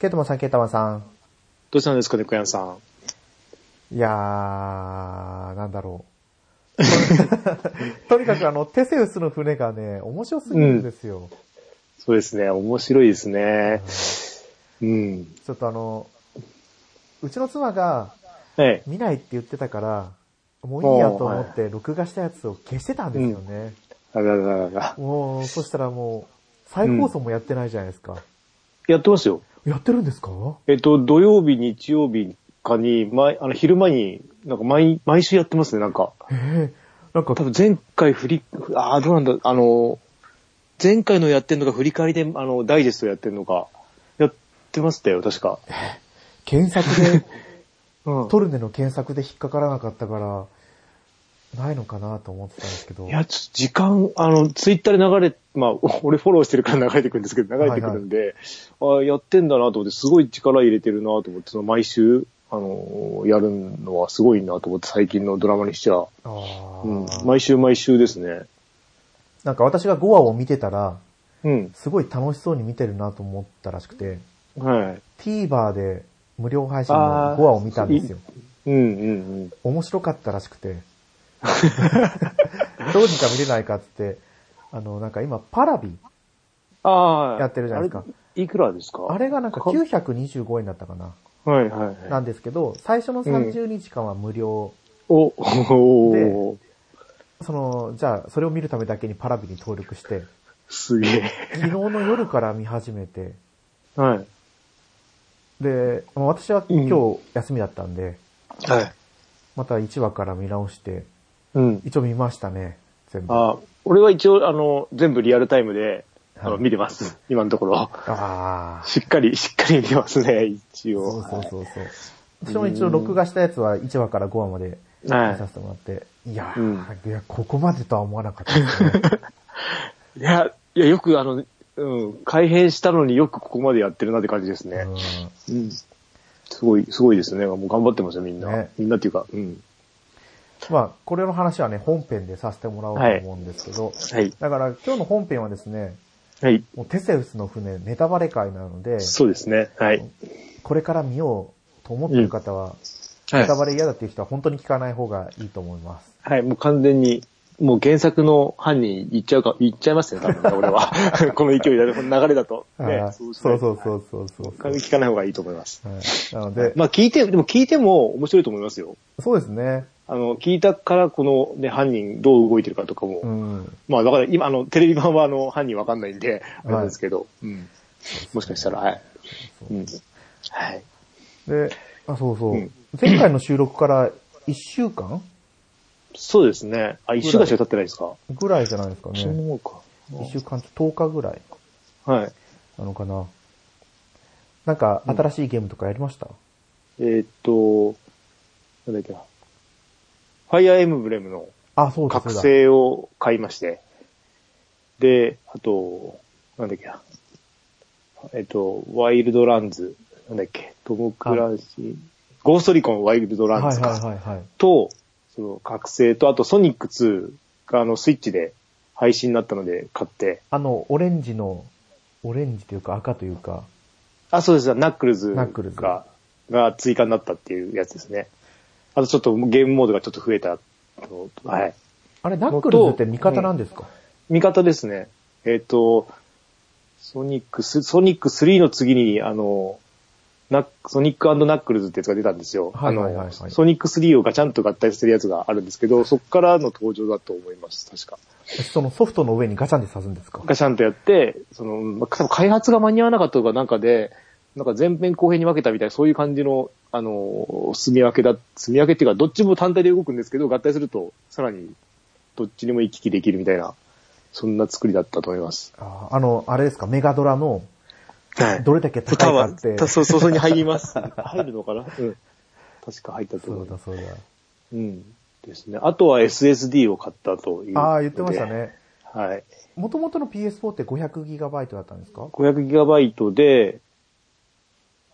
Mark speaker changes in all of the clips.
Speaker 1: ケイトマンさん、ケイタマンさん。
Speaker 2: どうしたんですかね、クヤンさん。
Speaker 1: いやー、なんだろう。とにかく あの、テセウスの船がね、面白すぎるんですよ。
Speaker 2: そうですね、面白いですね。うん。
Speaker 1: ちょっとあの、うちの妻が
Speaker 2: ええ。
Speaker 1: 見ないって言ってたから、もういいやと思って録画したやつを消してたんですよね。
Speaker 2: あらららら。
Speaker 1: もう、そしたらもう、再放送もやってないじゃないですか。
Speaker 2: やってますよ。
Speaker 1: やってるんですか
Speaker 2: えっと、土曜日、日曜日かに、毎、あの、昼間に、なんか毎、毎週やってますね、なんか。
Speaker 1: ええなんか
Speaker 2: 多、分前回振り、ああ、どうなんだ、あの、前回のやってんのか、振り返りで、あの、ダイジェストやってんのか、やってましたよ、確か。
Speaker 1: 検索で、
Speaker 2: うん。
Speaker 1: トルネの検索で引っかからなかったから、ないのかなと思ってたんですけど。
Speaker 2: いや、ちょっと時間、あの、ツイッターで流れ、まあ、 お俺フォローしてるから流れてくるんですけど、流れてくるんで、ああやってんだなと思って、すごい力入れてるなと思って、その毎週、あの、やるのはすごいなと思って、最近のドラマにしちゃ、
Speaker 1: あー
Speaker 2: うん、毎週毎週ですね。
Speaker 1: なんか私が5話を見てたら、
Speaker 2: うん、
Speaker 1: すごい楽しそうに見てるなと思ったらしくて、
Speaker 2: はい。
Speaker 1: TVer で無料配信の
Speaker 2: あー
Speaker 1: 5話を見たんですよ。
Speaker 2: うん、うん、うん。
Speaker 1: 面白かったらしくて。どうにか見れないかっつって、あの、なんか今、パラビ、
Speaker 2: ああ、
Speaker 1: やってるじゃないですか
Speaker 2: あれ。いくらですか
Speaker 1: あれがなんか925円だったかな、
Speaker 2: はい、はい。
Speaker 1: な
Speaker 2: はい
Speaker 1: んですけど、最初の30日間は無料。
Speaker 2: お、おー
Speaker 1: その、じゃあ、それを見るためだけにパラビに登録して、
Speaker 2: すげえ。
Speaker 1: 昨日の夜から見始めて、
Speaker 2: はい。
Speaker 1: で、まあ私は今日休みだったんで、
Speaker 2: はい。
Speaker 1: また1話から見直して、
Speaker 2: うん。
Speaker 1: 一応見ましたね、全部。あ
Speaker 2: あ俺は一応、あの、全部リアルタイムで、あ
Speaker 1: は
Speaker 2: の、
Speaker 1: い
Speaker 2: 見てます。今のところ。
Speaker 1: あー。
Speaker 2: しっかり、しっかり見てますね、一応。
Speaker 1: そうそうそうそう。私も一応録画したやつは1話から5話まで見させてもらって、いやー、いや、ここまでとは思わなかったですね。
Speaker 2: いや、いや、よくあの、うん、改変したのによくここまでやってるなって感じですね。
Speaker 1: う
Speaker 2: うん。すごい、すごいですね。もう頑張ってますよ、みんな。
Speaker 1: ね
Speaker 2: みんなっていうか、うん。
Speaker 1: んまあ、これの話はね、本編でさせてもらおうと思うんですけど、
Speaker 2: はい。
Speaker 1: だから今日の本編はですね、
Speaker 2: はい。
Speaker 1: もうテセウスの船、ネタバレ会なので、
Speaker 2: そうですね。はい。
Speaker 1: これから見ようと思ってる方は、
Speaker 2: は
Speaker 1: ネ
Speaker 2: い
Speaker 1: タ。バレ嫌だっていう人は本当に聞かない方がいいと思います。
Speaker 2: はい、もう完全に、もう原作の犯人言っちゃうか、言っちゃいますね、多分ね、俺は。 この勢いだと、この流れだと。
Speaker 1: あ
Speaker 2: ね
Speaker 1: ー、そうそう
Speaker 2: う。
Speaker 1: そうそうそうそう。
Speaker 2: 一回聞かない方がいいと思います。
Speaker 1: はいなので、
Speaker 2: まあ聞いて、でも聞いても面白いと思いますよ。
Speaker 1: そうですね。
Speaker 2: あの、聞いたからこのね、犯人どう動いてるかとかも。
Speaker 1: うん。
Speaker 2: まあだから今、あの、テレビ版はあの、犯人わかんないんで、
Speaker 1: は
Speaker 2: あ
Speaker 1: い
Speaker 2: れなんですけど、うん。もしかしたら、はい。うん。はい。
Speaker 1: で、あ、そうそう。
Speaker 2: うん
Speaker 1: 前回の収録から1週間
Speaker 2: そうですね。あ、一週間しか経ってないですか、
Speaker 1: ぐらいじゃないですか
Speaker 2: そんな
Speaker 1: ね。
Speaker 2: もんか。
Speaker 1: 1週間と10日ぐらい
Speaker 2: はい。
Speaker 1: なのかな。なんか、新しいゲームとかやりました、
Speaker 2: えーっと、なんだっけな。ファイアーエムブレムの
Speaker 1: あ、そうだ、
Speaker 2: 覚
Speaker 1: そうだ。
Speaker 2: 醒を買いまして、で、あと、なんだっけな。えっと、ワイルドランズ、なんだっけ、トム・クランシー、ゴーストリコン、ワイルドラン
Speaker 1: はい
Speaker 2: ズ
Speaker 1: はい
Speaker 2: か、
Speaker 1: はいはい。
Speaker 2: と、その、覚醒と、あと、ソニック2が、あの、スイッチで配信になったので買って、
Speaker 1: あの、オレンジの、オレンジというか赤というか、
Speaker 2: あ、そうです。ナックルズ
Speaker 1: ナックルズ
Speaker 2: が、が追加になったっていうやつですね。あとちょっとゲームモードがちょっと増えたのと。はい。
Speaker 1: あれ、ナックルズって味方なんですか、
Speaker 2: 味方ですね。えっ、と、ソニックス、ソニック3の次に、あの、ナックソニックナックルズってやつが出たんですよ。
Speaker 1: はいはいはいはい
Speaker 2: あの、ソニック3をガチャンと合体してるやつがあるんですけど、そこからの登場だと思います、確か。
Speaker 1: そのソフトの上にガチャンで刺すんですか
Speaker 2: ガシャンとやって、その、まあ多分開発が間に合わなかったとかなんかで、なんか前編後編に分けたみたいな、そういう感じの、あの、住み分けだ、住み分けっていうか、どっちも単体で動くんですけど、合体すると、さらに、どっちにも行き来できるみたいな、そんな作りだったと思います。
Speaker 1: ああの、あれですか、メガドラの、
Speaker 2: は
Speaker 1: どれだけ高いかって。
Speaker 2: た
Speaker 1: そ
Speaker 2: そう、そうそうに入ります。 入るのかなうん。確か入ったと思
Speaker 1: う
Speaker 2: う。
Speaker 1: だそうだ。
Speaker 2: うん。ですね。あとは SSD を買ったという。
Speaker 1: ああ、言ってました。ね。
Speaker 2: はい。
Speaker 1: 元々の PS4 って 500GB だったんですか
Speaker 2: 500GB で、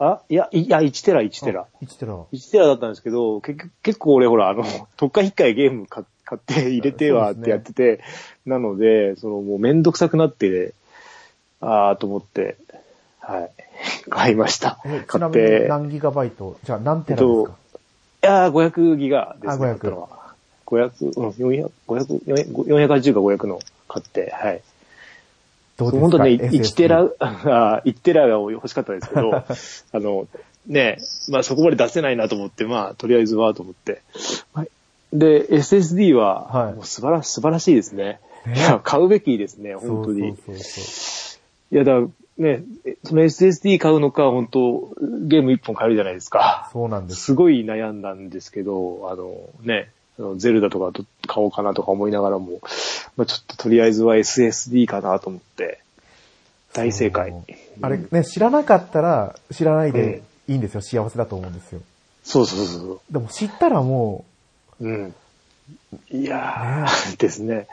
Speaker 2: あ、いや、いいや、1テラ、1テラ。。
Speaker 1: 1テラ。
Speaker 2: 1テラだったんですけど、結局、結構俺ほら、あの、 特化引っかいゲーム買買って入れては
Speaker 1: そ
Speaker 2: っ
Speaker 1: うですね
Speaker 2: てやってて、なので、そのもうめんどくさくなって、あーと思って、はい。買いました
Speaker 1: え。ちな
Speaker 2: 買っ
Speaker 1: みに
Speaker 2: て、
Speaker 1: 何ギガバイトじゃあ何テラですか、
Speaker 2: いやー、500ギガですね、
Speaker 1: あ500
Speaker 2: 買ったのは。500、うん、400、500、400 480か500の買って、はい。
Speaker 1: どうですか
Speaker 2: 本当ね、
Speaker 1: SS
Speaker 2: 1テラ、 あ1テラが欲しかったですけ ど、あの、ね、まあそこまで出せないなと思って、まあとりあえずはと思って。はいで、SSD
Speaker 1: は
Speaker 2: は、
Speaker 1: い
Speaker 2: もう素晴ら、素晴らしいですね。
Speaker 1: ね
Speaker 2: いや、買うべきですね、本当
Speaker 1: そう
Speaker 2: に。
Speaker 1: そうそうそ
Speaker 2: いや、だからね、えその SSD 買うのか、本当ゲーム1本買えるじゃないです
Speaker 1: う。
Speaker 2: か。
Speaker 1: そうなんです。
Speaker 2: すごい悩んだんですけど、あのね、あのゼルダとかと買おうかなとか思いながらも、まあ、ちょっととりあえずは SSD かなと思って、大正解
Speaker 1: そう。あれね、知らなかったら知らないでいいんですよ。幸せだと思うんですよ。
Speaker 2: そうそうそうそ
Speaker 1: でも知ったらも
Speaker 2: う。うん。いやー、ですね。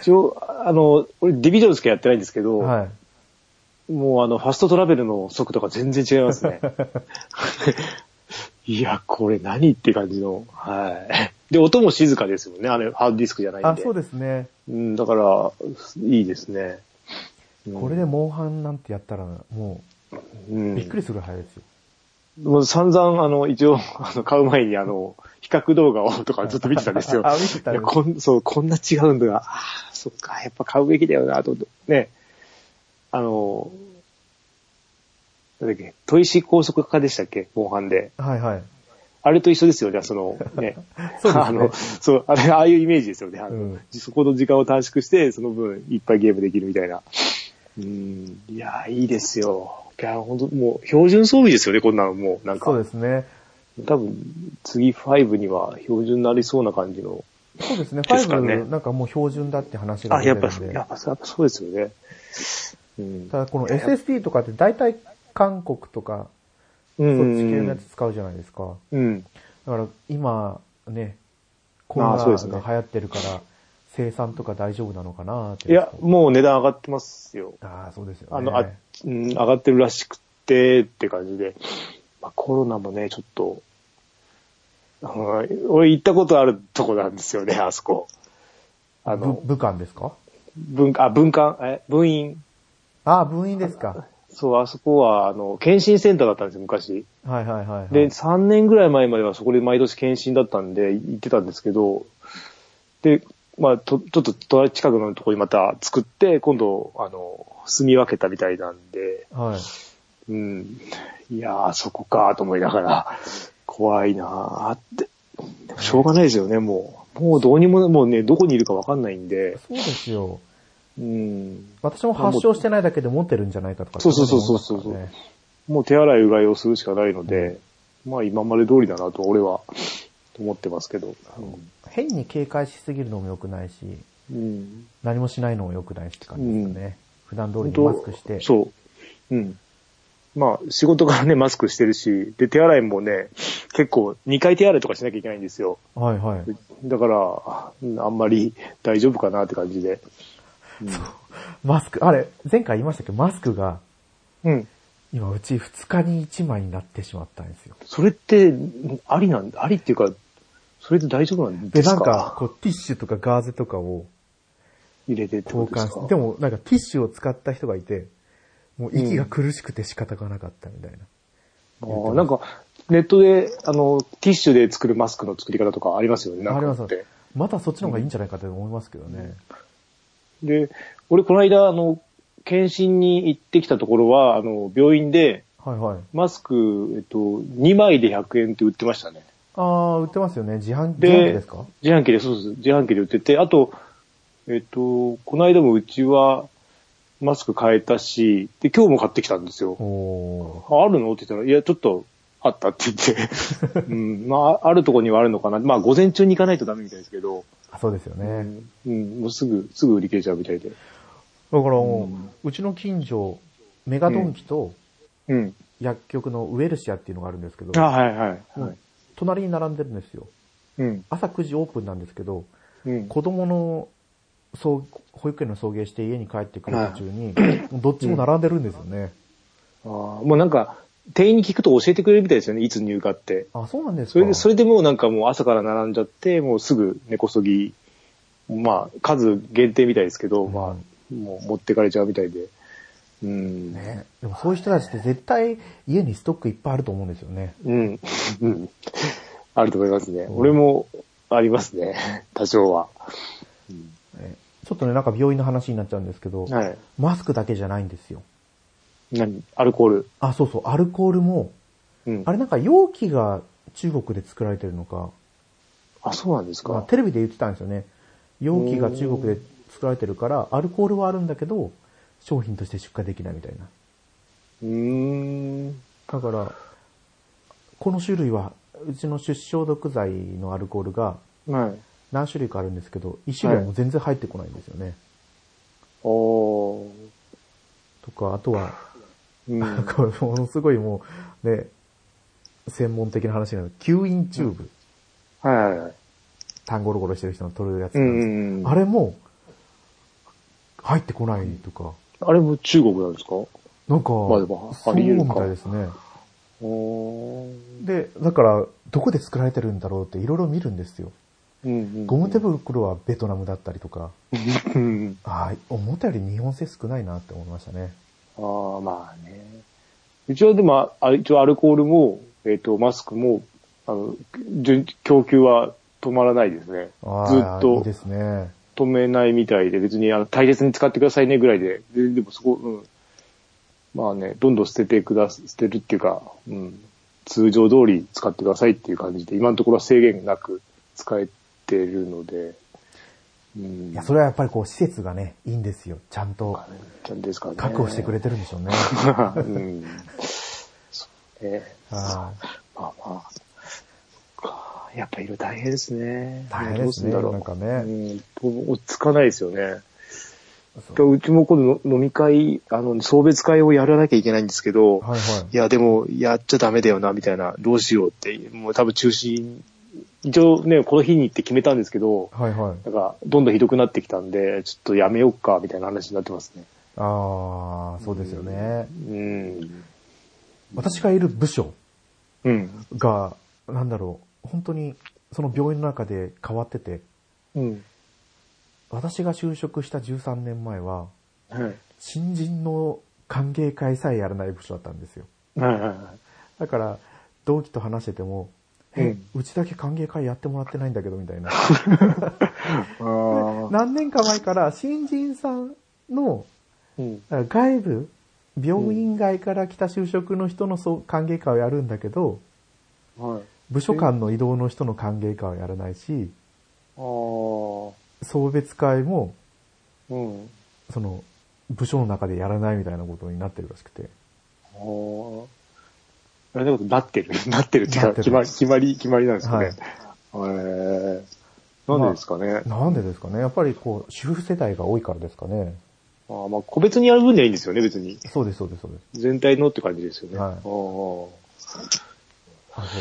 Speaker 2: 一応、あの、俺ディビジョンしかやってないんですけど、
Speaker 1: う、はい。
Speaker 2: もうあの、ファストトラベルの速度が全然違います ね。いや、これ何って感じの。はい。で、音も静かですよね。あれ、ハードディスクじゃないんで。
Speaker 1: あ、そうですね。
Speaker 2: うん、だから、いいですね。
Speaker 1: これでモンハンなんてやったら、も
Speaker 2: う
Speaker 1: う、
Speaker 2: ん、
Speaker 1: びっくりする早いですよ。。
Speaker 2: もう散々、あの、一応、 あの、買う前に、あの、比較動画をとかずっと見てたんですよ
Speaker 1: あ、見てた
Speaker 2: い
Speaker 1: ね
Speaker 2: やこんそう、こんな違うんだな。ああ、そっか、やっぱ買うべきだよな、と。ね。あの、なんだっけ、砥石高速化でしたっけ後半で。
Speaker 1: はいはい。
Speaker 2: あれと一緒ですよね、その、ね。
Speaker 1: そうですね
Speaker 2: あの、そう、あれ、ああいうイメージですよね。あの
Speaker 1: うん
Speaker 2: そこの時間を短縮して、その分、いっぱいゲームできるみたいな。うん、いやー、いいですよ。いやー、本当もう、標準装備ですよね、こんなのもう、なんか。
Speaker 1: そうですね。
Speaker 2: 多分、次5には標準になりそうな感じの。
Speaker 1: そうですね。
Speaker 2: ですかね
Speaker 1: 5、なんかもう標準だって話が
Speaker 2: あ、
Speaker 1: 出て
Speaker 2: やっ
Speaker 1: る
Speaker 2: ぱ、
Speaker 1: ん
Speaker 2: や
Speaker 1: で
Speaker 2: っ。ぱ、やっぱそうですよね。うん。
Speaker 1: ただこの SSD とかって大体韓国とか、
Speaker 2: う
Speaker 1: そっ
Speaker 2: ん
Speaker 1: ち系のやつ使うじゃないですか。
Speaker 2: うん。
Speaker 1: だから今、ね、コロナ
Speaker 2: あそうですね
Speaker 1: が流行ってるから、生産とか大丈夫なのかなって。
Speaker 2: いや、もう値段上がってますよ。
Speaker 1: ああ、そうですよね。
Speaker 2: あの、あ、うん、上がってるらしくて、って感じで。まあ、コロナもね、ちょっと、うん俺行ったことあるとこなんですよね、あそこ。あ
Speaker 1: ぶ
Speaker 2: の、
Speaker 1: 武漢ですか
Speaker 2: 文、あ、文館、え、文院。
Speaker 1: ああ、分院ですか。
Speaker 2: そう、あそこは、あの、検診センターだったんですよ、昔。
Speaker 1: はいはいはい、はい。
Speaker 2: で、3年ぐらい前まではそこで毎年検診だったんで、行ってたんですけど、で、まあ、と、ちょっと隣、近くのとこにまた作って、今度、あの、住み分けたみたいなんで、
Speaker 1: はい。
Speaker 2: うん。いやー、そこかと思いながら、怖いなーって。でもしょうがないですよね、もう。もうどうにも、もうね、どこにいるかわかんないんで。
Speaker 1: そうですよ。
Speaker 2: うん。
Speaker 1: 私も発症してないだけで持ってるんじゃないかとか。
Speaker 2: そうそうそうそうそう
Speaker 1: いのもありますからね
Speaker 2: もう手洗いうがいをするしかないので、まあ今まで通りだなと、俺は、思ってますけど。
Speaker 1: 変に警戒しすぎるのも良くないし、
Speaker 2: うん。
Speaker 1: 何もしないのも良くないしって感じですかね。普段通り
Speaker 2: 本
Speaker 1: に
Speaker 2: 当
Speaker 1: マスクして。
Speaker 2: そう。うん。まあ、仕事からね、マスクしてるし、で、手洗いもね、結構、2回手洗いとかしなきゃいけないんですよ。
Speaker 1: はいはい。
Speaker 2: だから、うんあんまり大丈夫かなって感じで。
Speaker 1: マスク、あれ、前回言いましたけど、マスクが、
Speaker 2: うん。
Speaker 1: 今うち2日に1枚になってしまったんですよ。
Speaker 2: それって、ありなん、ありっていうか、それって大丈夫なん
Speaker 1: で、
Speaker 2: です
Speaker 1: な
Speaker 2: か
Speaker 1: んか、こう、ティッシュとかガーゼとかを
Speaker 2: 入れてってこ
Speaker 1: 交
Speaker 2: とで
Speaker 1: 換
Speaker 2: すか
Speaker 1: して、でもなんかティッシュを使った人がいて、もう息が苦しくて仕方がなかったみたいな。
Speaker 2: あーなんか、ネットで、あの、ティッシュで作るマスクの作り方とかありますよね、なんか
Speaker 1: あります
Speaker 2: って。
Speaker 1: またそっちの方がいいんじゃないかと思いますけどね。
Speaker 2: で、俺、この間、あの、検診に行ってきたところは、あの、病院で、
Speaker 1: はいはい。
Speaker 2: マスク、えっと、2枚で100円って売ってましたね。
Speaker 1: あー、売ってますよね。自販自
Speaker 2: で
Speaker 1: 販機ですか
Speaker 2: 自販機で、そうです。自販機で売ってて、あと、えっと、この間もうちは、マスク買えたし、で、今日も買ってきたんですよ。
Speaker 1: お
Speaker 2: ああるのって言ったら、いや、ちょっと、あったって言 って、うん、まあ、あるとこにはあるのかな。まあ、午前中に行かないとダメみたいですけど、
Speaker 1: ー。そうですよね。
Speaker 2: うん、もうすぐ、すぐ売り切れちゃうみたいで。
Speaker 1: だからもう、うちの近所、メガドンキと
Speaker 2: うん。
Speaker 1: 薬局のウェルシアっていうのがあるんですけど、
Speaker 2: あ、はいはい。はい。
Speaker 1: 隣に並んでるんですよ。
Speaker 2: うん。
Speaker 1: 朝9時オープンなんですけど、
Speaker 2: うん。
Speaker 1: 子供の送保育園の送迎して家に帰ってくる途中に、どっちも並んでるんですよね。
Speaker 2: ああ、もうなんか、店員に聞くと教えてくれるみたいですよね、いつ入荷って。
Speaker 1: あ、そうなんですか
Speaker 2: それで、それでもうなんかもう朝から並んじゃって、もうすぐ根こそぎ、まあ、数限定みたいですけど、
Speaker 1: ま
Speaker 2: まあ、もう持ってかれちゃうみたいで。ううん。
Speaker 1: ね。でもそういう人たちって絶対家にストックいっぱいあると思うんですよね。
Speaker 2: うん。うん。あると思いますね。俺もありますね。多少は。
Speaker 1: ねちょっとね、なんか病院の話になっちゃうんですけど、
Speaker 2: はい。
Speaker 1: マスクだけじゃないんですよ。
Speaker 2: 何アルコール。
Speaker 1: あ、そうそう、アルコールも、
Speaker 2: うん。
Speaker 1: あ
Speaker 2: あ
Speaker 1: れなんか容器が中国で作られてるのか、
Speaker 2: そうなんです
Speaker 1: まあ
Speaker 2: か。
Speaker 1: テレビで言ってたんですよね。容器が中国で作られてるから、アルコールはあるんだけど、商品として出荷できないみたいな。
Speaker 2: うーん。
Speaker 1: だから、この種類は、うちの出消毒剤のアルコールが
Speaker 2: はい。
Speaker 1: 何種類かあるんですけど、一種類はもう全然入ってこないんですよね。
Speaker 2: おー。
Speaker 1: とか、あとは、
Speaker 2: うん。
Speaker 1: なんかものすごいもう、ね、専門的な話になる。吸引チューブ。
Speaker 2: はいはいはい。
Speaker 1: 単ゴロゴロしてる人の取るやつ
Speaker 2: う
Speaker 1: なん
Speaker 2: ん
Speaker 1: で
Speaker 2: う
Speaker 1: すけ
Speaker 2: んうん。
Speaker 1: ど。あれも、入ってこないとか。
Speaker 2: あれも中国なんですか
Speaker 1: なんか、
Speaker 2: まあでも
Speaker 1: そう
Speaker 2: あり得るか
Speaker 1: みたいですね。
Speaker 2: おー。
Speaker 1: で、だから、どこで作られてるんだろうっていろいろ見るんですよ。
Speaker 2: うんうん。
Speaker 1: ゴム手袋はベトナムだったりとか、
Speaker 2: うん
Speaker 1: ああ、思ったより日本製少ないなって思いましたね。
Speaker 2: ああ、まあね。一応でも、あ一応アルコールも、えっ、と、マスクも、あの、順供給は止まらないですね。
Speaker 1: あ
Speaker 2: ず
Speaker 1: あ
Speaker 2: っ
Speaker 1: いい
Speaker 2: と
Speaker 1: ですね。
Speaker 2: 止めないみたいで、別にあの大切に使ってくださいねぐらいで、ででもそこ、うん。まあね、どんどん捨ててくだ、捨てるっていうか、うん。通常通り使ってくださいっていう感じで、今のところは制限なく使えてるので、うん。
Speaker 1: いや、それはやっぱりこう、施設がね、いいんですよ。ちゃんと
Speaker 2: ちゃんですかね。
Speaker 1: 確保してくれてるんでしょうね。
Speaker 2: うん。そうね。
Speaker 1: あ
Speaker 2: まあまあ。そっかやっぱ色大変ですね。
Speaker 1: 大変
Speaker 2: ど
Speaker 1: で
Speaker 2: うす
Speaker 1: す
Speaker 2: るん
Speaker 1: ね。
Speaker 2: だろう。
Speaker 1: なんか
Speaker 2: う
Speaker 1: ね。
Speaker 2: ん、落ち着かないですよね。
Speaker 1: そう
Speaker 2: うちも今度の飲み会、あの、送別会をやらなきゃいけないんですけど、
Speaker 1: はいはい
Speaker 2: や、でも、やっちゃダメだよな、みたいな、どうしようって、もう多分中止、一応ね、この日にって決めたんですけど、
Speaker 1: い。はいはい。
Speaker 2: なんか、どんどんひどくなってきたんで、ちょっとやめようか、みたいな話になってますね。
Speaker 1: ああ、そうですよね。
Speaker 2: うん。
Speaker 1: 私がいる部署
Speaker 2: うん。
Speaker 1: が、なんだろう、本当に、その病院の中で変わってて、
Speaker 2: うん。
Speaker 1: 私が就職した13年前は、
Speaker 2: はい。
Speaker 1: 新人の歓迎会さえやらない部署だったんですよ。
Speaker 2: はいはいはい。
Speaker 1: だから、同期と話してても、
Speaker 2: うん
Speaker 1: え、うちだけ歓迎会やってもらってないんだけど、みたいな。
Speaker 2: ああ。
Speaker 1: 何年か前から、新人さんの
Speaker 2: うん。
Speaker 1: あ外部、病院外から来た就職の人のそう歓迎会をやるんだけど、
Speaker 2: はい。
Speaker 1: 部署間の移動の人の歓迎会はやらないし、
Speaker 2: ああ。
Speaker 1: 送別会も、
Speaker 2: うん。
Speaker 1: その、部署の中でやらないみたいなことになってるらしくて。
Speaker 2: ああ。でも、なってる。 なってるっていう
Speaker 1: な
Speaker 2: か、
Speaker 1: ってる
Speaker 2: 決まり、決まり、決まりなんですかね。
Speaker 1: はい
Speaker 2: へえなんでですかね。
Speaker 1: なんでですかねやっぱりこう、主婦世代が多いからですかね。
Speaker 2: あーまあ、個別にやる分にはいいんですよね、別に。
Speaker 1: そうです、そうです、そうです。
Speaker 2: 全体のって感じですよね。
Speaker 1: はい
Speaker 2: ああ
Speaker 1: あそ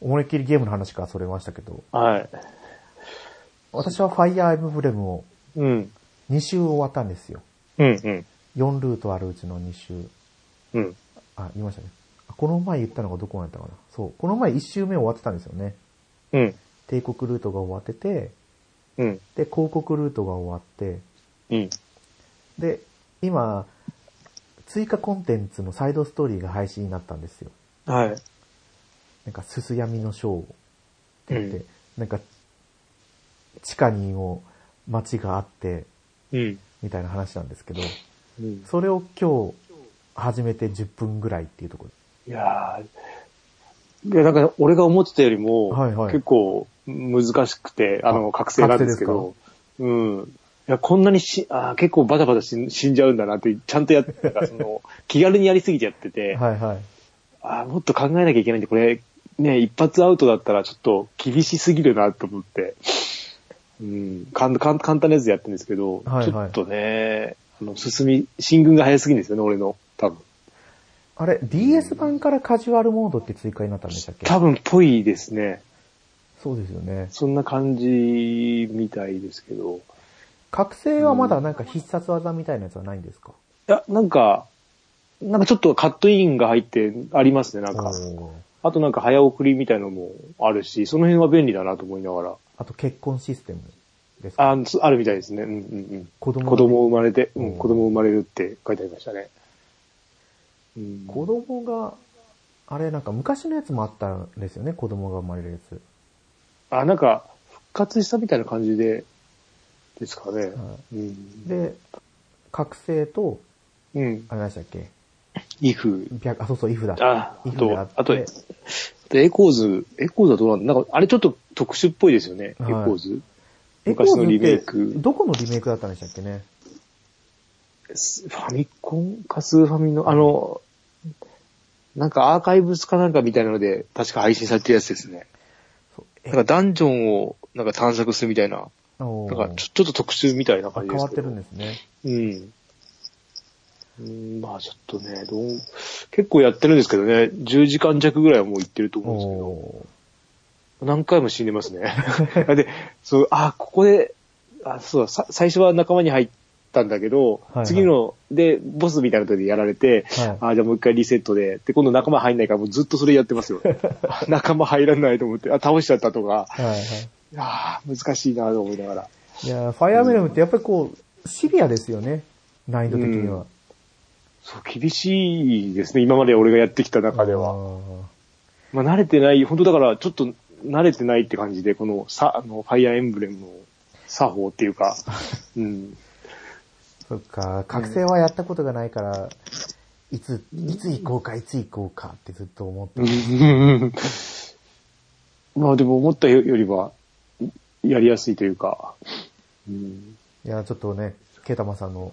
Speaker 1: う思いっきりゲームの話からそれましたけど、
Speaker 2: はい。
Speaker 1: 私はファイアーエムブレムを
Speaker 2: うん。
Speaker 1: 2週終わったんですよ。
Speaker 2: うん、うん。
Speaker 1: 4ルートあるうちの2週。
Speaker 2: うん。
Speaker 1: あ、言いましたね。あこの前言ったのがどこまでだったかな。そう。この前1週目終わってたんですよね。
Speaker 2: うん。
Speaker 1: 帝国ルートが終わってて、
Speaker 2: うん。
Speaker 1: で、広告ルートが終わって、
Speaker 2: うん。
Speaker 1: で、今、追加コンテンツのサイドストーリーが配信になったんですよ。
Speaker 2: はい。
Speaker 1: なんか、すすやみのショーをって言って、
Speaker 2: うん
Speaker 1: なんか、地下にも街があって、
Speaker 2: うん。
Speaker 1: みたいな話なんですけど、
Speaker 2: うん。
Speaker 1: それを今日始めて10分ぐらいっていうところ
Speaker 2: いやーいや、なんか、俺が思ってたよりも、
Speaker 1: はいはい
Speaker 2: 結構難しくて、あの、
Speaker 1: あ
Speaker 2: 覚醒なんですけど、うん。いや、こんなにし、あー結構バタバタし死んじゃうんだなって、ちゃんとやって、な んかその、気軽にやりすぎてやってて、
Speaker 1: で。はいはい。
Speaker 2: あーもっと考えなきゃいけないんで、これ、ね、一発アウトだったらちょっと厳しすぎるなと思って、うん、かんかん簡単なやつでやってるんですけど、
Speaker 1: はいはい
Speaker 2: ちょっとね、あの、進み、進軍が早すぎるんですよね、俺の、多分。
Speaker 1: あれ、DS 版からカジュアルモードって追加になったんでしたっけ
Speaker 2: 多分、ぽいですね。
Speaker 1: そうですよね。
Speaker 2: そんな感じみたいですけど。い
Speaker 1: 覚醒はまだなんか必殺技みたいなやつはないんですか
Speaker 2: や、なんか、なんかちょっとカットインが入ってありますね、なん
Speaker 1: お
Speaker 2: か。
Speaker 1: ー
Speaker 2: あとなんか早送りみたいのもあるし、その辺は便利だなと思いながら。
Speaker 1: あと結婚システム。ですか
Speaker 2: あのあるみたいですね。うんうん
Speaker 1: 子
Speaker 2: うん。
Speaker 1: 供
Speaker 2: 子供生まれて、う
Speaker 1: うん
Speaker 2: ん、子供生まれるって書いてありましたね。うん、
Speaker 1: 子供が、あれなんか昔のやつもあったんですよね、子供が生まれるやつ。
Speaker 2: あ、なんか、復活したみたいな感じで、ですかね。
Speaker 1: は
Speaker 2: うん。
Speaker 1: い、で、覚醒と、
Speaker 2: うん。
Speaker 1: あれ何でしたっけ
Speaker 2: イフ。
Speaker 1: 白あ、そうそう、イフだ。
Speaker 2: あ、あ
Speaker 1: イフで
Speaker 2: と、
Speaker 1: あ
Speaker 2: あ
Speaker 1: って
Speaker 2: と、で、エコーズ、エコーズはどうなんだなんか、あれちょっと特殊っぽいですよね。
Speaker 1: はい
Speaker 2: エコーズ。
Speaker 1: エコーズ
Speaker 2: 昔のリメイク
Speaker 1: ってどこのリメイクだったんでしたっけね
Speaker 2: ファミコンかスーファミの、あの、なんかアーカイブスかなんかみたいなので、確か配信されてるやつですね。
Speaker 1: そうえ
Speaker 2: なんかダンジョンをなんか探索するみたいな、
Speaker 1: お
Speaker 2: な
Speaker 1: ー
Speaker 2: んかちょちょっと特殊みたいな
Speaker 1: あ
Speaker 2: 感
Speaker 1: 変
Speaker 2: じで
Speaker 1: わ
Speaker 2: す
Speaker 1: っ
Speaker 2: け
Speaker 1: て
Speaker 2: ど。
Speaker 1: るんですね。
Speaker 2: うん。うん、まあちょっとね、どう、結構やってるんですけどね、10時間弱ぐらいはもう行ってると思うんですけど、
Speaker 1: お
Speaker 2: 何回も死んでますね。 で、そう、あ、ここで、あ、そうだ、さ最初は仲間に入ったんだけど、
Speaker 1: いはい
Speaker 2: 次の、で、ボスみたいなとでやられて、
Speaker 1: ーはい。
Speaker 2: あ、じゃあもう一回リセットで、で、今度仲間入んないからもうずっとそれやってま すよ。仲間入らないと思って、あ、倒しちゃったとか、
Speaker 1: はいはい。
Speaker 2: あー難しいなと思いながら。
Speaker 1: いやー、ファイアーエンブレムってやっぱりこう、シビアですよね。難易度的には。
Speaker 2: そう、厳しいですね、今まで俺がやってきた中では。
Speaker 1: は。
Speaker 2: まあ、慣れてない、本当だから、ちょっと慣れてないって感じで、この、さ、あの、ファイアーエンブレムの作法っていう か、うん。
Speaker 1: そっか、覚醒はやったことがないから、いつ、いつ行こうか、いつ行こうかってずっと思って。
Speaker 2: まあ、でも思ったよりは、やりやすいというか、うん。
Speaker 1: いやー、ちょっとね、ケータマさんの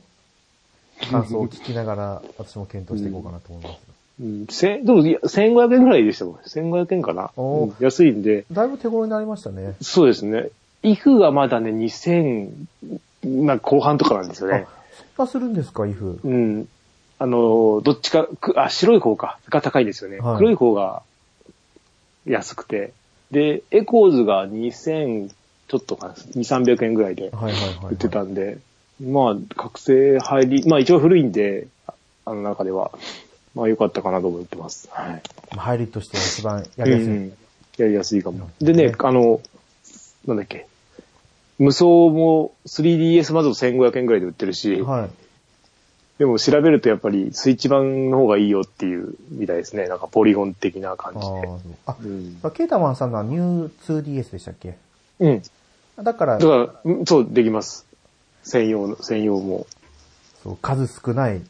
Speaker 1: 感想を聞きなが ら、私も検討していこうかなと思います。
Speaker 2: うん、せん、でも、いや1500円ぐらいでしたもん。1500円かな。
Speaker 1: おー
Speaker 2: うん安いんで、
Speaker 1: だいぶ手頃になりましたね。
Speaker 2: そうですね。イフがまだね、2000、まあ、後半とかなんですよね
Speaker 1: あ。、そんなするんですか、イフ。
Speaker 2: うん。あの、どっちか、くあ、白い方か、が高いですよね。
Speaker 1: はい
Speaker 2: 黒い方が安くて。で、エコーズが2000ちょっとかな、2、300円ぐらいで
Speaker 1: はいはいはい、はい。
Speaker 2: 売ってたんで、まあ、覚醒入り、まあ一応古いんで、ああの中では、まあ良かったかなと思ってます。はい。
Speaker 1: 入りとしては一番やりやすい。
Speaker 2: うんやりやすいかも。
Speaker 1: なるほど
Speaker 2: で
Speaker 1: ね
Speaker 2: ね、あの、なんだっけ。無双も 3DS まず1500円ぐらいで売ってるし、
Speaker 1: はい。
Speaker 2: でも調べるとやっぱりスイッチ版の方がいいよっていうみたいですね。なんかポリゴン的な
Speaker 1: あ
Speaker 2: 感
Speaker 1: あ
Speaker 2: じで。
Speaker 1: そうあ
Speaker 2: うん、
Speaker 1: ケータマンさんのはニュー 2DS でしたっけ
Speaker 2: うん。
Speaker 1: だから
Speaker 2: だ、から、うんそう、できます。専用の、専用も。
Speaker 1: そう数少ない。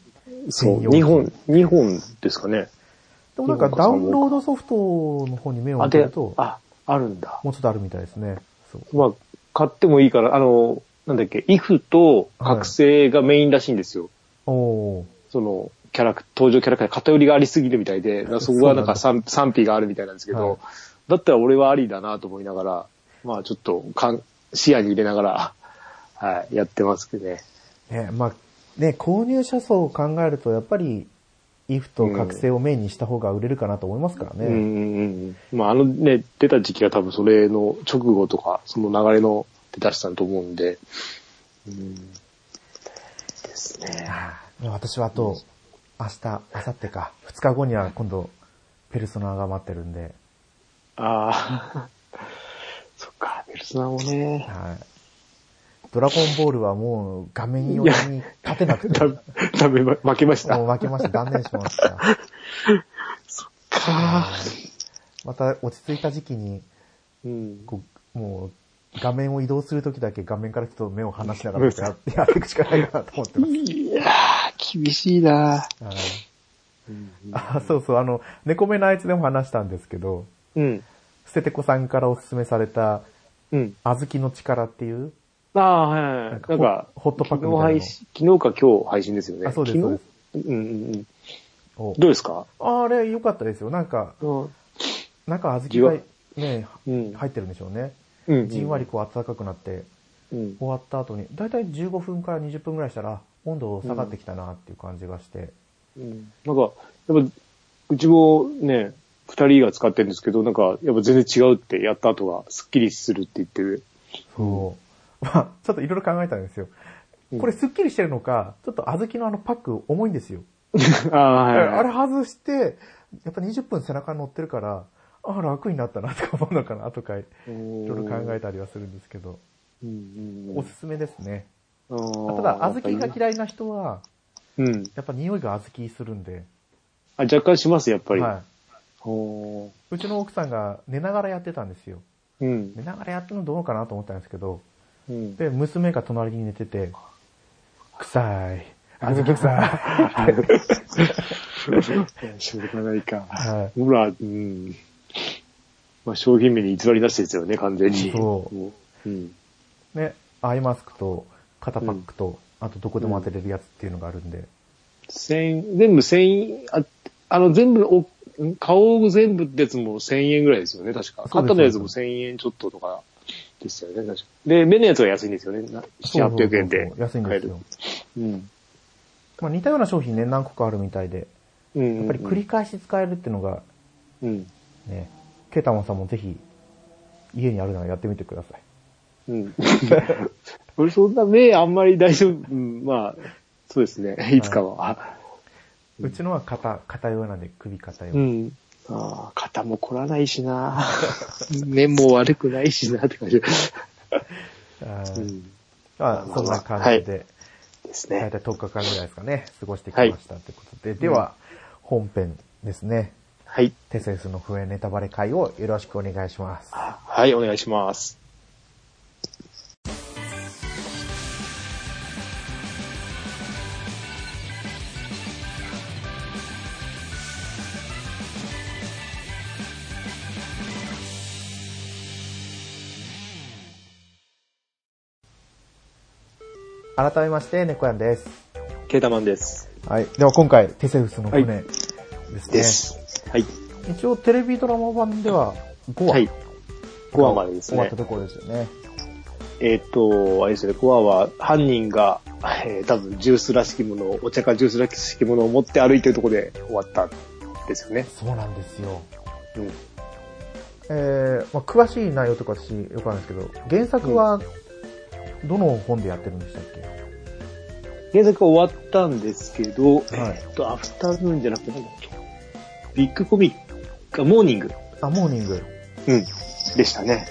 Speaker 2: そ
Speaker 1: 専
Speaker 2: う、
Speaker 1: 用
Speaker 2: 2本、2本ですかね。
Speaker 1: でもなんかダウンロードソフトの方に目を
Speaker 2: あ、
Speaker 1: 向け
Speaker 2: で
Speaker 1: ると、、も
Speaker 2: あ、あるんだ。
Speaker 1: うちょっとあるみたいですね。そう。
Speaker 2: まあ、買ってもいいから、あの、なんだっけ、イフと覚醒がメインらしいんですよ。
Speaker 1: おー
Speaker 2: その、キャラク、登場キャラクターに偏りがありすぎるみたいで、そこはなんか
Speaker 1: そ
Speaker 2: 賛賛否があるみたいなんですけど、
Speaker 1: はい
Speaker 2: だったら俺はありだなと思いながら、まあちょっとかん、視野に入れながら、はい、やってますけどね。
Speaker 1: ね、まあ、ね、購入者層を考えると、やっぱり、イフと覚醒をメインにした方が売れるかなと思いますからね。
Speaker 2: うんうんうん。まああのね、出た時期が多分それの直後とか、その流れの出だしたと思うんで、うん。ですね。
Speaker 1: あー私はあと、明日、明後日か、2日後には今度、ペルソナが待ってるんで、
Speaker 2: ああ、 そっか、ペルソナもね、
Speaker 1: はい。ドラゴンボールはもう画面用に立てなくて、
Speaker 2: だ、だめ、負けました。
Speaker 1: もう負けました。断念しました。
Speaker 2: か
Speaker 1: また落ち着いた時期に、
Speaker 2: うん。
Speaker 1: こう、もう、画面を移動する時だけ画面からちょっと目を離しながらやってやっていくしかないかなと思って ます。
Speaker 2: いやー、厳しいな
Speaker 1: はい
Speaker 2: うん。
Speaker 1: あ、そうそう、あの、猫目のあいつでも話したんですけど、
Speaker 2: うん。
Speaker 1: 捨ててこさんからおすすめされた、
Speaker 2: うん。
Speaker 1: あずきの力っていう、
Speaker 2: ああ、はいはいはい。なん
Speaker 1: なんか
Speaker 2: か、
Speaker 1: ホホットパックみたいなの
Speaker 2: 昨日配信、昨日か今日配信ですよね。
Speaker 1: あそうです
Speaker 2: 昨日うんうんうん。
Speaker 1: を
Speaker 2: どうですか
Speaker 1: あれ良かったですよ。なんか、
Speaker 2: うん。
Speaker 1: なんか小豆がね、
Speaker 2: うん
Speaker 1: 入ってるんでしょうね。
Speaker 2: うん。
Speaker 1: じんわりこう暖かくなって、
Speaker 2: うん。
Speaker 1: 終わった後に、だいたい15分から20分くらいしたら、温度下がってきたなっていう感じがして。
Speaker 2: うん。なんか、やっぱ、うちもね、二人が使ってるんですけど、なんか、やっぱ全然違うって、やった後がスッキリするって言ってる。
Speaker 1: そう。まあ、ちょっといろいろ考えたんですよ。
Speaker 2: うん
Speaker 1: これスッキリしてるのか、ちょっと小豆のあのパック重いんですよ。
Speaker 2: ああ、はいはい。
Speaker 1: あれ外して、やっぱ20分背中に乗ってるから、ああ、楽になったなとか思うのかなとか、い
Speaker 2: い
Speaker 1: ろいろ考えたりはするんですけど。
Speaker 2: うんうん
Speaker 1: おすすめですね。
Speaker 2: あー
Speaker 1: ただ、小豆が嫌いな人は、
Speaker 2: うん。
Speaker 1: やっぱ匂いが小豆するんで、
Speaker 2: あ、若干します、やっぱり。
Speaker 1: はい。
Speaker 2: ほ
Speaker 1: うちの奥さんが寝ながらやってたんですよ。
Speaker 2: ーうん。
Speaker 1: 寝ながらやってるのどうかなと思ったんですけど、
Speaker 2: うん。
Speaker 1: で、娘が隣に寝てて、臭い。小豆臭い。
Speaker 2: しょうがないか。
Speaker 1: はい。
Speaker 2: ほら、うん。まあ、商品名に偽りなしですよね、完全に。
Speaker 1: そう
Speaker 2: もう。うん。
Speaker 1: ね、アイマスクと、肩パックと、あとどこでも当てれるやつっていうのがあるんで。
Speaker 2: 千、全部千円、あ、あの、全部お、ん顔全部ってやつも千円ぐらいですよね、確
Speaker 1: そ
Speaker 2: か。
Speaker 1: うです
Speaker 2: 肩のやつも千円ちょっととかでしたよね、確か。で、目のやつは安いんですよね。な7、800円
Speaker 1: そ
Speaker 2: で。
Speaker 1: うそうそう安いんですよ。
Speaker 2: うん。
Speaker 1: まあ、似たような商品ね、何個かあるみたいで、
Speaker 2: うん。
Speaker 1: やっぱり繰り返し使えるっていうのが、
Speaker 2: うん。
Speaker 1: ね、ケータマンさんもぜひ、家にあるならやってみてください。
Speaker 2: うん。俺そんな目あんまり大丈夫。うん、まあ、そうですね。いつかは。
Speaker 1: うちのは肩、肩用なんで、首肩用。
Speaker 2: うん。ああ、肩も凝らないしな。 目も悪くないしなって感じ。
Speaker 1: あ
Speaker 2: う
Speaker 1: ー
Speaker 2: ん。
Speaker 1: まあそんな感じで、
Speaker 2: です
Speaker 1: だい
Speaker 2: ね。
Speaker 1: たい10日間ぐらいですかね、過ごしてきましたということで、では、本編ですね。
Speaker 2: はい。
Speaker 1: テセウスの笛ネタバレ会をよろしくお願いします。
Speaker 2: はい、お願いします。
Speaker 1: 改めまして、猫やんです。
Speaker 2: ケータマンです。
Speaker 1: はい。では今回、テセウスの船
Speaker 2: は
Speaker 1: ですね。
Speaker 2: です。はい。
Speaker 1: 一応テレビドラマ版では5話。
Speaker 2: はい。5話までです
Speaker 1: 終わっ
Speaker 2: ね
Speaker 1: た。ところですよね。
Speaker 2: えっと、あれですね、5話は犯人が、えー多分ジュースらしきものを、お茶かジュースらしきものを持って歩いてるところで終わったんですよね。
Speaker 1: そうなんですよ。
Speaker 2: うん。
Speaker 1: えー、まあ、詳しい内容とか私よくあるんですけど、原作はどの本でやってるんでしたっけ、
Speaker 2: 原作は終わったんですけど、
Speaker 1: い
Speaker 2: えっと、アフタヌーンじゃなくてなんだっけビッグコミック、あモーニング。
Speaker 1: あ、モーニング。
Speaker 2: うん。でしたね。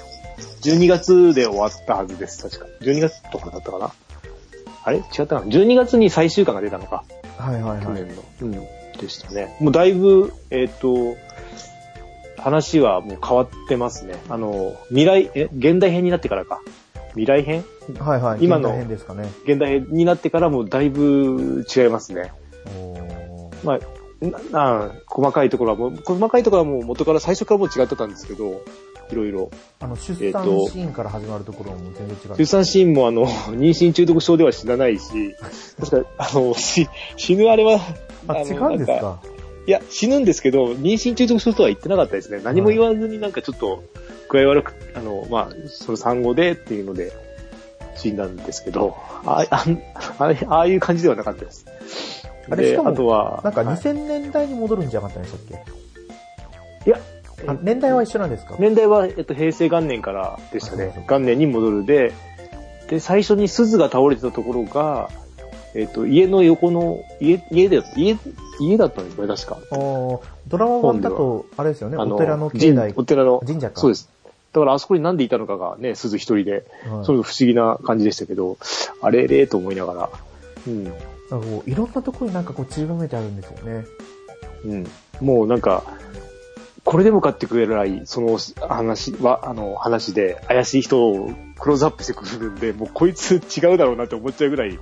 Speaker 2: 12月で終わったはずです、確か。12月とかだったかな。あれ違ったかな ?12 月に最終巻が出たのか。
Speaker 1: はいはい
Speaker 2: 去
Speaker 1: はい。
Speaker 2: 年の。うん。でしたね。もうだいぶ、えっ、と、話はもう変わってますね。あの、未来、え、現代編になってからか。未来編
Speaker 1: はいはい。
Speaker 2: 今
Speaker 1: 現
Speaker 2: の
Speaker 1: 代編ですかね。
Speaker 2: 現代編になってからもうだいぶ違いますね。
Speaker 1: おー
Speaker 2: まあ、なな細かいところはもう、細かいところはもう元から最初からもう違ってたんですけど、いろいろ。
Speaker 1: あの、出
Speaker 2: えー
Speaker 1: 産
Speaker 2: と
Speaker 1: シーンから始まるところも全然違う。
Speaker 2: 出産シーンもあの、 妊娠中毒症では死なないし、確か、あの、し死ぬあれは、
Speaker 1: あ、
Speaker 2: の
Speaker 1: 違うんです
Speaker 2: なん
Speaker 1: か
Speaker 2: いや、死ぬんですけど、妊娠中毒症とは言ってなかったですね。何も言わずになんかちょっと、具合悪く、あの、まあ、その産後でっていうので、死んだんですけど、あああれああいう感じではなかったです。
Speaker 1: あれ
Speaker 2: で
Speaker 1: しかも
Speaker 2: あとは、
Speaker 1: なんか
Speaker 2: はい
Speaker 1: 2000年代に戻るんじゃなかったんでしたっ
Speaker 2: いや、
Speaker 1: けあ年代は一緒なんですか
Speaker 2: 年代は、えっと、平成元年からでした
Speaker 1: あそうそう
Speaker 2: ね。元年に戻るで、で、最初に鈴が倒れてたところが、えっと、家の横の、家、家で、家、家だったんですよね、確か。
Speaker 1: おードラマ版だと、あれですよね、
Speaker 2: あ
Speaker 1: お寺の境内
Speaker 2: 神お寺の、
Speaker 1: 神社か。
Speaker 2: そうです。だからあそこになんでいたのかがね、鈴一人で、
Speaker 1: はい
Speaker 2: それ不思議な感じでしたけど、あれれと思いながら、うん、
Speaker 1: なんかこういろんなところになんかこう散りばめてあるんですよね。
Speaker 2: うん。もうなんか、これでもかってくれない、その話は、あの話で、怪しい人をクローズアップしてくるんで、もうこいつ違うだろうなって思っちゃうぐらい、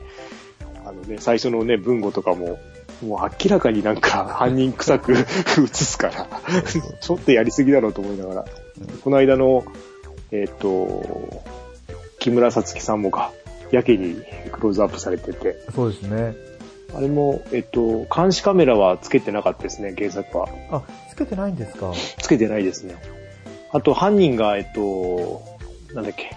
Speaker 2: あのね、最初のね、文語とかも、もう明らかになんか犯人臭く 映すから、ちょっとやりすぎだろうと思いながら、この間の、えっ、と、木村さつきさんもか、やけにクローズアップされてて、
Speaker 1: そうですね。
Speaker 2: あれも、えっと、監視カメラはつけてなかったですね、原作は。
Speaker 1: あ、つけてないんですか。
Speaker 2: つけてないですね。あと、犯人が、えっと、なんだっけ、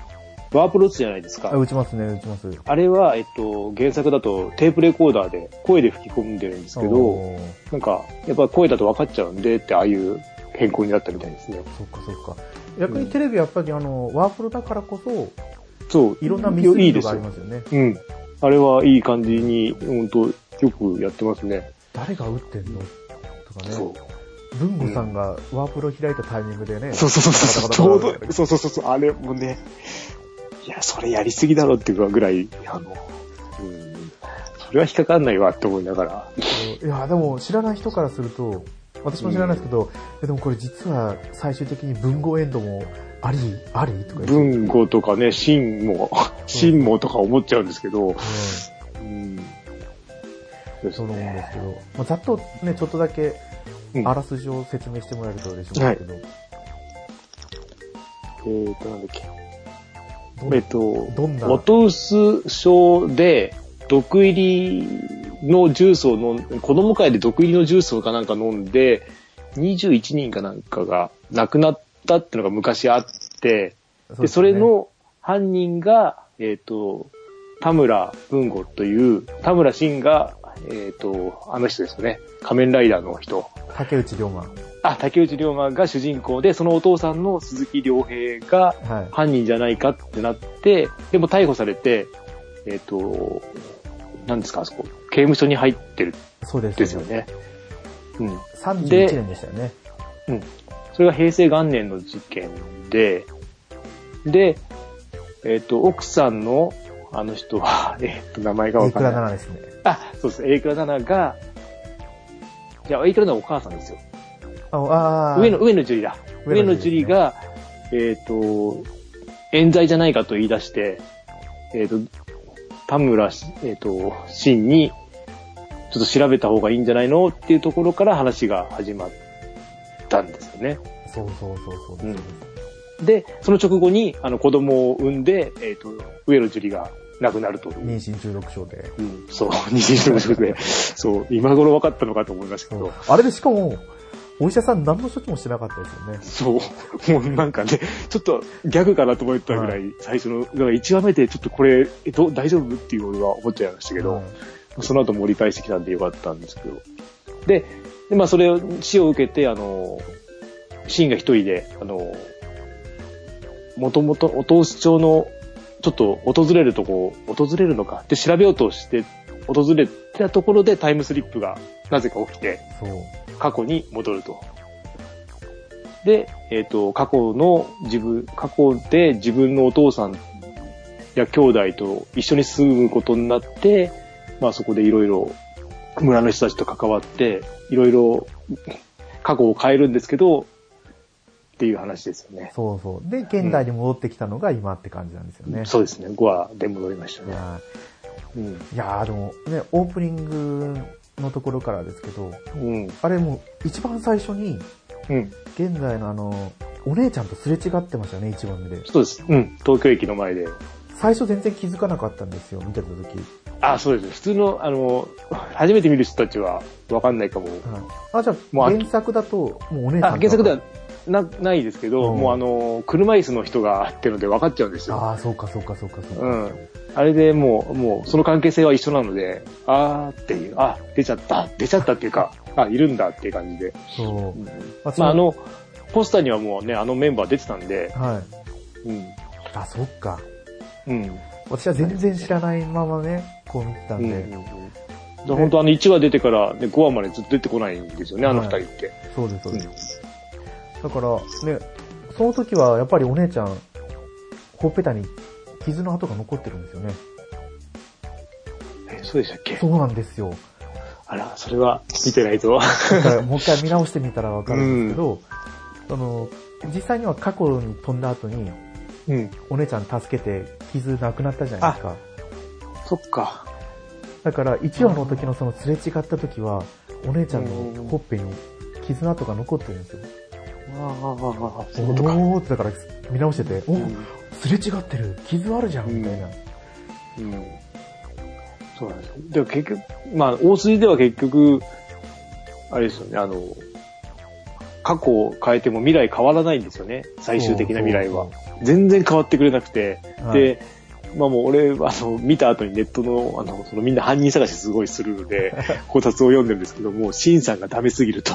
Speaker 2: ワープロ打つじゃないです
Speaker 1: あ、
Speaker 2: か。
Speaker 1: 打ちますね、打ちます。で
Speaker 2: あれは、えっと、原作だとテープレコーダーで声で吹き込んでるんですけど、なんか、やっぱ声だと分かっちゃうんでって、ああいう変更になったみたいですね。
Speaker 1: そっかそっか。逆にテレビはやっぱりあの、ワープロだからこそ、
Speaker 2: そう。
Speaker 1: いろんなミスリ
Speaker 2: い
Speaker 1: ー
Speaker 2: い
Speaker 1: ド
Speaker 2: で
Speaker 1: が
Speaker 2: す
Speaker 1: あり
Speaker 2: よ。
Speaker 1: ますよね。
Speaker 2: うん。あれはいい感じに、本当よくやってますね。
Speaker 1: 誰が打ってんのとか
Speaker 2: そう
Speaker 1: ね。。文吾さんがワープロ開いたタイミングでね。
Speaker 2: そうそうそうそう。ち
Speaker 1: バ
Speaker 2: ょ
Speaker 1: タバタバタ
Speaker 2: うど、そうそうそうそう。あれもね、いや、それやりすぎだろっていうぐらい、あの、うん、それは引っかかんないわって思いながら。
Speaker 1: いや、でも知らない人からすると、私も知らないですけど、えでもこれ実は最終的に文豪エンドもあり、ありとか言って。
Speaker 2: 文語とかね、真も、真もとか思っちゃうんですけど、うん。で
Speaker 1: そ
Speaker 2: す
Speaker 1: う思うんで
Speaker 2: ね
Speaker 1: すけど、まあ、ざっとね、ちょっとだけ
Speaker 2: うん
Speaker 1: あらすじを説明してもらえると嬉しいんですけど、
Speaker 2: えーと、なんだっけ。
Speaker 1: どん
Speaker 2: えっと、
Speaker 1: どんな
Speaker 2: 元薄症で毒入りのジュースを飲ん子供会で毒入りのジュースをかなんか飲んで、21人かなんかが亡くなったってのが昔あって、
Speaker 1: うです
Speaker 2: で、
Speaker 1: ね
Speaker 2: それ、の犯人が、えっ、と、田村文吾という、田村真が、えっ、と、あの人ですよね。仮面ライダーの人。
Speaker 1: 竹内涼真。
Speaker 2: あ、竹内涼真が主人公で、そのお父さんの鈴木亮平が
Speaker 1: はい。
Speaker 2: 犯人じゃないかってなって、でも逮捕されて、えっ、と、何ですか、あそこ、刑務所に入ってる
Speaker 1: そうです。
Speaker 2: んですよね。うん。で
Speaker 1: 31年でしたよね。
Speaker 2: それが平成元年の事件で、で、えっ、と、奥さんの、あの人は、 えっ、と、名前がわ
Speaker 1: い
Speaker 2: か
Speaker 1: く
Speaker 2: ん
Speaker 1: ら
Speaker 2: な
Speaker 1: 7
Speaker 2: い。
Speaker 1: ですね。
Speaker 2: あ、そうです。エイクラナナが、じゃあ、エイクラナナはお母さんですよ。
Speaker 1: ああー
Speaker 2: 上の、上野樹里だ。上野樹里、が、えっ、と、冤罪じゃないかと言い出して、えっ、と、田村し、えっ、と、真に、ちょっと調べた方がいいんじゃないのっていうところから話が始まったんですよね。
Speaker 1: そうそうそうそう。
Speaker 2: うんで、その直後に、あの、子供を産んで、えっ、と、上野樹里が亡くなるという。
Speaker 1: 妊娠16章で。
Speaker 2: うん、そう、 妊娠してほしくて、そう、今頃分かったのかと思いましたけど、
Speaker 1: あれでしかも、お医者さん何の処置もしてなかったですよね。
Speaker 2: そう。 もうなんかね、ちょっとギャグかなと思ったぐらい、
Speaker 1: は
Speaker 2: 最初の、だから1話目でちょっとこれ、えど大丈夫っていう俺は思っちゃいましたけど、
Speaker 1: はい
Speaker 2: その後盛り返してきたんでよかったんですけど。で、でまあそれを、死を受けて、あの、シンが一人で、あの、もともと、お通し町の、ちょっと訪れるとこ、訪れるのか、で調べようとして、訪れたところでタイムスリップがなぜか起きて、
Speaker 1: そう。
Speaker 2: 過去に戻ると。で、えっ、と、過去の自分、過去で自分のお父さんや兄弟と一緒に住むことになって、まあそこでいろいろ村の人たちと関わって、いろいろ 過去を変えるんですけど、っていう話ですよね。
Speaker 1: そうそう。で、現代に戻ってきたのが今って感じなんですよね。
Speaker 2: そうですね。5話で戻りました
Speaker 1: い
Speaker 2: ね。
Speaker 1: や
Speaker 2: うん。
Speaker 1: ーいやーでも、ね、オープニングのところからですけど、
Speaker 2: うん。
Speaker 1: あれもう一番最初に、
Speaker 2: うん。
Speaker 1: 現代のあの、お姉ちゃんとすれ違ってましたよね、一番目で。
Speaker 2: そうです。うん。東京駅の前で。
Speaker 1: 最初全然気づかなかったんですよ、見てた時。
Speaker 2: あ、そうです。普通の、あの、初めて見る人たちはわかんないかも
Speaker 1: はいあ、じゃ
Speaker 2: も
Speaker 1: あ、
Speaker 2: うあ
Speaker 1: 原作だと、もうお姉ちゃ
Speaker 2: あ
Speaker 1: んと
Speaker 2: 原作ではなないですけど、
Speaker 1: うん
Speaker 2: もうあの、車椅子の人がっていうので分かっちゃうんですよ。
Speaker 1: ああ、そうかそうかそうかそうか。
Speaker 2: うん。あれでもう、もう、その関係性は一緒なので、あーっていう、あ、出ちゃった、出ちゃったっていうか、あ、いるんだっていう感じで。
Speaker 1: そう。ま
Speaker 2: まあ、あ、の、ポスターにはもうね、あのメンバー出てたんで
Speaker 1: そ、のはい。
Speaker 2: うん。
Speaker 1: あ、そっか。
Speaker 2: うん。
Speaker 1: 私は全然知らないままね、こう見てたん
Speaker 2: うん。
Speaker 1: で、
Speaker 2: で本当あの1話出てから、ね、5話までずっと出てこないんですよね、あの2人って。
Speaker 1: そうです、そう
Speaker 2: う
Speaker 1: で
Speaker 2: ん
Speaker 1: す。だから、ね、その時はやっぱりお姉ちゃん、ほっぺたに傷の跡が残ってるんですよね。
Speaker 2: えそうでしたっけ
Speaker 1: そうなんですよ。
Speaker 2: あら、それは見てないぞ。
Speaker 1: だ からもう一回見直してみたらわかるんですけど、その、実際には過去に飛んだ後に、
Speaker 2: うん。
Speaker 1: お姉ちゃん助けて傷なくなったじゃないですか。
Speaker 2: そっか。
Speaker 1: だから、1話の時のそのすれ違った時は、お姉ちゃんのほっぺに傷の跡が残ってるんですよ。
Speaker 2: あーあー、あーそういうことか。
Speaker 1: おーってだから見直してて、お
Speaker 2: うん
Speaker 1: すれ違ってる傷あるじゃんみたいな。
Speaker 2: うんそうなんですよ。でも結局、まあ、大筋では結局、あれですよね、あの、過去を変えても未来変わらないんですよね、最終的な未来は
Speaker 1: そう。
Speaker 2: 全然変わってくれなくて。
Speaker 1: はい
Speaker 2: で、まあもう俺、あの、見た後にネットの、あの、そのみんな犯人探しすごいするの で、考察を読んでるんですけども、シンさんがダメすぎると。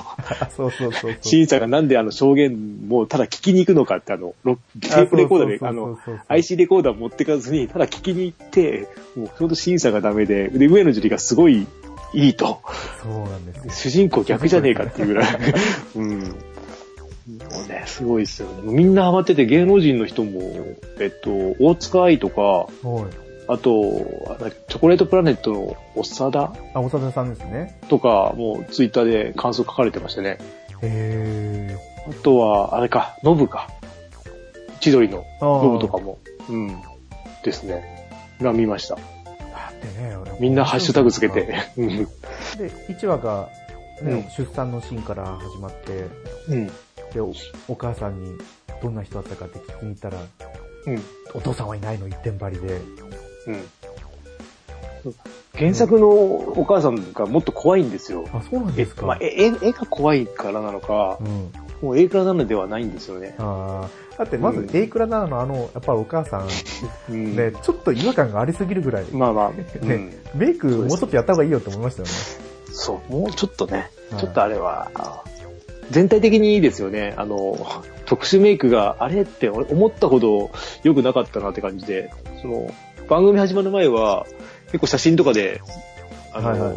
Speaker 1: そうそうそうそう。
Speaker 2: シンさんがなんであの証言もただ聞きに行くのかって、あの、ロテ
Speaker 1: あ
Speaker 2: ープレコーダーで、あの、、
Speaker 1: そうそうそうそう
Speaker 2: IC レコーダー持ってかずに、ただ聞きに行って、もうほんと審査がダメで、で、上野樹里がすごいいいと。
Speaker 1: そうなんですよ。
Speaker 2: 主人公逆じゃねえかっていうぐらい。うん。もうね、すごいですよね。みんなハマってて、芸能人の人も、えっと、大塚愛とか、
Speaker 1: はい。
Speaker 2: あと、あなんかチョコレートプラネットの長田
Speaker 1: あ、おさめさんですね。
Speaker 2: とか、もうツイッターで感想書かれてましたね。
Speaker 1: へ
Speaker 2: あとは、あれか、ノブか。千鳥の
Speaker 1: ー。あー
Speaker 2: ノブとかも。うん。ですね。が見ました。
Speaker 1: だってね、俺も
Speaker 2: みんなハッシュタグつけて。。うん。
Speaker 1: で、1話が、ね
Speaker 2: うん
Speaker 1: 出産のシーンから始まって、
Speaker 2: うん。
Speaker 1: で、おお母さんにどんな人だったかって聞きに行ったら、
Speaker 2: うん。
Speaker 1: お父さんはいないの一点張りで。
Speaker 2: うん。原作のお母さんがもっと怖いんですよ。
Speaker 1: あ、そうなん
Speaker 2: え
Speaker 1: ですか。
Speaker 2: まあ、絵絵が怖いからなのか
Speaker 1: う、ん。
Speaker 2: もう絵からなのではないんですよね。
Speaker 1: ああ。だってまず
Speaker 2: う、ん
Speaker 1: エイクラなのあの、やっぱりお母さん、
Speaker 2: うん
Speaker 1: ね、ちょっと違和感がありすぎるぐらい。
Speaker 2: まあまあ、うん
Speaker 1: ね、メイクもうちょっとやった方がいいよって思いましたよね。
Speaker 2: そう、もうちょっとね、
Speaker 1: はい
Speaker 2: ちょっとあれは、全体的にいいですよね。あの、特殊メイクが、あれって俺思ったほど良くなかったなって感じで、その、番組始まる前は、結構写真とかで、あの、
Speaker 1: はいはい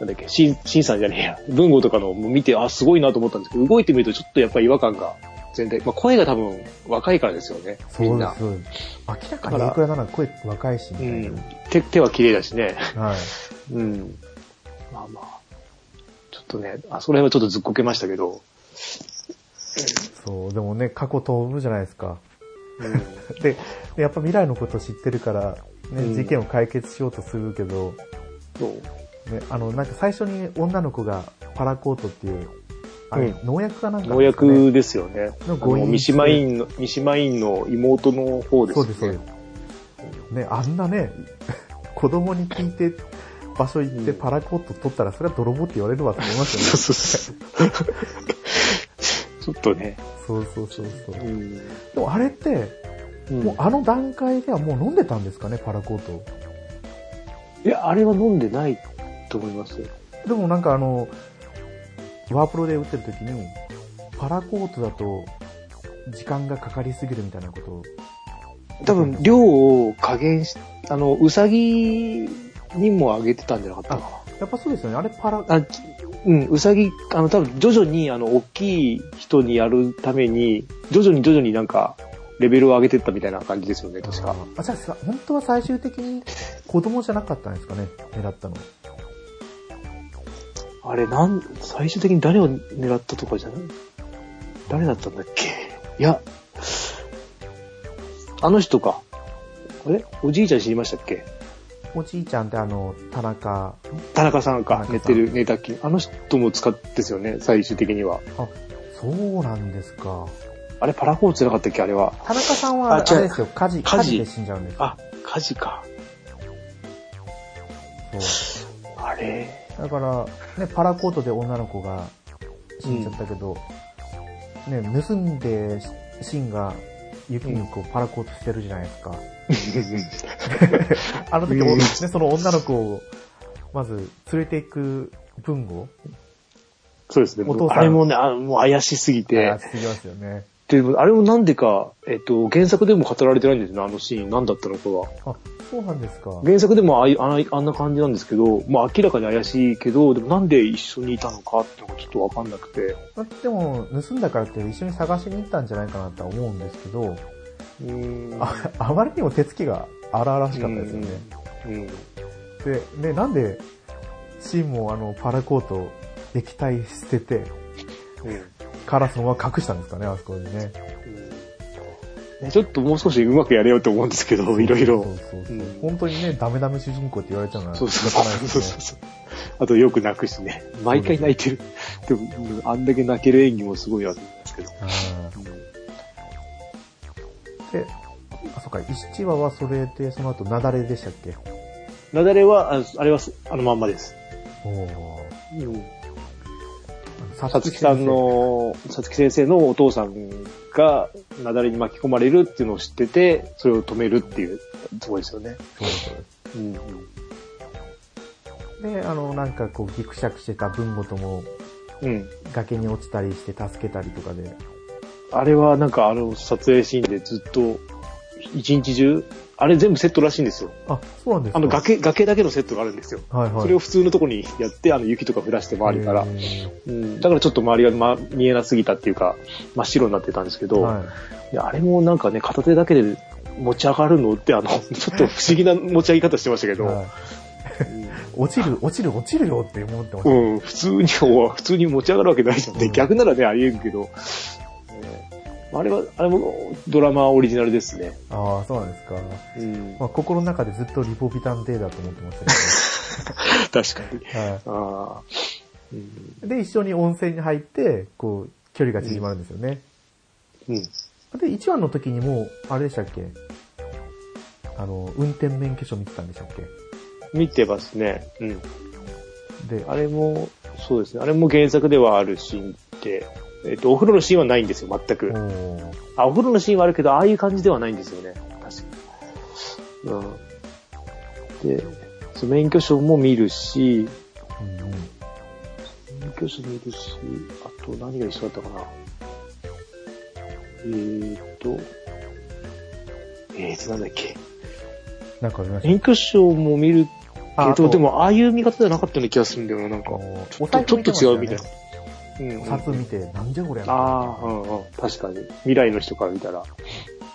Speaker 2: なんだっけ、しん、しんさんじゃねえや、文豪とかのも見て、あ、すごいなと思ったんですけど、動いてみるとちょっとやっぱり違和感が全体、まあ声が多分若いからですよね、み
Speaker 1: そ
Speaker 2: ん
Speaker 1: うで
Speaker 2: な
Speaker 1: す。。そうです明らかにエイクラなの声若いし、みた
Speaker 2: う
Speaker 1: い
Speaker 2: ん。手、手は綺麗だ しね。
Speaker 1: な。はい。
Speaker 2: うん。まあまあ。ちょっとね、あそこら辺はちょっとずっこけましたけど、
Speaker 1: そう、でもね、過去飛ぶじゃないですか。
Speaker 2: うん、
Speaker 1: で、でやっぱ未来のこと知ってるから、
Speaker 2: う
Speaker 1: ね、
Speaker 2: ん
Speaker 1: 事件を解決しようとするけど、
Speaker 2: そう。
Speaker 1: ね、あの、なんか最初に女の子がパラコートっていう、あれ、
Speaker 2: う
Speaker 1: 農薬かなんか、
Speaker 2: 農薬ですよね。あ
Speaker 1: の誤飲
Speaker 2: の三島委員の、三島委員の妹の方です
Speaker 1: そ
Speaker 2: よ
Speaker 1: う
Speaker 2: ね。
Speaker 1: です、そうです。ね、あんなね、 子供に聞いて、場所行って
Speaker 2: うん
Speaker 1: パラコート取ったら、それは泥棒って言われるわと思いますよ ね。
Speaker 2: そうそう そう。ちょっとね。
Speaker 1: そうそうそうそう。
Speaker 2: うん。
Speaker 1: でもあれって、もうあの段階ではもう飲んでたんですかね、パラコートを。
Speaker 2: いや、あれは飲んでないと思いますよ。
Speaker 1: でもなんかあの、ワープロで打ってる時に、パラコートだと、時間がかかりすぎるみたいなことを。
Speaker 2: 多分、量を加減し、あの、うさぎにもあげてたんじゃなかったかな。
Speaker 1: やっぱそうですよね。あれパラ、
Speaker 2: あきうん、うさぎ、あの、多分徐々に、あの、大きい人にやるために、徐々に徐々になんか、レベルを上げてったみたいな感じですよね、確か。
Speaker 1: あ、じゃあさ、本当は最終的に子供じゃなかったんですかね、狙ったの。
Speaker 2: あれ、なん、最終的に誰を狙ったとかじゃない誰だったんだっけいや、あの人か。あれおじいちゃん知りましたっけ
Speaker 1: おじいちゃんってあの、田中、
Speaker 2: 田中さん
Speaker 1: 田
Speaker 2: か
Speaker 1: 中、さん
Speaker 2: 寝てる、寝たっきりあの人も使ってですよね、最終的には。
Speaker 1: そうなんですか。
Speaker 2: あれ、パラコーツじゃなかったっけあれは。
Speaker 1: 田中さんは、あ
Speaker 2: あ違う
Speaker 1: れですよ、火事、
Speaker 2: 火事
Speaker 1: 火事で死んじゃうんですよ。
Speaker 2: あ、火事か。あれ。
Speaker 1: そうだから、ね、パラコートで女の子が死んじゃったけど、ね、盗んでし、シンが、ユキにこう、パラコートしてるじゃないですか。あの時も、
Speaker 2: うん
Speaker 1: ね、その女の子を、まず、連れていく文豪
Speaker 2: そうですね。
Speaker 1: お父さん
Speaker 2: あれもね、あもう怪しすぎて
Speaker 1: が。続きますよね。
Speaker 2: でも、あれもなんでか、えっと、原作でも語られてないんですよね、あのシーン。なんだったのかは。
Speaker 1: あ、そうなんですか。
Speaker 2: 原作でもああいうあんあんな感じなんですけど、まあ明らかに怪しいけど、でもなんで一緒にいたのかってのがちょっとわかんなくて。
Speaker 1: まあでも、盗んだからって一緒に探しに行ったんじゃないかなとは思うんですけど、
Speaker 2: うーん。
Speaker 1: ああまりにも手つきが荒々しかったですよね。
Speaker 2: うん。うん。
Speaker 1: で、ね、なんで、シンもあの、パラコートを液体捨てて、からそのまま隠したんですかね、あそこでね。
Speaker 2: うんちょっともう少しうまくやれようと思うんですけ ど、いろい
Speaker 1: そ
Speaker 2: ろ
Speaker 1: う。そうそう
Speaker 2: うん
Speaker 1: 本当にね、ダメダメ主人公って言われちゃうのは
Speaker 2: そうそう
Speaker 1: 仕方ない
Speaker 2: そう。
Speaker 1: です
Speaker 2: そう
Speaker 1: ね
Speaker 2: そうそう。あとよく泣くしね。毎回泣いてる。でも、うんあんだけ泣ける演技もすごいあるんですけど。
Speaker 1: あ
Speaker 2: うん
Speaker 1: ーで、あ、そっか、1話はそれで、その後、なだれでしたっけ
Speaker 2: 雪崩は、ああれはすあのまんまです。
Speaker 1: おーあの
Speaker 2: さつきさん、の、さつき先生のお父さんが雪崩に巻き込まれるっていうのを知ってて、それを止めるっていうところですよね。
Speaker 1: そうですそうです
Speaker 2: うん。
Speaker 1: で、あの、なんかこう、ギクシャクしてた文ごとも、
Speaker 2: うん。
Speaker 1: 崖に落ちたりして助けたりとかで、
Speaker 2: あれはなんかあの撮影シーンでずっと、一日中、あれ全部セットらしいんですよ。
Speaker 1: あ、そうなんですか
Speaker 2: あの崖、崖だけのセットがあるんですよ。
Speaker 1: はいはい。
Speaker 2: それを普通のとこにやって、あの雪とか降らして周りから
Speaker 1: へ。ー
Speaker 2: うん、だからちょっと周りが、ま、見えなすぎたっていうか、真っ白になってたんですけど、
Speaker 1: はい
Speaker 2: やあれもなんかね、片手だけで持ち上がるのって、あ の、ちょっと不思議な持ち上げ方してましたけ
Speaker 1: い。
Speaker 2: ど、
Speaker 1: はい落ちる、落ちる、落ちるよって思ってまし
Speaker 2: うん、普通に、普通に持ち上がるわけないじゃんって、
Speaker 1: うん
Speaker 2: 逆ならね、あり得るけど、ねあれは、あれもドラマオリジナルですね。
Speaker 1: た。ああ、そうなんですか。
Speaker 2: うん、
Speaker 1: まあ、心の中でずっとリポビタンデーだと思ってました
Speaker 2: 確かに。
Speaker 1: けど、は
Speaker 2: あーうん
Speaker 1: い。で、一緒に温泉に入って、こう、距離が縮まるんですよね。
Speaker 2: うん、
Speaker 1: で、1話の時にもう、あれでしたっけあの、運転免許証見てたんでしたっ
Speaker 2: 見てますね。うん。
Speaker 1: けで、
Speaker 2: あれも、そうですね。あれも原作ではあるシーンで、えっと、お風呂のシーンはないんですよ、全く。
Speaker 1: おー
Speaker 2: あ、お風呂のシーンはあるけど、ああいう感じではないんですよね。確かに。うん。で、そう免許証も見るし、
Speaker 1: うんうん
Speaker 2: 免許証見るし、あと何が一緒だったかな。えーっと、えーっと、なんだっけ。
Speaker 1: なんかありまし
Speaker 2: 免許証も見る
Speaker 1: ああ
Speaker 2: け
Speaker 1: と
Speaker 2: ど、でもああいう見方じゃなかったような気がするんだよな、なん
Speaker 1: た
Speaker 2: か。
Speaker 1: お
Speaker 2: ちょっとちょっと違うみたいな。。うん
Speaker 1: お財布見てましたよね札見て、なんじゃこりゃ。
Speaker 2: ああ、うんうん、確かに。未来の人から見たら。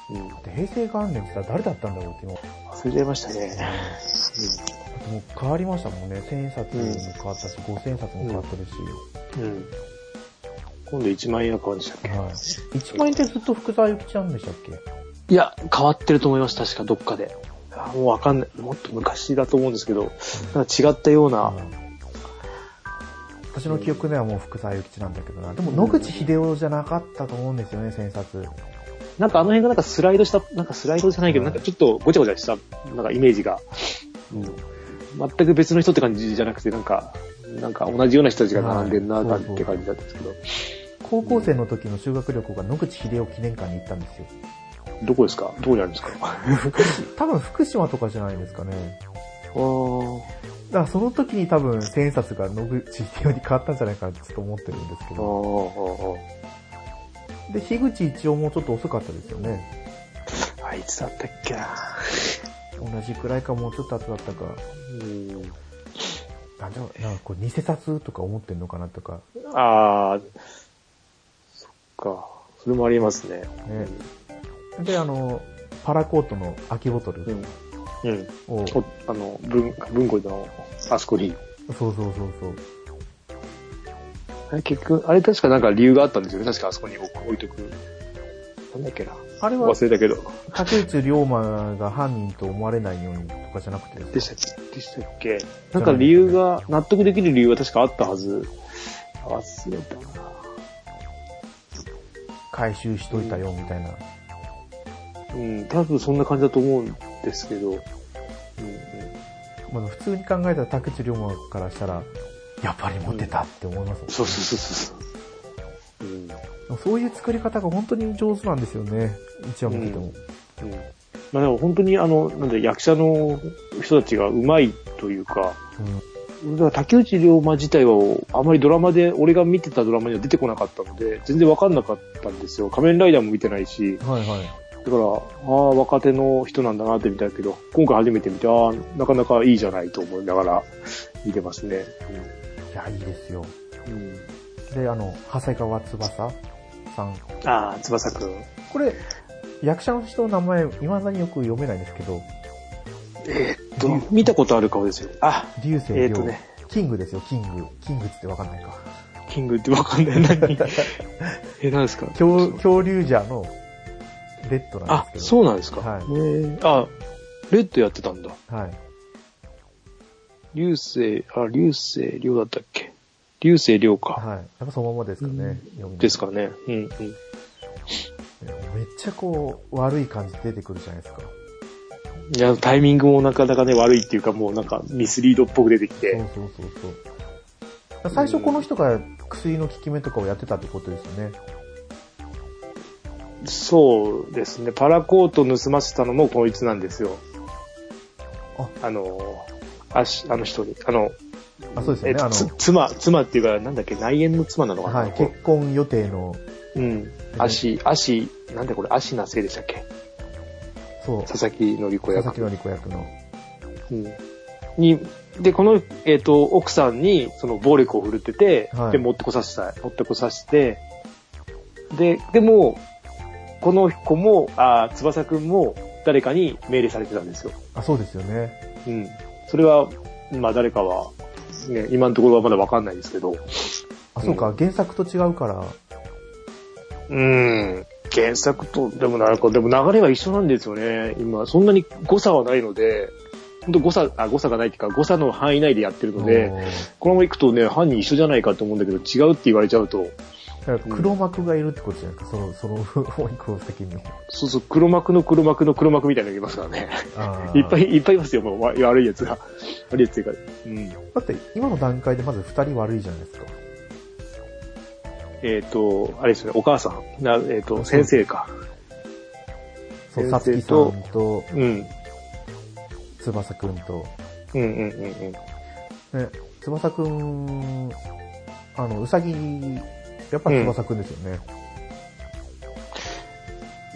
Speaker 2: うん、
Speaker 1: で平成元年ってさ、誰だったんだろうって今、だ
Speaker 2: 忘れちゃいましたね。
Speaker 1: ってもう変わりましたもんね。千円札も変わったし、五千円札も変わってるし。
Speaker 2: うん。うん、今度1万円の変わるんでしたっけ、
Speaker 1: はい一万円ってずっと福沢諭吉ちゃんでしたっけ
Speaker 2: いや、変わってると思います、確か、どっかで。あーもうわかんない。もっと昔だと思うんですけど、なんか違ったような
Speaker 1: う、ん私の記憶ではもう福沢諭吉なんだけどな。でも野口秀夫じゃなかったと思うんですよね、千円札。
Speaker 2: なんかあの辺がなんかスライドした、なんかスライドじゃないけど、
Speaker 1: うん
Speaker 2: なんかちょっとごちゃごちゃした、なんかイメージが。うん。全く別の人って感じじゃなくて、なんか、なんか同じような人たちが並んでんな、
Speaker 1: はい
Speaker 2: なん
Speaker 1: そうそう
Speaker 2: て感じだったんですけど、
Speaker 1: 高校生の時の修学旅行が野口秀夫記念館に行ったんですよ。
Speaker 2: どこですかどこにあるんですか あ
Speaker 1: 多分福島とかじゃないですかね。
Speaker 2: ー
Speaker 1: だからその時に多分千円札が野口秀夫に変わったんじゃないかなってちょっと思ってるんですけ
Speaker 2: あ
Speaker 1: ど。
Speaker 2: ーあー
Speaker 1: で、樋口一応もうちょっと遅かったですよね。
Speaker 2: あーあいつだったっけな
Speaker 1: 同じくらいかもうちょっと後だったか。
Speaker 2: うん
Speaker 1: なんだろう、なんかこう偽札とか思ってんのかなとか。
Speaker 2: ああ、そっか。それもありますね。
Speaker 1: ねで、あの、パラコートの空きボトル
Speaker 2: うん。うん。
Speaker 1: を、そ
Speaker 2: おあの、文、文庫の、あそこに。
Speaker 1: うそうそうそう。
Speaker 2: あれ結局、あれ確かなんか理由があったんですよね。確かあそこに置く置いとく。なんだっけな。
Speaker 1: あれは
Speaker 2: 忘れたけど。
Speaker 1: 竹内涼真が犯人と思われないようにとかじゃなくて
Speaker 2: で
Speaker 1: で
Speaker 2: したっけでしたっけなんか理由が、納得できる理由は確かあったはず。忘れたな。
Speaker 1: 回収しといたよみたいな。
Speaker 2: うん、多分そんな感じだと思うんですけど。うん、うん。
Speaker 1: まあ、普通に考えたら竹内涼真からしたら、やっぱり持ってたって思いますもん
Speaker 2: そうそうそうそう。うん。
Speaker 1: そういう作り方が本当に上手なんですよね。一話見てても。
Speaker 2: うんまあでも本当にあの、なんだ役者の人たちがうまいというか、
Speaker 1: うん
Speaker 2: 俺は竹内涼真自体はあまりドラマで、俺が見てたドラマには出てこなかったので、全然わかんなかったんですよ。仮面ライダーも見てないし、
Speaker 1: はいはい。
Speaker 2: だから、ああ、若手の人なんだなって見たけど、今回初めて見て、ああ、なかなかいいじゃないと思いながら見てますね。
Speaker 1: いや、いいですよ。
Speaker 2: うんうん
Speaker 1: で、あの、長谷川翼さん。
Speaker 2: ああ、翼くん。
Speaker 1: これ、役者の人の名前、未だによく読めないんですけど、
Speaker 2: えーっと、見たことある顔ですよ。あ、
Speaker 1: 流星
Speaker 2: え
Speaker 1: 涼、
Speaker 2: ーっとね
Speaker 1: キングですよ、キング。キングっつってわかんないか。
Speaker 2: キングってわかんない。 何え、何ですか
Speaker 1: 恐恐竜ジャーのレッドなん
Speaker 2: あ
Speaker 1: です、けど。
Speaker 2: そうなんですか。
Speaker 1: はい
Speaker 2: へーあ、レッドやってたんだ。
Speaker 1: はい。
Speaker 2: 流星、あ、流星涼だったっけ流星涼か。
Speaker 1: はい。やっぱそのままですかね、読み
Speaker 2: ですかね。うんうん。
Speaker 1: めっちゃこう、悪い感じ出てくるじゃないですか。
Speaker 2: いや、タイミングもなかなかね、悪いっていうか、もうなんかミスリードっぽく出てき
Speaker 1: そう
Speaker 2: て。
Speaker 1: そうそうそう。最初この人が薬の効き目とかをやってたってことですよね。
Speaker 2: そうですね。パラコート盗ませたのもこいつなんですよ。
Speaker 1: あ
Speaker 2: あの、あし、あの人に。あの、
Speaker 1: あ、そうです
Speaker 2: え
Speaker 1: よ
Speaker 2: っ
Speaker 1: ね。あ
Speaker 2: と、つ
Speaker 1: の、
Speaker 2: 妻、妻っていうか、なんだっけ、内縁の妻なのかな、
Speaker 1: はい、結婚予定の、
Speaker 2: うん。足、足、なんでこれ、足なせいでしたっけ
Speaker 1: そう。
Speaker 2: 佐々木のり子
Speaker 1: 佐
Speaker 2: 役
Speaker 1: 々木のり子役の。
Speaker 2: うんに、で、この、えっ、と、奥さんに、その、暴力を振るってて、
Speaker 1: はい
Speaker 2: で、持ってこさせたい。持ってこさせて、で、でも、この子も、あー翼くんも、誰かに命令されてたんですよ。
Speaker 1: あ、そうですよね。
Speaker 2: うん。それは、まあ、誰かは、ね、今のところはまだわかんないですけど、
Speaker 1: あ、そうか、
Speaker 2: うん
Speaker 1: 原作と違うから。
Speaker 2: うん。原作と、でもなんか、でも流れは一緒なんですよね。今、そんなに誤差はないので、本当誤差、あ、誤差がないっていうか、誤差の範囲内でやってるので、
Speaker 1: おー
Speaker 2: このまま行くとね、犯人一緒じゃないかと思うんだけど、違うって言われちゃうと、
Speaker 1: だから黒幕がいるってことじゃないですか、その、 その、お肉を先に。
Speaker 2: そうそう、黒幕の黒幕の黒幕みたいなのがいますからね。
Speaker 1: あー
Speaker 2: いっぱい。いっぱいいますよ、もうわ悪いやつが。悪いやつっていうか、うん。
Speaker 1: だって、今の段階でまず二人悪いじゃないですか。
Speaker 2: えっ、と、あれですね、お母さん、なえっ、と、先生か。
Speaker 1: そう、さつき
Speaker 2: 先生
Speaker 1: さ
Speaker 2: と
Speaker 1: んと、
Speaker 2: うん。
Speaker 1: 翼くんと。
Speaker 2: うんうんうんうん。
Speaker 1: ね、翼くん、あの、うさぎ、やっぱり翼くんですよね。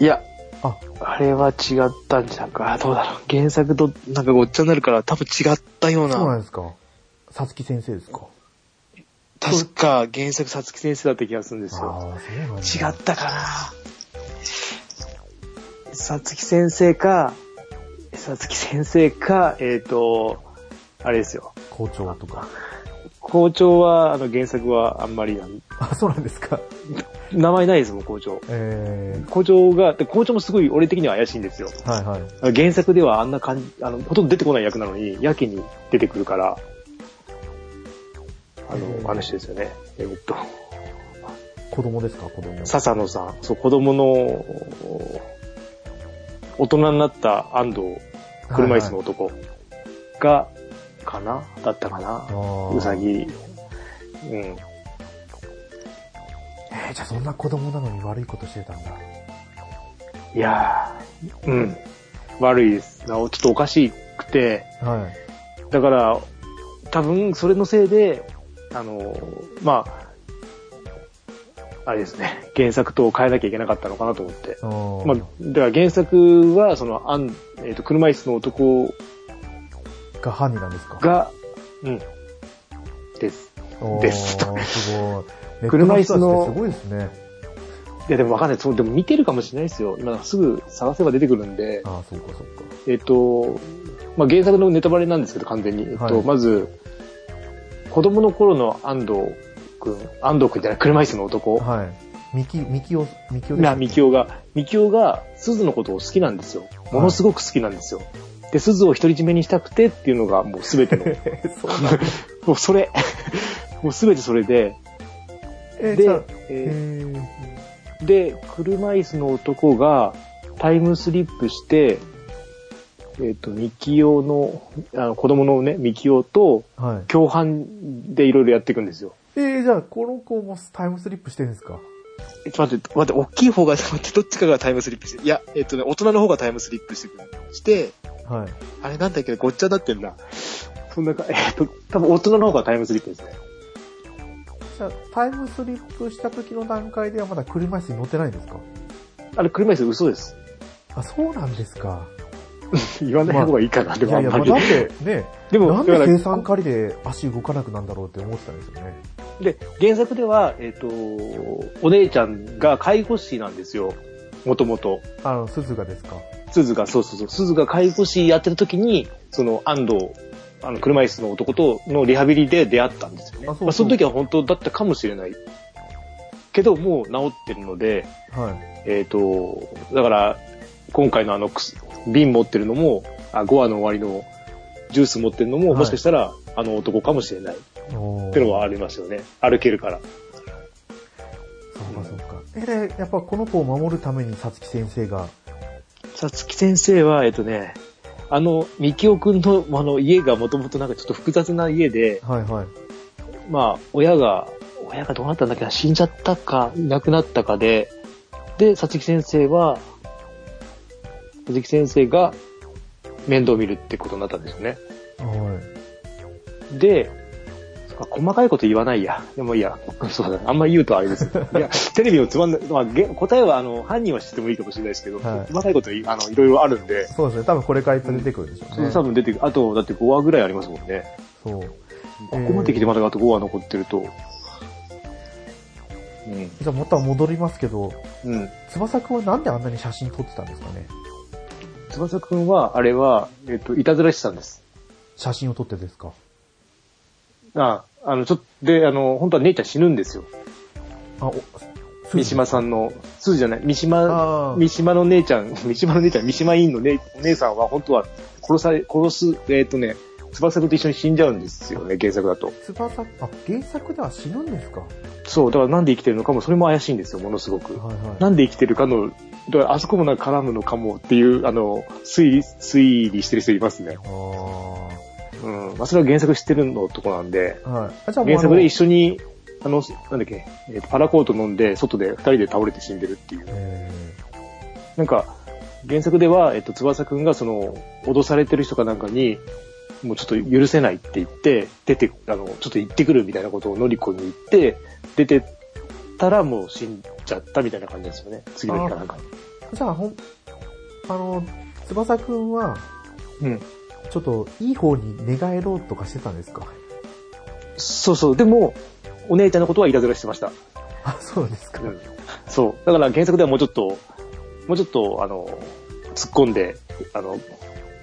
Speaker 2: いや、
Speaker 1: あ、
Speaker 2: あれは違ったんじゃんか。どうだろう。原作となんかごっちゃになるから多分違ったよう
Speaker 1: そうなん
Speaker 2: な。
Speaker 1: ですか。さつき先生ですか。
Speaker 2: 確か原作さつき先生だった気がするんですよ。
Speaker 1: ああ、そうなんだ。
Speaker 2: 違ったかな。さつき先生か、さつき先生か、えっ、と、あれですよ。
Speaker 1: 校長とか。
Speaker 2: 校長は、あの原作はあんまりなん、
Speaker 1: あ、そうなんですか。
Speaker 2: 名前ないですもん、校長。
Speaker 1: え
Speaker 2: 校長が、で校長もすごい俺的には怪しいんですよ。
Speaker 1: ー、はいはい。
Speaker 2: 原作ではあんな感じ、あの、ほとんど出てこない役なのに、やけに出てくるから、あ
Speaker 1: うん
Speaker 2: の、あの人ですよね。えっと、
Speaker 1: 子供ですか、子供。
Speaker 2: 笹野さん、そう、子供の、大人になった安藤、車椅子の
Speaker 1: はい
Speaker 2: 男が、かなだったかな
Speaker 1: はい、あー
Speaker 2: うさ。ぎ。うん。
Speaker 1: えー、じゃあそんな子供なのに悪いことしてたんだ。
Speaker 2: いやー、うん。悪いです。なおちょっとおかしくて、
Speaker 1: はい。
Speaker 2: だから、多分それのせいで、あの、まあ、あれですね、原作と変えなきゃいけなかったのかなと思って。
Speaker 1: あー
Speaker 2: まあ、だから原作は、その、あんえーと、車椅子の男
Speaker 1: が犯人なんですか
Speaker 2: が、うん、です。
Speaker 1: おー
Speaker 2: です
Speaker 1: すごい。ネット
Speaker 2: 車椅子
Speaker 1: 人
Speaker 2: の
Speaker 1: たちってすごいですね。
Speaker 2: いや、でもわかんない。そう、でも見てるかもしれないですよ。今、すぐ探せば出てくるんで、
Speaker 1: ああ、そうかそうか。
Speaker 2: えっ、と、まあ、原作のネタバレなんですけど、完全に。えっ、と、
Speaker 1: はい
Speaker 2: まず、子供の頃の安藤くん、安藤くんじゃない、車椅子の男。
Speaker 1: はい。ミキ、ミキオ、ミキオ
Speaker 2: な、みき
Speaker 1: オ。
Speaker 2: おが、みきおが、鈴のことを好きなんですよ。ものすごく好きなんですよ。で、鈴を独り占めにしたくてっていうのが、もうすべての。
Speaker 1: そうなんだ
Speaker 2: もうそれ。 もうすべてそれで。
Speaker 1: えー、じゃあ
Speaker 2: で、
Speaker 1: え
Speaker 2: え
Speaker 1: ー、
Speaker 2: ーで、車椅子の男が、タイムスリップして、えっ、と、みきおの、あの、子供のね、みきおと、
Speaker 1: はい。
Speaker 2: 共犯でいろいろやっていくんですよ。
Speaker 1: えー、じゃあ、この子もタイムスリップしてるんですか
Speaker 2: えちょっと待って、待って、大きい方が、待って、どっちかがタイムスリップして、いや、えっ、とね、大人の方がタイムスリップしてくる。して、
Speaker 1: はい。
Speaker 2: あれなんだっけごっちゃになってんな。そんなか、えっと、多分大人の方がタイムスリップですね。
Speaker 1: じゃあ、タイムスリップした時の段階ではまだ車椅子に乗ってないんですか
Speaker 2: あれ、車椅子嘘です。
Speaker 1: あ、そうなんですか。
Speaker 2: 言わない方がいいかな、で
Speaker 1: いや
Speaker 2: もあん
Speaker 1: いや、
Speaker 2: ま
Speaker 1: まあ
Speaker 2: り
Speaker 1: だっ。てね、
Speaker 2: でも、
Speaker 1: なんで
Speaker 2: だから
Speaker 1: 生産狩りで足動かなくなんだろうって思ってたんですよね。
Speaker 2: で、原作では、えっ、と、お姉ちゃんが介護士なんですよ。もともと。
Speaker 1: あの、鈴がですか。
Speaker 2: 鈴が、そうそうそう。鈴が介護士やってる時に、その、安藤、あの、車椅子の男とのリハビリで出会ったんですよね。
Speaker 1: あそうそう
Speaker 2: まあ、その時は本当だったかもしれない。けど、もう治ってるので、
Speaker 1: はい。
Speaker 2: えっ、と、だから、今回のあの、くす瓶持ってるのも、あ5話の終わりのジュース持ってるのも、
Speaker 1: はい
Speaker 2: もしかしたら、あの男かもしれないっ
Speaker 1: おー
Speaker 2: てのはありますよね。歩けるから。
Speaker 1: そうかそうか。え、で、やっぱこの子を守るためにさつき先生が、
Speaker 2: さつき先生は、えっ、とね、あの、みきおくんの、あの、家がもともとなんかちょっと複雑な家で、
Speaker 1: はいはい。
Speaker 2: まあ、親が、親がどうなったんだっけな、死んじゃったか、いなくなったかで、で、さつき先生は、さつき先生が面倒を見るってことになったんですよね。
Speaker 1: はい。
Speaker 2: で、あ細かいこと言わないや。でもいいや。 そうだね。あんま言うとあれです。いや、テレビのつまんない、まあ、げ答えは、あの、犯人は知ってもいいかもしれないですけど、
Speaker 1: はい
Speaker 2: 細かいことい、あの、いろいろあるんで、
Speaker 1: そうですね。多分これからいっぱい出てくるでしょうね。
Speaker 2: 多分出てくる。あと、だって5話ぐらいありますもんね。
Speaker 1: そう。
Speaker 2: ここまで来てまだあと5話残ってると。うん。
Speaker 1: じゃあまた戻りますけど、
Speaker 2: うん。
Speaker 1: 翼くんはなんであんなに写真撮ってたんですかね
Speaker 2: 翼くんは、あれは、えっと、いたずら師さんです。
Speaker 1: 写真を撮ってですか
Speaker 2: あ、あの、ちょっと、で、あの、本当は姉ちゃん死ぬんですよ。
Speaker 1: あ、お、
Speaker 2: 三島さんの、すずじゃない、三島、
Speaker 1: あ
Speaker 2: 三島の姉ちゃん、三島の姉ちゃん、三島委員の姉お姉さんは、本当は殺され、殺す、えっとね、翼くんと一緒に死んじゃうんですよね、原作だと。
Speaker 1: あ、翼、あ、原作では死ぬんですかは
Speaker 2: そう、だからなんで生きてるのかも、それも怪しいんですよ、ものすご
Speaker 1: い
Speaker 2: く。
Speaker 1: は
Speaker 2: なんで生きてるかの、だからあそこもなんか絡むのかもっていう、あの、推理、推理してる人いますね。
Speaker 1: い。あ
Speaker 2: うん。まあ、それは原作知ってるのとこなんで、
Speaker 1: あ。はい。あ、じゃあもう
Speaker 2: 原
Speaker 1: あの
Speaker 2: 作で一緒に、あの、なんだっけ、えーとパラコート飲んで、外で二人で倒れて死んでるっていう。
Speaker 1: え
Speaker 2: なんか、原作では、えっと、翼くんがその、脅されてる人かなんかに、もうちょっと許せないって言って、出て、あの、ちょっと行ってくるみたいなことをのりこに言って、出てったらもう死んじゃったみたいな感じなんですよね。次の日かなんかに。
Speaker 1: ーじゃあほん、あの、翼くんは、
Speaker 2: うん。
Speaker 1: ちょっといい方に寝返ろうとかしてたんですか
Speaker 2: そうそう。でも、お姉ちゃんのことはいたずらしてました。
Speaker 1: あ、そうですか。
Speaker 2: そう。だから原作ではもうちょっと、もうちょっと、あの、突っ込んで、あの、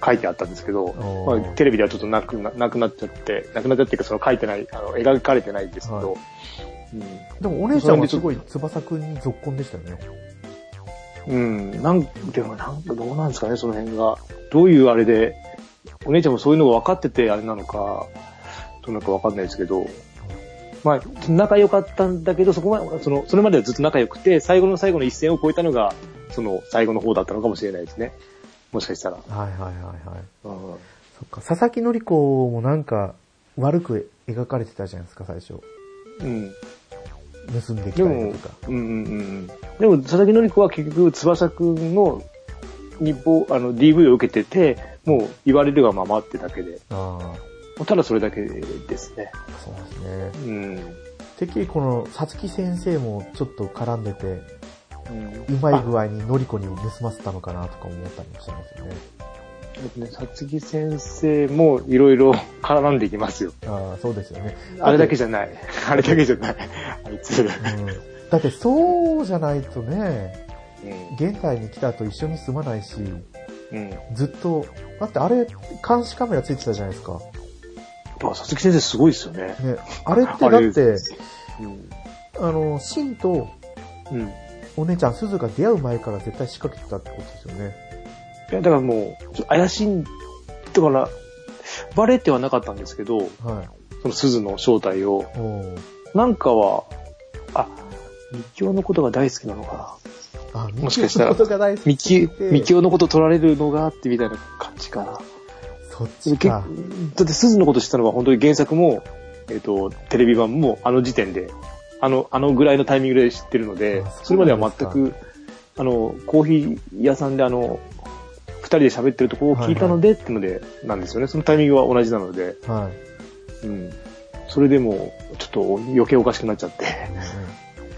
Speaker 2: 書いてあったんですけど、ま
Speaker 1: お
Speaker 2: あ
Speaker 1: ー、
Speaker 2: テレビではちょっとなくななくなっちゃって、なくなっちゃってるか、その書いてない、あの、描かれてないんですけど、
Speaker 1: でもお姉ちゃんはすごい翼くんに続婚でしたよね。
Speaker 2: うん。うん。なん、でもなんかどうなんですかね、その辺が。どういうあれで、お姉ちゃんもそういうのが分かってて、あれなのか、どうなのか分かんないですけど、まあ、仲良かったんだけど、そこまで、その、それまではずっと仲良くて、最後の最後の一線を越えたのが、その、最後の方だったのかもしれないですね。もしかしたら。
Speaker 1: はいはいはいはい。
Speaker 2: うん。
Speaker 1: そっか、佐々木のり子もなんか、悪く描かれてたじゃないですか、最初。
Speaker 2: うん。
Speaker 1: 盗んでき
Speaker 2: で
Speaker 1: たり
Speaker 2: も
Speaker 1: とか。、
Speaker 2: うんうんうん。でも、佐々木のり子は結局、翼くんの日報、あの、DV を受けてて、もう言われるがままってだけで、
Speaker 1: あ
Speaker 2: ただそれだけですね。
Speaker 1: あ、そうですね。
Speaker 2: うん。
Speaker 1: てっきりこの、さつき先生もちょっと絡んでて、う
Speaker 2: う
Speaker 1: まい具合にのりこに盗ませたのかなとか思ったりもしてますよね。
Speaker 2: ね、さつき先生もいろいろ絡んできますよ。
Speaker 1: ああ、そうですよね。
Speaker 2: あれだけじゃない。あれだけじゃない。あいつ。
Speaker 1: うん。だってそうじゃないとね、
Speaker 2: うん。
Speaker 1: 現代に来た後一緒に住まないし、
Speaker 2: うん。
Speaker 1: ずっと、だってあれ、監視カメラついてたじゃないですか。
Speaker 2: さつき先生すごいですよね。
Speaker 1: ね、あれって
Speaker 2: あ
Speaker 1: だ
Speaker 2: れ
Speaker 1: って、
Speaker 2: うん。
Speaker 1: あの、シンと
Speaker 2: うん。い
Speaker 1: お姉ちゃん、鈴が出会う前から絶対仕掛けてたってことですよね。
Speaker 2: やだからもう、ちょっと怪しい、だから、バレてはなかったんですけど、
Speaker 1: はい。
Speaker 2: その鈴の正体を、
Speaker 1: おー
Speaker 2: なんかは、あ、みきおのことが大好きなのかな。
Speaker 1: あ、
Speaker 2: もしかしたら
Speaker 1: ミキのことが大好き
Speaker 2: みき
Speaker 1: で、
Speaker 2: みきおのこと取られるのがあってみたいな感じかな。
Speaker 1: そっ
Speaker 2: で
Speaker 1: ち
Speaker 2: けだ
Speaker 1: か
Speaker 2: っ。て鈴のこと知ったのは本当に原作も、えっ、と、テレビ版もあの時点で、あの、あのぐらいのタイミングで知ってるので
Speaker 1: あ、そう
Speaker 2: それまでは全
Speaker 1: な
Speaker 2: く、あの、コーヒー屋さんであの、二人で喋ってるとこを聞いたので、ってので、なんですよね。そのタイミングは同じなので、
Speaker 1: はい。
Speaker 2: うん。それでも、ちょっと余計おかしくなっちゃって。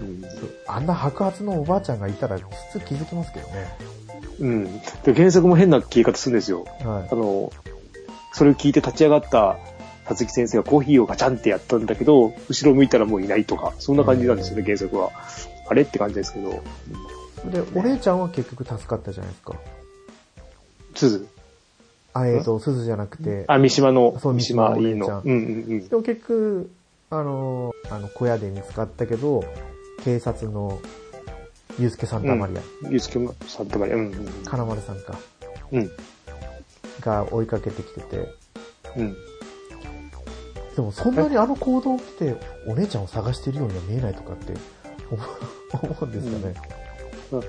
Speaker 2: うん
Speaker 1: あんな白髪のおばあちゃんがいたら普通気づきますけどね。
Speaker 2: うん。で、原作も変な消え方するんですよ。
Speaker 1: は
Speaker 2: あの、それを聞いて立ち上がった、さつき先生がコーヒーをガチャンってやったんだけど、後ろ向いたらもういないとか、そんな感じなんですよね、
Speaker 1: うん
Speaker 2: 原作は。あれって感じですけど、
Speaker 1: い。で、お姉ちゃんは結局助かったじゃないですか。
Speaker 2: 鈴。
Speaker 1: あ、えっ、と、鈴じゃなくて。
Speaker 2: あ、三島の、
Speaker 1: そう
Speaker 2: 三島委員の。う
Speaker 1: 三
Speaker 2: んうん
Speaker 1: でも結局、あの、あの、小屋で見つかったけど、警察の、ゆうすけさんたまりや、
Speaker 2: うん。ゆうすけもさんとかね、うんうん
Speaker 1: 金丸さんか、
Speaker 2: うん。うん。
Speaker 1: が追いかけてきてて。
Speaker 2: うん。
Speaker 1: でもそんなにあの行動を見て、お姉ちゃんを探しているようには見えないとかって思う思うんですかね。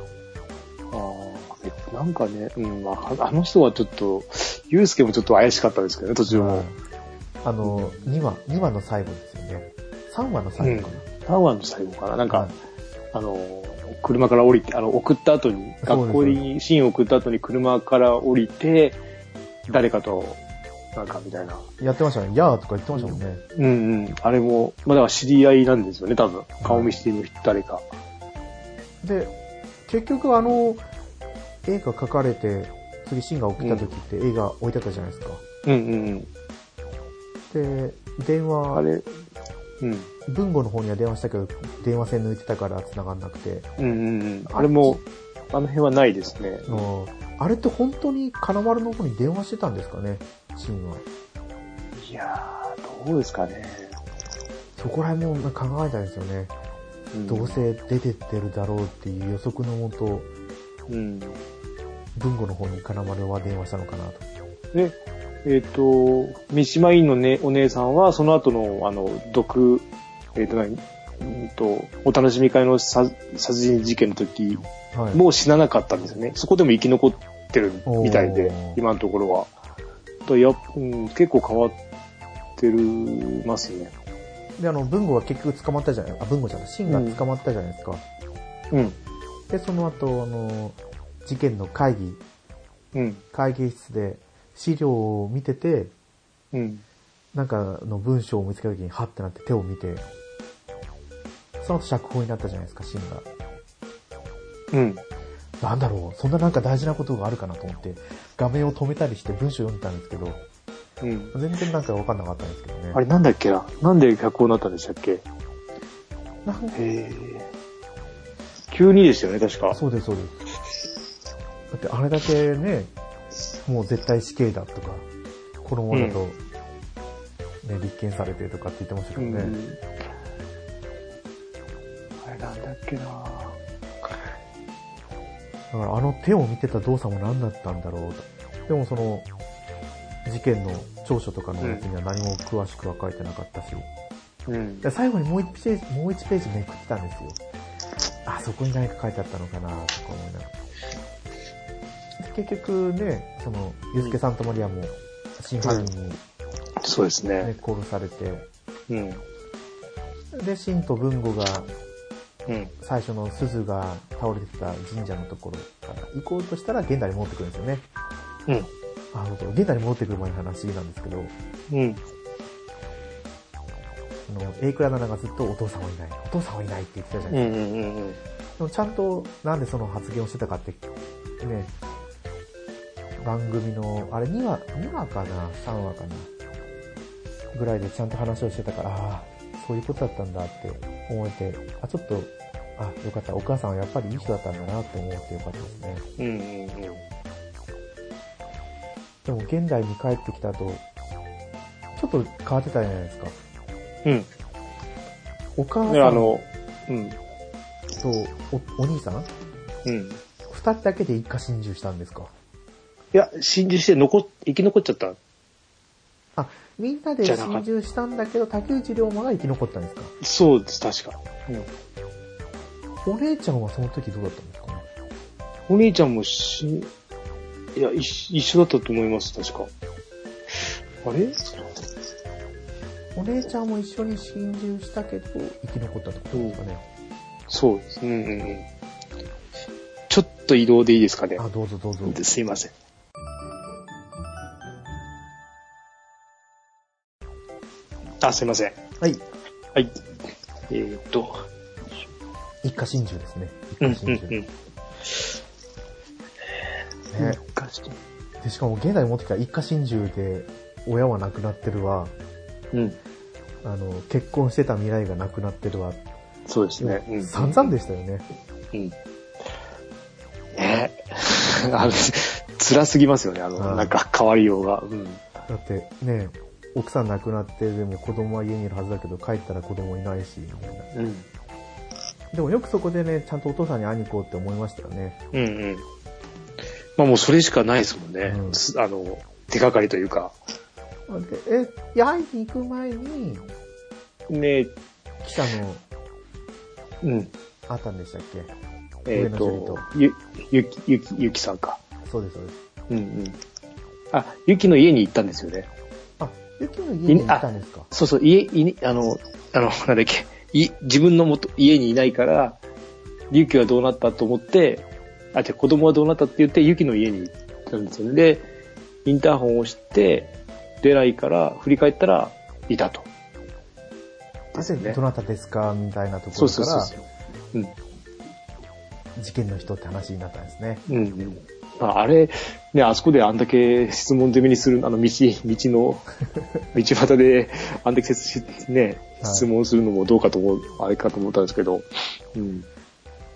Speaker 2: ああ、なんかね、うん、まあ、あの人はちょっと、ゆうすけもちょっと怪しかったですけどね、途中も。
Speaker 1: あの、2話、2話の最後ですよね。3話の最後かな。
Speaker 2: タワーの最後かな。なん
Speaker 1: は
Speaker 2: か
Speaker 1: い、
Speaker 2: あの、車から降りて、あの、送った後に、
Speaker 1: そうです
Speaker 2: 学校に、シーンを送った後に車から降りて、誰かとなんかみたいな。
Speaker 1: やってましたね。やーとか言ってましたもんね。
Speaker 2: うんうん。あれも、まあだから知り合いなんですよね、多分。顔見知りの人誰か。
Speaker 1: で、結局あの、絵が描かれて、次シーンが起きた時って絵が置いてあったじゃないですか。
Speaker 2: うんうんうん。
Speaker 1: で、電
Speaker 2: あ
Speaker 1: 話、
Speaker 2: れ、うん。
Speaker 1: 文吾の方には電話したけど、電話線抜いてたから繋がんなくて。
Speaker 2: うんうんうん。あれも、あの辺はないですね。
Speaker 1: うんあれって本当に金丸の方に電話してたんですかね、シーンは。
Speaker 2: いやー、どうですかね。
Speaker 1: そこら辺も考えたんですよね。
Speaker 2: ん
Speaker 1: どう。せ出てってるだろうっていう予測のもと、
Speaker 2: うん。
Speaker 1: 文吾の方に金丸は電話したのかなと。
Speaker 2: で、えっ、と、三島院の、ね、お姉さんは、その後の、あの、毒、えっ、と、何うんと、お楽しみ会のさ殺人事件の時、
Speaker 1: はい。
Speaker 2: もう死ななかったんですよね。そこでも生き残ってるみたいで
Speaker 1: おー、
Speaker 2: 今のところは。とや、うん、結構変わってる、ますね。
Speaker 1: で、あの、文吾は結局捕まったじゃない、あ、文吾じゃない、シンが捕まったじゃないですか。
Speaker 2: うん。
Speaker 1: で、その後、あの、事件の会議、
Speaker 2: うん。
Speaker 1: 会議室で資料を見てて、
Speaker 2: うん。
Speaker 1: な
Speaker 2: なん
Speaker 1: んかの文章を見つけた時に、はってなって手を見て、その後釈放になったじゃないですか、シンが。
Speaker 2: うん。
Speaker 1: なんだろう、そんななんか大事なことがあるかなと思って、画面を止めたりして文章読んでたんですけど、
Speaker 2: うん。
Speaker 1: 全然なんかわかんなかったんですけどね。
Speaker 2: あれなんだっけななんで脚本になったんでしたっけへ
Speaker 1: なん
Speaker 2: え。急にですよね、確か。
Speaker 1: そうです、そうです。だってあれだけね、もう絶対死刑だとか、このままだと、ね、立件されてとかって言ってましたけどね。
Speaker 2: うんあれなんだっけ
Speaker 1: だ
Speaker 2: な
Speaker 1: からあの手を見てた動作も何だったんだろうと。でもその、事件の調書とかのやつには何も詳しくは書いてなかったし、
Speaker 2: うん
Speaker 1: で最後にもう1ページ、もう1ページめくってたんですよ。あ、そこに何か書いてあったのかなとか思いながら。で結局ね、その、ゆうすけさんとマリアも、真犯人に、ね
Speaker 2: そうですね。
Speaker 1: 殺されて、
Speaker 2: うん。
Speaker 1: で、シンと文吾が、
Speaker 2: うん。
Speaker 1: 最初の鈴が倒れてた神社のところから行こうとしたら、現代に戻ってくるんですよね。
Speaker 2: うん。
Speaker 1: あ、そうそう、現代に戻ってくる前の話なんですけど、
Speaker 2: うん。
Speaker 1: あの、エイクラナナがずっとお父さんはいない、お父さんはいないって言ってたじゃ
Speaker 2: う
Speaker 1: ない
Speaker 2: ん。うん。うん。
Speaker 1: ですか。でもちゃんと、なんでその発言をしてたかって、ね、番組の、あれ2話、2話かな ?3 話かなぐらいでちゃんと話をしてたから、ああ、そういうことだったんだって思えて、あ、ちょっと、あ、よかった。お母さんはやっぱりいい人だったんだなって思ってよかったですね。
Speaker 2: うん。うん。うん。
Speaker 1: でも現代に帰ってきた後、ちょっと変わってたじゃないですか。
Speaker 2: うん。
Speaker 1: お母
Speaker 2: ね、
Speaker 1: さ
Speaker 2: あ
Speaker 1: んと
Speaker 2: の、うん、
Speaker 1: おお兄さん
Speaker 2: うん。い
Speaker 1: 二人だけで一家心中したんですか
Speaker 2: や、心中して残っ、生き残っちゃった。
Speaker 1: あ、みんなで
Speaker 2: じゃなかった
Speaker 1: 心中したんだけど、竹内涼真が生き残ったんですか
Speaker 2: そうです、確か。うん。
Speaker 1: お姉ちゃんはその時どうだったんですかね
Speaker 2: お兄ちゃんもし、いや、一一緒だったと思います、確か。あれ
Speaker 1: お姉ちゃんも一緒に心中したけど、生き残ったってことですかね、
Speaker 2: そうです。うんうんうん。ちょっと移動でいいですかね。
Speaker 1: あ、どうぞどうぞ。
Speaker 2: すいません。あ、すいません。
Speaker 1: はい。
Speaker 2: はい。えーっと、
Speaker 1: 一家心中ですね。一
Speaker 2: う
Speaker 1: 家
Speaker 2: んうん
Speaker 1: 心中。
Speaker 2: う
Speaker 1: ね
Speaker 2: ん。
Speaker 1: で、しかも現代に持ってきた一家心中で、親は亡くなってるわ。
Speaker 2: うん。
Speaker 1: あの、結婚してた未来がなくなってるわ。
Speaker 2: そうですね。うん
Speaker 1: 散々でしたよね。
Speaker 2: うん。ね あの、辛すぎますよね、あの、
Speaker 1: はい
Speaker 2: なんか変わりようが。うん。
Speaker 1: だってね、奥さん亡くなって、でも子供は家にいるはずだけど、帰ったら子供いないし、みたいな。
Speaker 2: うん。
Speaker 1: でもよくそこでね、ちゃんとお父さんに会いに行こうって思いましたよね。
Speaker 2: うんうん。まあもうそれしかないですもんね。
Speaker 1: うん
Speaker 2: すあの、手がかりというか。
Speaker 1: でえ、いや会いに行く前に、
Speaker 2: ね
Speaker 1: 記者の、
Speaker 2: うん。
Speaker 1: あったんでしたっけ
Speaker 2: え
Speaker 1: 上
Speaker 2: っ、
Speaker 1: 野樹
Speaker 2: と
Speaker 1: 里、
Speaker 2: ゆ、ゆき、ゆき、ゆきさんか。
Speaker 1: そうです、そうです。
Speaker 2: うんうん。あ、ゆきの家に行ったんですよね。
Speaker 1: あ、ゆきの家に行ったんですか
Speaker 2: そうそう、家、いにあの、あの、 なんだっけ、い、自分のもと、家にいないから、ゆきはどうなったと思って、あ、じゃあ子供はどうなったって言って、ゆきの家に行ったんですよね。で、インターホンを押して、出ないから、振り返ったら、いたと。
Speaker 1: 確かに、
Speaker 2: ね
Speaker 1: どなたですかみたいなとこ
Speaker 2: そ
Speaker 1: ろ
Speaker 2: う
Speaker 1: か
Speaker 2: そうそう
Speaker 1: ら、。
Speaker 2: うん。
Speaker 1: 事件の人って話になったんですね。
Speaker 2: うんうん。ああれ、ね、あそこであんだけ質問攻めにする、あの、道、道 の、道端で、あんだけ接し、ね、
Speaker 1: はい
Speaker 2: 質問するのもどうかと思う、あれかと思ったんですけど、うん。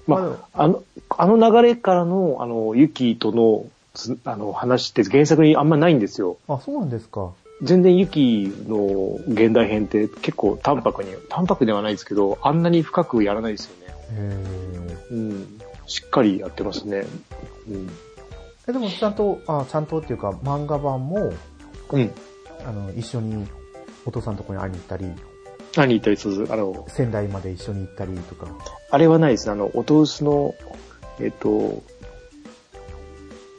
Speaker 1: ま
Speaker 2: まあ、あの、あの流れからの、あの、ユキとのつ、あの、話って原作にあんまないんですよ。
Speaker 1: あ、そうなんですか。
Speaker 2: 全然ユキの現代編って結構淡白に、淡白ではないですけど、あんなに深くやらないですよね。
Speaker 1: へー
Speaker 2: うん。しっかりやってますね。うん。
Speaker 1: え、でもちゃんと、あ、ちゃんとっていうか、漫画版も、
Speaker 2: うん。
Speaker 1: あの、一緒にお父さんのとこに会いに行ったり、
Speaker 2: 何言ったりするあの、
Speaker 1: 仙台まで一緒に行ったりとか。
Speaker 2: あれはないですね。あの、お父さんの、えっと、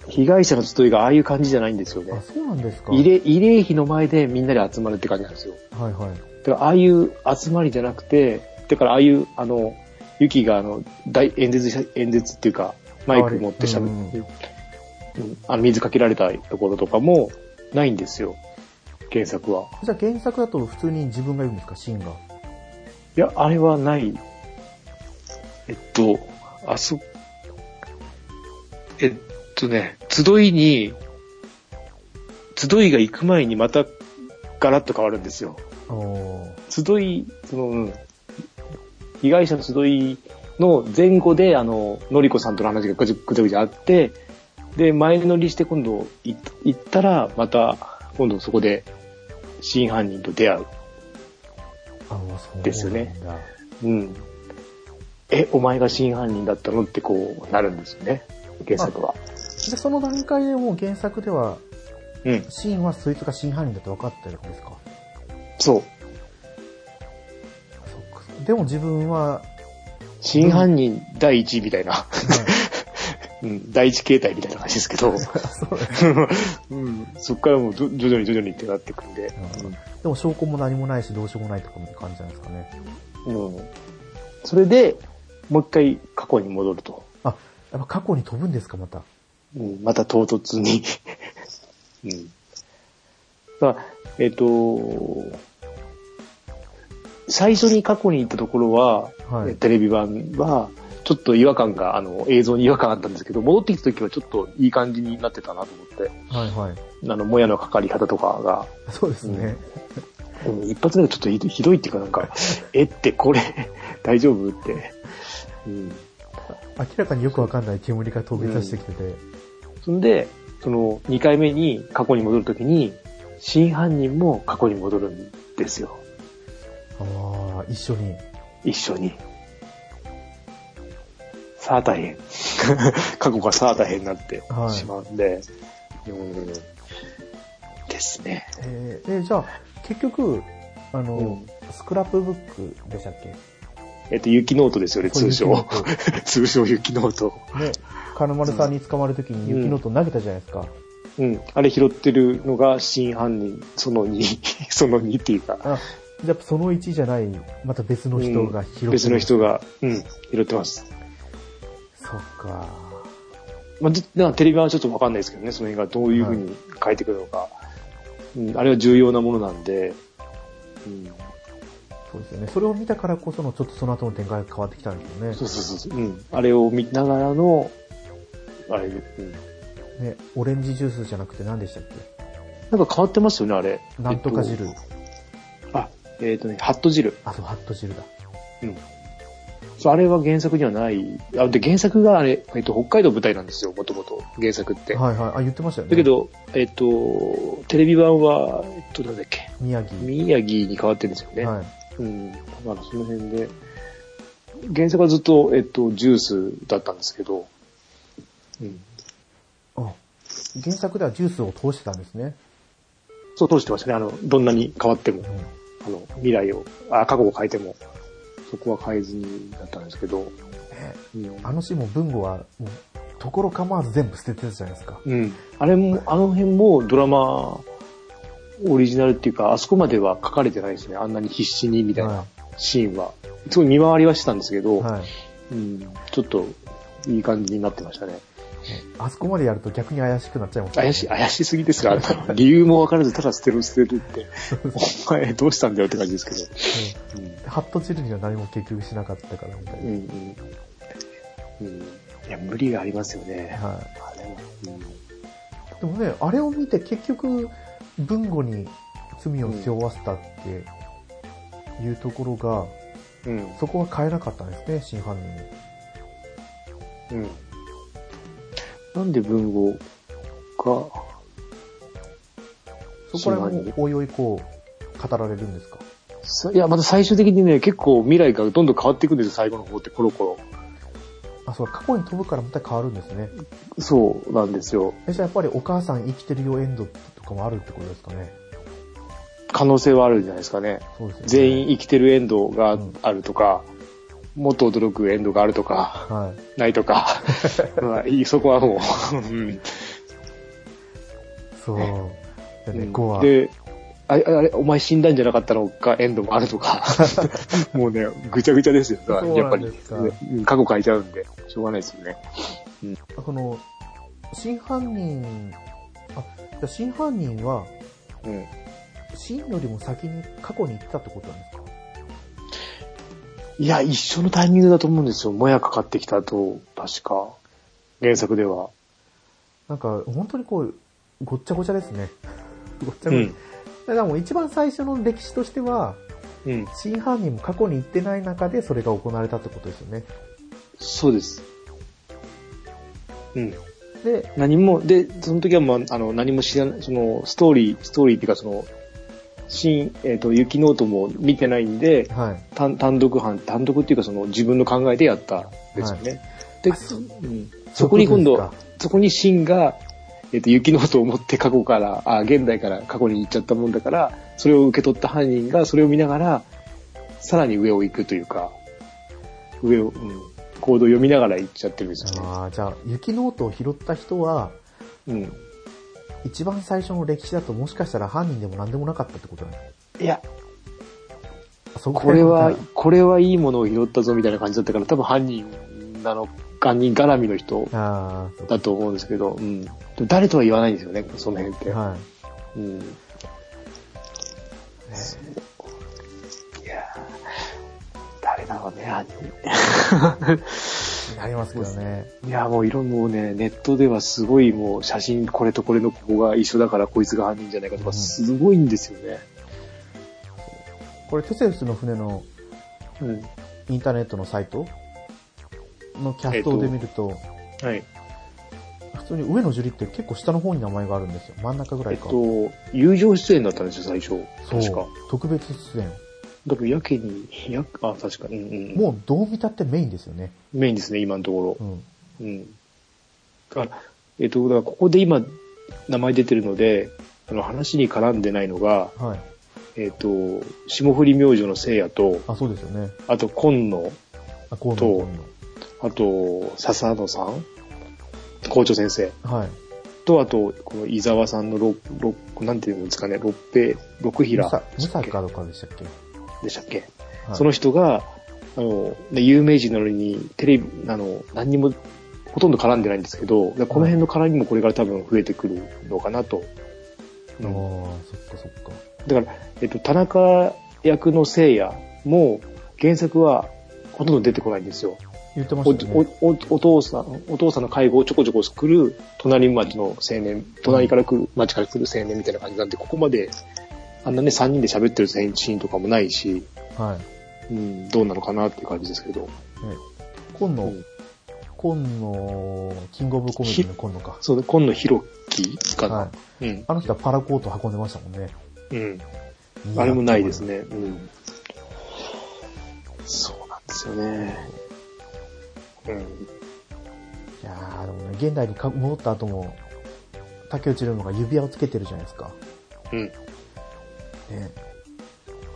Speaker 2: 被害者の集いがああいう感じじゃないんですよ
Speaker 1: あ、
Speaker 2: ね。
Speaker 1: そうなんですか。
Speaker 2: 慰霊、慰霊碑の前でみんなで集まるって感じなんですよ。
Speaker 1: はいはい。
Speaker 2: だからああいう集まりじゃなくて、だからああいう、あの、ユキがあの、大演説し、演説っていうか、マイク持ってしゃべ
Speaker 1: うん
Speaker 2: る、うんあの、水かけられたところとかもないんですよ。原作は。
Speaker 1: じゃあ原作だと普通に自分がいるんですか、シンが。
Speaker 2: いや、あれはない。えっと、あそ、えっとね、集いに、集いが行く前にまたガラッと変わるんですよ。
Speaker 1: おー
Speaker 2: 集い、その、うん被害者の集いの前後で、あの、のりこさんとの話がぐちゃぐちゃぐちゃあって、で、前乗りして今度い行ったら、また、今度そこで、真犯人と出会う。
Speaker 1: あ、そうなんだ。
Speaker 2: ですよねうん。え、お前が真犯人だったのってこうなるんですよね。原作は。
Speaker 1: で、その段階でもう原作では、
Speaker 2: うん。
Speaker 1: シンはそいつが真犯人だって分かってるんですか。
Speaker 2: そう。
Speaker 1: そっか。でも自分は、
Speaker 2: 真犯人第一みたいな、
Speaker 1: は
Speaker 2: うん、第一形態みたいな感じですけ ど、
Speaker 1: いそう
Speaker 2: うん、そこからもうど徐々に徐々にってなってくんで、
Speaker 1: でも証拠も何もないし、どうしようもないとかも感じなんですかね。
Speaker 2: うん。それで、もう一回過去に戻ると。
Speaker 1: あ、やっぱ過去に飛ぶんですか、また。
Speaker 2: うん、また唐突に。 うん。まあ、えっ、と、最初に過去に行ったところは、
Speaker 1: はい
Speaker 2: テレビ版は、ちょっと違和感が、あの、映像に違和感あったんですけど、戻ってきた時はちょっといい感じになってたなと思って、
Speaker 1: はいはい。
Speaker 2: あの、もやのかかり方とかが、
Speaker 1: そうですね。
Speaker 2: うん一発目がちょっとひどひどいっていうか なんか、えってこれ、大丈夫って。うん。
Speaker 1: 明らかによくわかんない煙が飛び出してきてて、
Speaker 2: そんで、その2回目に過去に戻るときに、真犯人も過去に戻るんですよ。
Speaker 1: ああ、一緒に。
Speaker 2: 一緒に。さあ 大変。過去がさあ大変になって
Speaker 1: はい
Speaker 2: しまうんで。うんですね。
Speaker 1: えーえーじゃあ、結局、あの、
Speaker 2: うん
Speaker 1: スクラップブックでしたっけ
Speaker 2: えっと、雪ノートですよね、
Speaker 1: そう
Speaker 2: 通称。
Speaker 1: 雪ノ
Speaker 2: 通称雪ノート。
Speaker 1: で、金丸さんに捕まるときに雪ノート投げたじゃないですか。
Speaker 2: うん。あれ拾ってるのが真犯人、その2、そ の2っていうか。
Speaker 1: あ、やっぱその1じゃない、また別の人が拾って、
Speaker 2: うん別の人。が、うん、拾ってます。
Speaker 1: そっか。
Speaker 2: まあ、じなんかテレビ版はちょっとわかんないですけどね、その辺がどういうふうに変えてくるのか、うん、あれは重要なものなんで、うん、
Speaker 1: そうですよね。それを見たからこその、ちょっとその後の展開が変わってきたんですよね。
Speaker 2: そうそうそう、うん、あれを見ながらの、あれ、うん、
Speaker 1: ね、オレンジジュースじゃなくて何でしたっけ
Speaker 2: なんか変わってますよね、あれ。
Speaker 1: なんとか汁。
Speaker 2: えっとあ、えっ、とね、ハット汁。
Speaker 1: あ、そう、ハット汁だ。
Speaker 2: うん。そうあれは原作にはない。あ、で、原作があれ、えっ、と、北海道舞台なんですよ、もともと。原作って。
Speaker 1: はいはい。あ、言ってましたよね。
Speaker 2: だけ、ど、えっ、と、テレビ版は、えっと、なんだっけ、
Speaker 1: 宮城。
Speaker 2: 宮城に変わってるんですよね。
Speaker 1: はい。
Speaker 2: うん。だからその辺で、原作はずっと、えっと、ジュースだったんですけど、うん。
Speaker 1: あ、原作ではジュースを通してたんですね。
Speaker 2: そう通してましたね。あの、どんなに変わっても
Speaker 1: う、ん
Speaker 2: あの、未来を、あ、過去を変えても、そこは変えずにだったんですけど、うん。
Speaker 1: あのシーンも文吾は、もう、ところ構わず全部捨ててたじゃないですか。
Speaker 2: うんあれも、あの辺もドラマオリジナルっていうか、あそこまでは書かれてないですね。あんなに必死にみたいな
Speaker 1: は
Speaker 2: シーンは。すごい見回りはしてたんですけど、
Speaker 1: はい。
Speaker 2: うん、ちょっといい感じになってましたね。
Speaker 1: あそこまでやると逆に怪しくなっちゃいますね
Speaker 2: 怪しい、怪しすぎですが、あ の理由もわからず、ただ捨てる捨てるって、お前どうしたんだよって感じですけど。うん
Speaker 1: うんハットチルには何も結局しなかったからみたいな。
Speaker 2: うんうんうんいや、無理がありますよね。
Speaker 1: は
Speaker 2: まあでもうん
Speaker 1: い。でもね、あれを見て結局、文吾に罪を背負わせたっていうところが、
Speaker 2: うん。
Speaker 1: そこは変えなかったんですね、真犯人に。
Speaker 2: うん。なんで文豪が、
Speaker 1: そこら辺
Speaker 2: 真
Speaker 1: も
Speaker 2: 犯
Speaker 1: おいおいこう、語られるんですか
Speaker 2: さいや、また最終的にね、結構未来がどんどん変わっていくんですよ、最後の方って、コロコロ。
Speaker 1: あ、そう、過去に飛ぶからまた変わるんですね。
Speaker 2: そうなんですよ。
Speaker 1: え、じゃあやっぱりお母さん生きてるよエンドとかもあるってことですかね。
Speaker 2: 可能性はあるんじゃないですかね。
Speaker 1: そうですよね。
Speaker 2: 全員生きてるエンドが
Speaker 1: うん
Speaker 2: あるとか、もっと驚くエンドがあるとか、
Speaker 1: はい。
Speaker 2: ないと か、まあいい、そこはもう、うん
Speaker 1: そう。でね、
Speaker 2: うん
Speaker 1: 5は、
Speaker 2: で、あああれ、お前死んだんじゃなかったのか、エンドもあると か。もうね、ぐちゃぐちゃですよ、だから
Speaker 1: そう
Speaker 2: やっ
Speaker 1: な
Speaker 2: ぱ
Speaker 1: ん
Speaker 2: り。
Speaker 1: ですか
Speaker 2: うん過去変えちゃうんで、しょうがないですよね。
Speaker 1: この、真犯人、あ、じゃあ真犯人は、
Speaker 2: うん。
Speaker 1: 真よりも先に過去に行ったってことなんですか
Speaker 2: いや、一緒のタイミングだと思うんですよ。もやかかってきたと、確か。原作では。
Speaker 1: なんか、本当にこう、ごっちゃごちゃですね。 ごっちゃ
Speaker 2: う
Speaker 1: ごちゃ。
Speaker 2: ん。
Speaker 1: だからもう一番最初の歴史としては、
Speaker 2: うん。
Speaker 1: 真犯人も過去に行ってない中でそれが行われたってことですよね。
Speaker 2: そうです。うん。
Speaker 1: で、
Speaker 2: 何も、で、その時は、まあ、あの、何も知らない、その、ストーリー、ストーリーっていうか、その、シーン、えっ、と、雪ノートも見てないんで、
Speaker 1: はい。
Speaker 2: 単単独犯、単独っていうかその自分の考えでやったんですよね。で
Speaker 1: あそ
Speaker 2: うんそこに今
Speaker 1: そういう
Speaker 2: 度
Speaker 1: ことで、
Speaker 2: そこにシンが、えっ、と、雪の音を持って過去から、あ、現代から過去に行っちゃったもんだから、それを受け取った犯人がそれを見ながら、さらに上を行くというか、上を、うん、行動を読みながら行っちゃってるんですよね。
Speaker 1: ああ、じゃあ、雪ノートを拾った人は、
Speaker 2: うん。
Speaker 1: 一番最初の歴史だともしかしたら犯人でも何でもなかったってことなんです
Speaker 2: いや、
Speaker 1: あそ
Speaker 2: これ
Speaker 1: は
Speaker 2: は
Speaker 1: また、
Speaker 2: これはいいものを拾ったぞみたいな感じだったから、多分犯人なの、犯人絡みの人
Speaker 1: ああ、そう
Speaker 2: だと思うんですけど、うん。でも誰とは言わないんですよね、その辺って。
Speaker 1: はい。
Speaker 2: うん。いやー誰だろうね、犯
Speaker 1: なりますけどね。
Speaker 2: 人。 いや、もういろんもうね、ネットではすごいもう写真、これとこれのここが一緒だからこいつが犯人じゃないかと
Speaker 1: う
Speaker 2: か、
Speaker 1: ん
Speaker 2: すごいんですよね。
Speaker 1: これ、テセウスの船の
Speaker 2: うん。
Speaker 1: インターネットのサイトのキャストで見ると、
Speaker 2: はい。
Speaker 1: 普通に上野樹里って結構下の方に名前があるんですよ。真ん中ぐら
Speaker 2: えっ
Speaker 1: いか。
Speaker 2: と、友情出演だったんですよ、最初。
Speaker 1: そう
Speaker 2: 確か。
Speaker 1: 特別出演。
Speaker 2: だからやけに、や、あ、確か。うんうんうん。
Speaker 1: もうどう見たってメインですよね。
Speaker 2: メインですね、今のところ
Speaker 1: う。ん。
Speaker 2: うん。だから、えっと、だからここで今、名前出てるので、あの、話に絡んでないのが、
Speaker 1: はい。
Speaker 2: えっと、霜降り明星の聖夜と、
Speaker 1: あ、そうですよね。
Speaker 2: あと、今野、
Speaker 1: あ、河野
Speaker 2: と
Speaker 1: 河
Speaker 2: あと、笹野さん、校長先生
Speaker 1: 野。はい。
Speaker 2: と、あと、この伊沢さんの六、六、なんていうんですかね、六平、六
Speaker 1: ム
Speaker 2: 平
Speaker 1: サ、ム
Speaker 2: でした
Speaker 1: サ
Speaker 2: っけ
Speaker 1: かどうかでしたっけ、
Speaker 2: でしたっけ
Speaker 1: はい、
Speaker 2: その人が、あの、ね有名人なのに、テレビ、あの、何にも、ほとんど絡んでないんですけど、でこの辺の絡みもこれから多分増えてくるのかなと。
Speaker 1: あ
Speaker 2: うん
Speaker 1: あ、そっかそっか。
Speaker 2: だから、えっと、田中役の聖夜も、原作はほとんど出てこないんですよ。
Speaker 1: 言ってま
Speaker 2: お
Speaker 1: したよね。
Speaker 2: おおお父さん、お父さんの介護をちょこちょこ来る、隣町の青年、隣から来る、町から来る青年みたいな感じなんで、ここまで、あんなね、3人で喋ってるシーンとかもないし、
Speaker 1: はい。
Speaker 2: うん、どうなのかなっていう感じですけど。
Speaker 1: 今野、
Speaker 2: うん
Speaker 1: 今野、キングオブコメディの今野か。
Speaker 2: そうね、今野博樹かな、
Speaker 1: はい。
Speaker 2: うん。
Speaker 1: あの人はパラコート運んでましたもんね。
Speaker 2: うん。あれもないです。ね。うん。そうなんですよね。うん。
Speaker 1: いやー、でもね、現代にか戻った後も、竹内涼真が指輪をつけてるじゃないですか。
Speaker 2: うん。
Speaker 1: ね、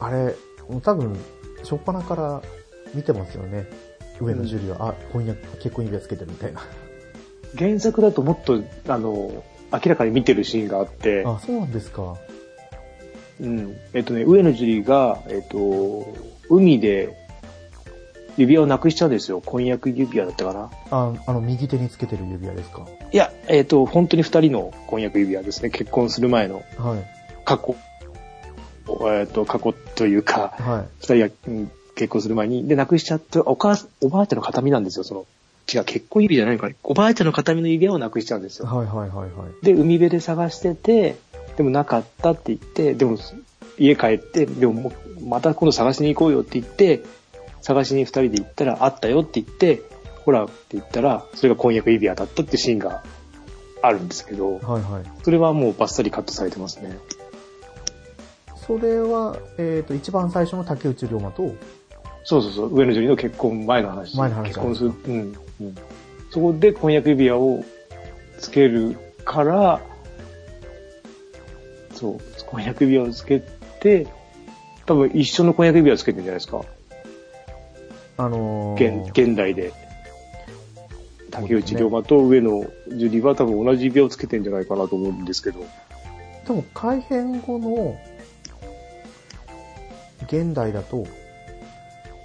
Speaker 1: あれ、もう多分、初っ端から見てますよね。上野樹里は、あ、婚約、結婚指輪つけてるみたいな。
Speaker 2: 原作だともっと、あの、明らかに見てるシーンがあって、
Speaker 1: あ、そうなんですか。
Speaker 2: うん。えっとね、上野樹里が、えっと、海で、指輪をなくしちゃうんですよ。婚約指輪だったかな。
Speaker 1: ああの、右手につけてる指輪ですか。
Speaker 2: いや、えっ、と、本当に二人の婚約指輪ですね。結婚する前の
Speaker 1: はい。
Speaker 2: 過去、えっ、と、過去というか、
Speaker 1: はい。
Speaker 2: 二人が、うん結婚する前に、で、なくしちゃって、お母さん、おばあちゃんの形見なんですよ、その。違う、結婚指じゃないのかな。おばあちゃんの形見の指輪をなくしちゃうんですよ。
Speaker 1: はいはいはいはい。
Speaker 2: で、海辺で探してて、でもなかったって言って、でも家帰って、でももうまた今度探しに行こうよって言って、探しに二人で行ったら、あったよって言って、ほらって言ったら、それが婚約指輪だったってシーンがあるんですけど、
Speaker 1: はいはい。
Speaker 2: それはもうバッサリカットされてますね。
Speaker 1: それは、えっ、と、一番最初の竹内涼真と、
Speaker 2: そうそうそう、上野樹里の結婚前の話。
Speaker 1: 前の話
Speaker 2: 結婚する。うん。うん、そこで婚約指輪をつけるから、そう、婚約指輪をつけて、多分一緒の婚約指輪をつけてるんじゃないですか。
Speaker 1: あのー
Speaker 2: 現、現代で。竹内涼真と上野樹里は多分同じ指輪をつけてんじゃないかなと思うんですけど。
Speaker 1: でも改編後の、現代だと、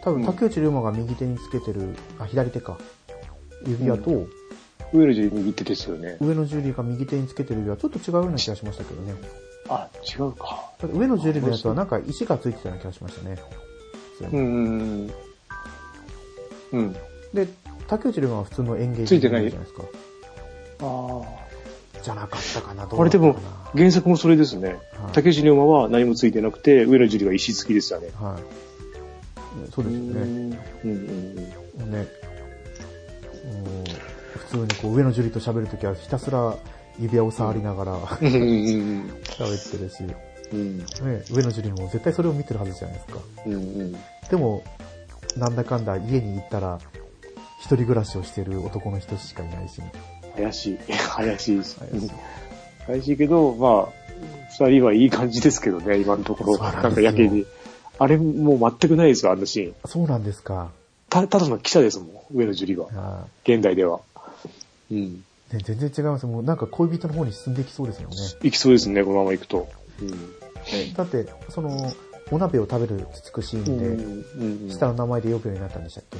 Speaker 1: 多分竹内涼真が右手につけてる、あ、左手か。指輪と、
Speaker 2: 上野樹里右手ですよね。
Speaker 1: 上野ジュリーが右手につけてる指輪、ちょっと違うような気がしましたけどね。
Speaker 2: あ、違うか。
Speaker 1: だって上野ジュリーのやつはなんか石がついてたような気がしましたね。
Speaker 2: うんうんうん。うん。
Speaker 1: で、竹内涼真は普通の園芸
Speaker 2: ついてない
Speaker 1: じゃないですか。
Speaker 2: ああ。
Speaker 1: じゃなかったかな、ど
Speaker 2: あれで
Speaker 1: だっ
Speaker 2: も
Speaker 1: たか、
Speaker 2: 原作もそれですね。
Speaker 1: はい
Speaker 2: 竹内龍馬は何もついてなくて、上野樹里が石付きでしたね。
Speaker 1: な。はい。そうですよ
Speaker 2: う
Speaker 1: ね。
Speaker 2: んうん
Speaker 1: ね。うん普通にこう上野樹里と喋るときはひたすら指輪を触りながら
Speaker 2: うんうんうん
Speaker 1: 喋ってるし、ね、
Speaker 2: うん
Speaker 1: 上野樹里も絶対それを見てるはずじゃないですか。
Speaker 2: うんうん
Speaker 1: でも、なんだかんだ家に行ったら、一人暮らしをしてる男の人しかいないし、
Speaker 2: 怪しい。 怪しいです。
Speaker 1: 怪しい
Speaker 2: 怪しいけど、まあ、二人はいい感じですけどね、今のところ。
Speaker 1: そうなんですよ
Speaker 2: なんかやけに。あれ、もう全くないですよ、あのシーン。
Speaker 1: そうなんですか。
Speaker 2: た、ただの記者ですもん、上野樹里は。
Speaker 1: あ
Speaker 2: 現代では。うん。
Speaker 1: ーね、全然違います。もうなんか恋人の方に進んでいきそうですよね。
Speaker 2: 行きそうですね、このまま行くと。うん。
Speaker 1: だって、その、お鍋を食べるつつくシー
Speaker 2: うん
Speaker 1: ン
Speaker 2: うんうん
Speaker 1: で、下の名前で呼ぶようになったんでしたっけ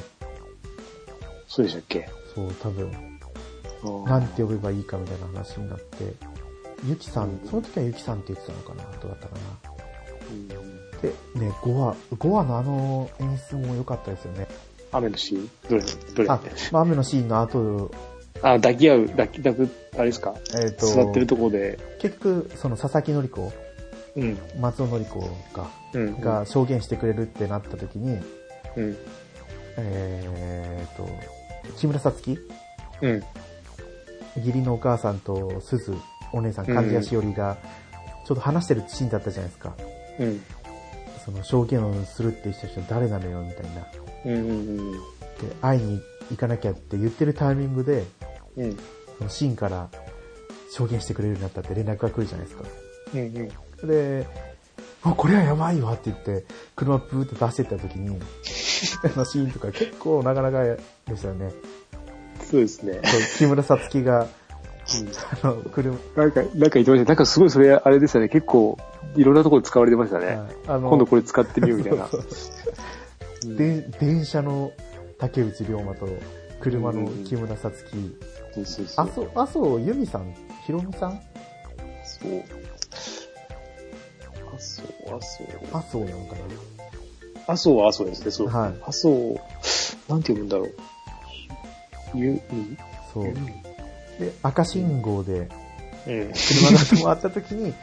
Speaker 2: そうでしたっけ
Speaker 1: そう、多分、
Speaker 2: あー
Speaker 1: なんて呼べばいいかみたいな話になって、ゆきさ
Speaker 2: うんん、
Speaker 1: その時はゆきさんって言ってたのかなどうだったかな
Speaker 2: うん
Speaker 1: で、ね、5話、5話のあの演出も良かったですよね。
Speaker 2: 雨のシーンどれどれ
Speaker 1: あ、まあ、雨のシーンの後、
Speaker 2: あ、抱き合う、抱き、抱く、あれですか
Speaker 1: えっ、
Speaker 2: 座ってる
Speaker 1: と、
Speaker 2: とこで、
Speaker 1: 結局、その佐々木のり子、
Speaker 2: うん、
Speaker 1: 松尾のり子が、
Speaker 2: うん、
Speaker 1: が証言してくれるってなった時に、
Speaker 2: うん、
Speaker 1: えっ、と、木村さつき
Speaker 2: うん、
Speaker 1: 義理のお母さんと鈴お姉さん
Speaker 2: うん
Speaker 1: 貫地谷しおりがちょっと話してるシーンだったじゃないですか
Speaker 2: うん、
Speaker 1: その証言をするって言った人誰なのよみたいなで
Speaker 2: うん、うん、
Speaker 1: 会いに行かなきゃって言ってるタイミングで
Speaker 2: うん、うん、
Speaker 1: そのシーンから証言してくれるようになったって連絡が来るじゃないですか
Speaker 2: うん、
Speaker 1: で「あこれはやばいわ」って言って車ブーって出してった時に あのシーンとか結構なかなかでしたよね
Speaker 2: そうですね。
Speaker 1: そう木村さつきがあの車
Speaker 2: なんか、なんか言ってました。なんかすごいそれ、あれでしたね。結構、いろんなところで使われてましたね。
Speaker 1: あの
Speaker 2: 今度これ使ってみようみたいな。
Speaker 1: そうそう
Speaker 2: うん
Speaker 1: で電車の竹内涼真と車の木村さつき、
Speaker 2: そうそうそう
Speaker 1: 麻生、麻生由美さん、ひろみさん
Speaker 2: そう。あ、そう、あ、そう。
Speaker 1: 麻生なのか
Speaker 2: 麻生は麻生ですね、そう。
Speaker 1: はい
Speaker 2: 麻生、なんて読むんだろう。ゆ、うん
Speaker 1: なそうう。
Speaker 2: ん。
Speaker 1: で、赤信号で
Speaker 2: うん。
Speaker 1: 車が止まった時に、何 待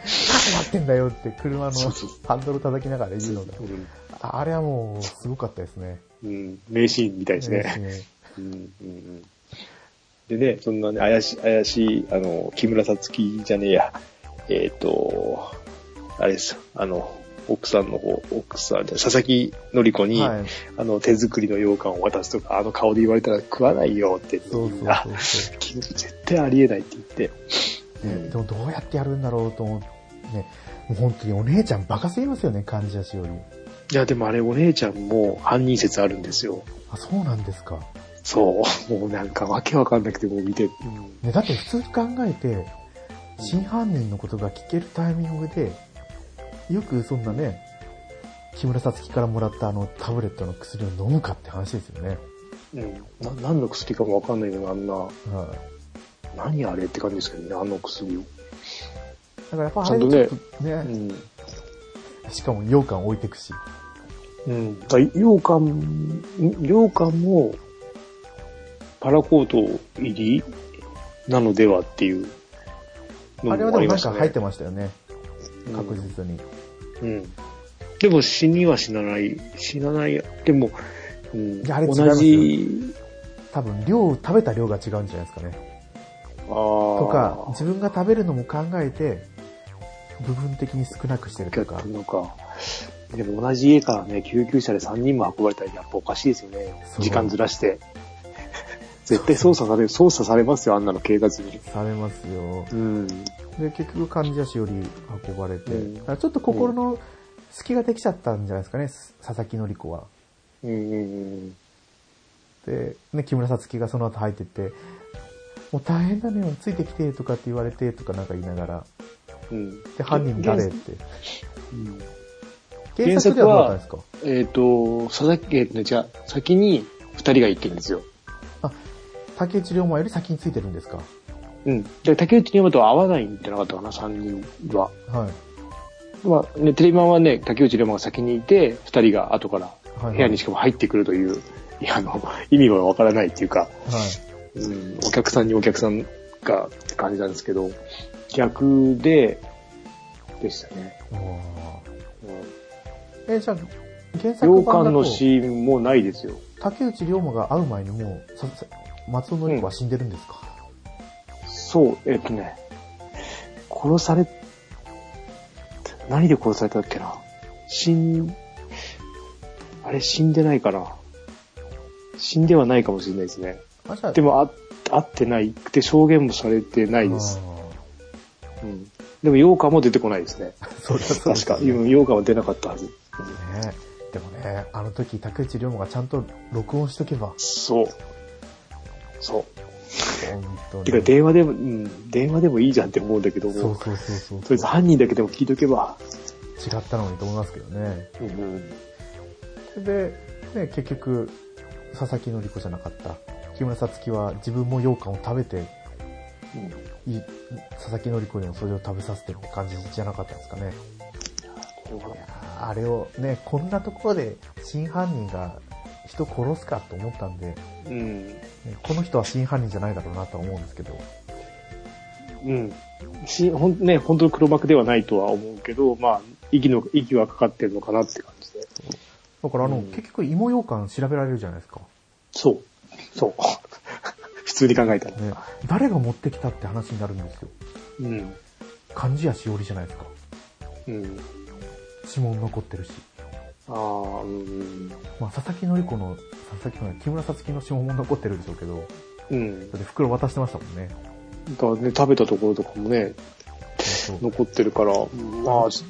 Speaker 1: ってんだよって車の
Speaker 2: そうそう
Speaker 1: ハンドル叩きながら言うのが、
Speaker 2: うん
Speaker 1: ああれはもうすごかったですね。
Speaker 2: うん、名シーンみたいですね。
Speaker 1: ね
Speaker 2: うんうんうんでね、そんなね、怪しい、怪しい、あの、木村さつきじゃねえや、えっ、と、あれですよ、あの、奥さんの方、奥さんじゃない、佐々木のり子に、
Speaker 1: はい。
Speaker 2: あの、手作りの羊羹を渡すとか、あの顔で言われたら食わないよって、
Speaker 1: そうそう
Speaker 2: みんな
Speaker 1: そうそ
Speaker 2: き絶対ありえないって言って、
Speaker 1: う。
Speaker 2: うん
Speaker 1: ねでもどうやってやるんだろうと思って、ね、もう本当にお姉ちゃんバカすぎますよね、患者しより。
Speaker 2: いや、でもあれお姉ちゃんも犯人説あるんですよ。
Speaker 1: あ、そうなんですか。
Speaker 2: そう、もうなんかわけわかんなくて、もう見て、うん
Speaker 1: ね、だって普通に考えて、真犯人のことが聞けるタイミングで、よくそんなね、木村さつきからもらったあのタブレットの薬を飲むかって話ですよね。
Speaker 2: うん。な何の薬かもわかんないけど、あんな、
Speaker 1: はい。
Speaker 2: 何あれって感じですけどね、あの薬を。
Speaker 1: だからやっぱ
Speaker 2: ち
Speaker 1: あ
Speaker 2: ゃ
Speaker 1: れ
Speaker 2: んと
Speaker 1: ちょっ
Speaker 2: ね
Speaker 1: とね、
Speaker 2: うん。
Speaker 1: しかも羊羹置いてくし。
Speaker 2: うん。だから羊羹、羊羹も、パラコート入りなのではっていうの
Speaker 1: あれはでも
Speaker 2: り
Speaker 1: な
Speaker 2: ま
Speaker 1: ん
Speaker 2: した
Speaker 1: か
Speaker 2: ね
Speaker 1: 入ってましたよね。
Speaker 2: うん
Speaker 1: 確実に。
Speaker 2: うん。でも死には死なない。死なない。でも、うん、
Speaker 1: いやあれ違い
Speaker 2: 同じ、
Speaker 1: 多分量、食べた量が違うんじゃないですかね。
Speaker 2: あ
Speaker 1: と
Speaker 2: と
Speaker 1: か、自分が食べるのも考えて、部分的に少なくしてるとか
Speaker 2: 逆。のか。でも同じ家からね、救急車で3人も運ばれたらやっぱおかしいですよね。
Speaker 1: そう
Speaker 2: 時間ずらして。 絶対操作される、操作されますよ、あんなの警察に。
Speaker 1: されますよ。
Speaker 2: うん。
Speaker 1: で、結局患者死より運ばれて、
Speaker 2: うん
Speaker 1: だからちょっと心の隙ができちゃったんじゃないですかね、す佐々木のり子は。
Speaker 2: うんうん
Speaker 1: で、ね、木村さつきがその後入ってって、もう大変だね、ついてきて、とかって言われて、とかなんか言いながら。
Speaker 2: うん。
Speaker 1: で、犯人誰って。
Speaker 2: うん
Speaker 1: 原作ではなかったんですか
Speaker 2: えっ、と、佐々木、えっ、とね、じゃあ先に2人が行ってるんですよ。
Speaker 1: 竹内涼真より先についてるんですか
Speaker 2: うん。で、竹内に山とは合わないんじゃなかったかな、3人は。
Speaker 1: はい。
Speaker 2: まあね、テレビマンはね、竹内涼真が先にいて、二人が後から
Speaker 1: はい、
Speaker 2: 部屋にしかも入ってくるという、いや、あの、意味はわからないっていうか、
Speaker 1: はい。
Speaker 2: うん、お客さんにお客さんがって感じなんですけど、逆で、でしたね。
Speaker 1: お
Speaker 2: うん
Speaker 1: ーえ、じゃあ、原作
Speaker 2: 洋
Speaker 1: 版
Speaker 2: 館
Speaker 1: だ
Speaker 2: の
Speaker 1: と、
Speaker 2: シーンもないですよ。
Speaker 1: 竹内涼真が会う前にもう、ささ松尾のり子は死んでるんですか、
Speaker 2: そう、えっとね、殺され、何で殺されたっけな死ん、あれ死んでないかな死んではないかもしれないですね。
Speaker 1: あ、じゃあ、
Speaker 2: でも、あ、会ってないって証言もされてないです。
Speaker 1: あ
Speaker 2: うん。でも、羊羹も出てこないですね。
Speaker 1: ー。そりゃそうで
Speaker 2: 確
Speaker 1: すよ
Speaker 2: か。うん羊羹は出なかったはず。
Speaker 1: ね。でもね、あの時、竹内涼真がちゃんと録音しとけば、
Speaker 2: そう。そ
Speaker 1: 本当
Speaker 2: う。
Speaker 1: に。
Speaker 2: てか、電話でも、うん、電話でもいいじゃんって思うんだけども、
Speaker 1: そう
Speaker 2: と
Speaker 1: そうそう
Speaker 2: りあ
Speaker 1: そ
Speaker 2: え
Speaker 1: う。
Speaker 2: ず犯人だけでも聞いとけば、
Speaker 1: 違ったのにと思いますけどね。
Speaker 2: うんうん、
Speaker 1: で、ね、結局、佐々木のり子じゃなかった。木村さつきは自分も羊羹を食べて、い佐々木のり子にもそれを食べさせてるって感じじゃなかったんですかね。いやーあれをね、こんなところで真犯人が人殺すかと思ったんで、ね
Speaker 2: うん。
Speaker 1: この人は真犯人じゃないだろうなとは思うんですけど。
Speaker 2: うん。し、ほん、ね、本当の黒幕ではないとは思うけど、まあ、息の、息はかかってるのかなって感じで。
Speaker 1: だからあの、
Speaker 2: うん
Speaker 1: 結局芋羊羹調べられるじゃないですか。
Speaker 2: そう。そう。 普通に考えたら。
Speaker 1: ね、誰が持ってきたって話になるんですよ。
Speaker 2: うん。
Speaker 1: 漢字やしおりじゃないですか。
Speaker 2: うん。
Speaker 1: 指紋残ってるし。
Speaker 2: ああ、うん。
Speaker 1: まあ、佐々木のり子の、佐々木の木村さつきの指紋も残ってるでしょうけど、
Speaker 2: うん。
Speaker 1: だって袋渡してましたもんね。
Speaker 2: だね、食べたところとかもね、
Speaker 1: そう
Speaker 2: 残ってるから、まあ、ちょっ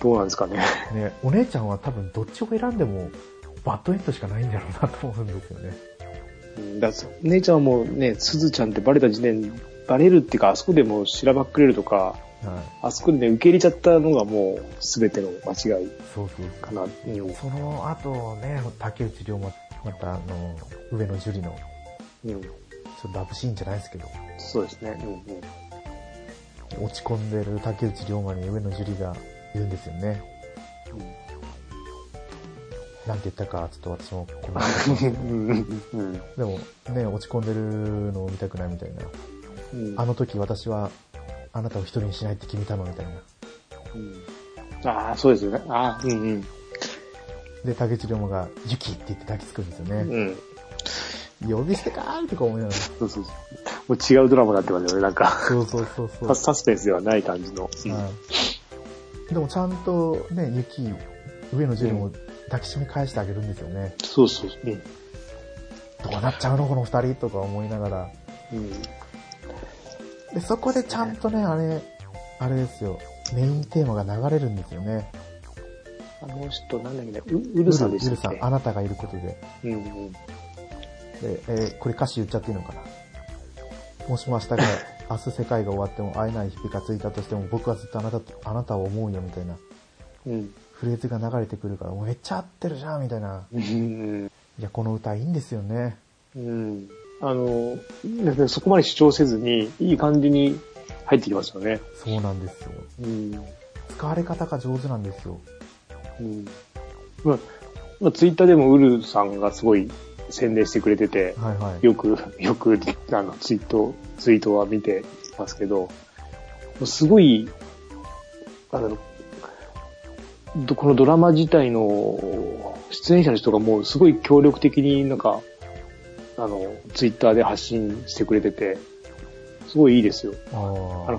Speaker 2: とどうなんですかね。
Speaker 1: ね、お姉ちゃんは多分どっちを選んでも、バッドエンドしかないんだろうなと思うんですよね。
Speaker 2: うんだそう姉ちゃんはもうね、すずちゃんってバレた時点、バレるっていうか、あそこでもうしらばっくれるとか、
Speaker 1: はい。
Speaker 2: あそこでね、受け入れちゃったのがもう全ての間違い
Speaker 1: そうそう
Speaker 2: かな。うん
Speaker 1: そう。その後ね、竹内涼真、またあの、上野樹里の、
Speaker 2: うん
Speaker 1: ちょっとラブシーンじゃないですけど、
Speaker 2: そうですね。うんうん。
Speaker 1: 落ち込んでる竹内涼真に上野樹里が言うんですよね。なんて言ったか、ちょっと私もこの、
Speaker 2: うん。
Speaker 1: でもね、落ち込んでるのを見たくないみたいな。
Speaker 2: うん。
Speaker 1: あの時私はあなたを一人にしないって決めたのみたいな。
Speaker 2: うんああ、そうですよね。ああ、うん
Speaker 1: で、竹内涼真が、ユキって言って抱きつくんですよね。
Speaker 2: うん。うん。
Speaker 1: 呼び捨てかーってか思いながら。
Speaker 2: そうそうそう。もう違うドラマになってますよね。なんか、
Speaker 1: そうそうそうそう。
Speaker 2: サスサスペンスではない感じの。
Speaker 1: はいでもちゃんとね、ユキ、上野樹里も抱きしめ返してあげるんですよね。
Speaker 2: そうそう。うん。
Speaker 1: どうなっちゃうのこの二人とか思いながら。
Speaker 2: うん。
Speaker 1: で、そこでちゃんとね、あれ、あれですよ。メインテーマが流れるんですよね。
Speaker 2: あの人、なんだっけね、うウルさんでし
Speaker 1: ウル
Speaker 2: た
Speaker 1: さ
Speaker 2: っ
Speaker 1: ん、あなたがいることで。
Speaker 2: けうんうん。
Speaker 1: で、えーこれ歌詞言っちゃっていいのかなもしも明日が、明日世界が終わっても会えない日々がついたとしても僕はずっとあなたと、あなたを思うよみたいな。
Speaker 2: うん。
Speaker 1: フレーズが流れてくるから、おめっちゃ合ってるじゃんみたいな。
Speaker 2: うん。
Speaker 1: いや、この歌いいんですよね。
Speaker 2: うん。あの、だけどそこまで主張せずに、いい感じに入ってきますよね。
Speaker 1: そうなんですよ。
Speaker 2: うん。
Speaker 1: 使われ方が上手なんですよ。
Speaker 2: うん。まあ、まあ、ツイッターでもウルさんがすごい宣伝してくれてて、
Speaker 1: はいはい。
Speaker 2: よく、 よく、あの、ツイート、ツイートは見てますけど、もうすごい、なんだろう、どこのドラマ自体の出演者の人がもうすごい協力的になんか、あの、ツイッターで発信してくれてて、すごいいいですよ。
Speaker 1: あ
Speaker 2: あの、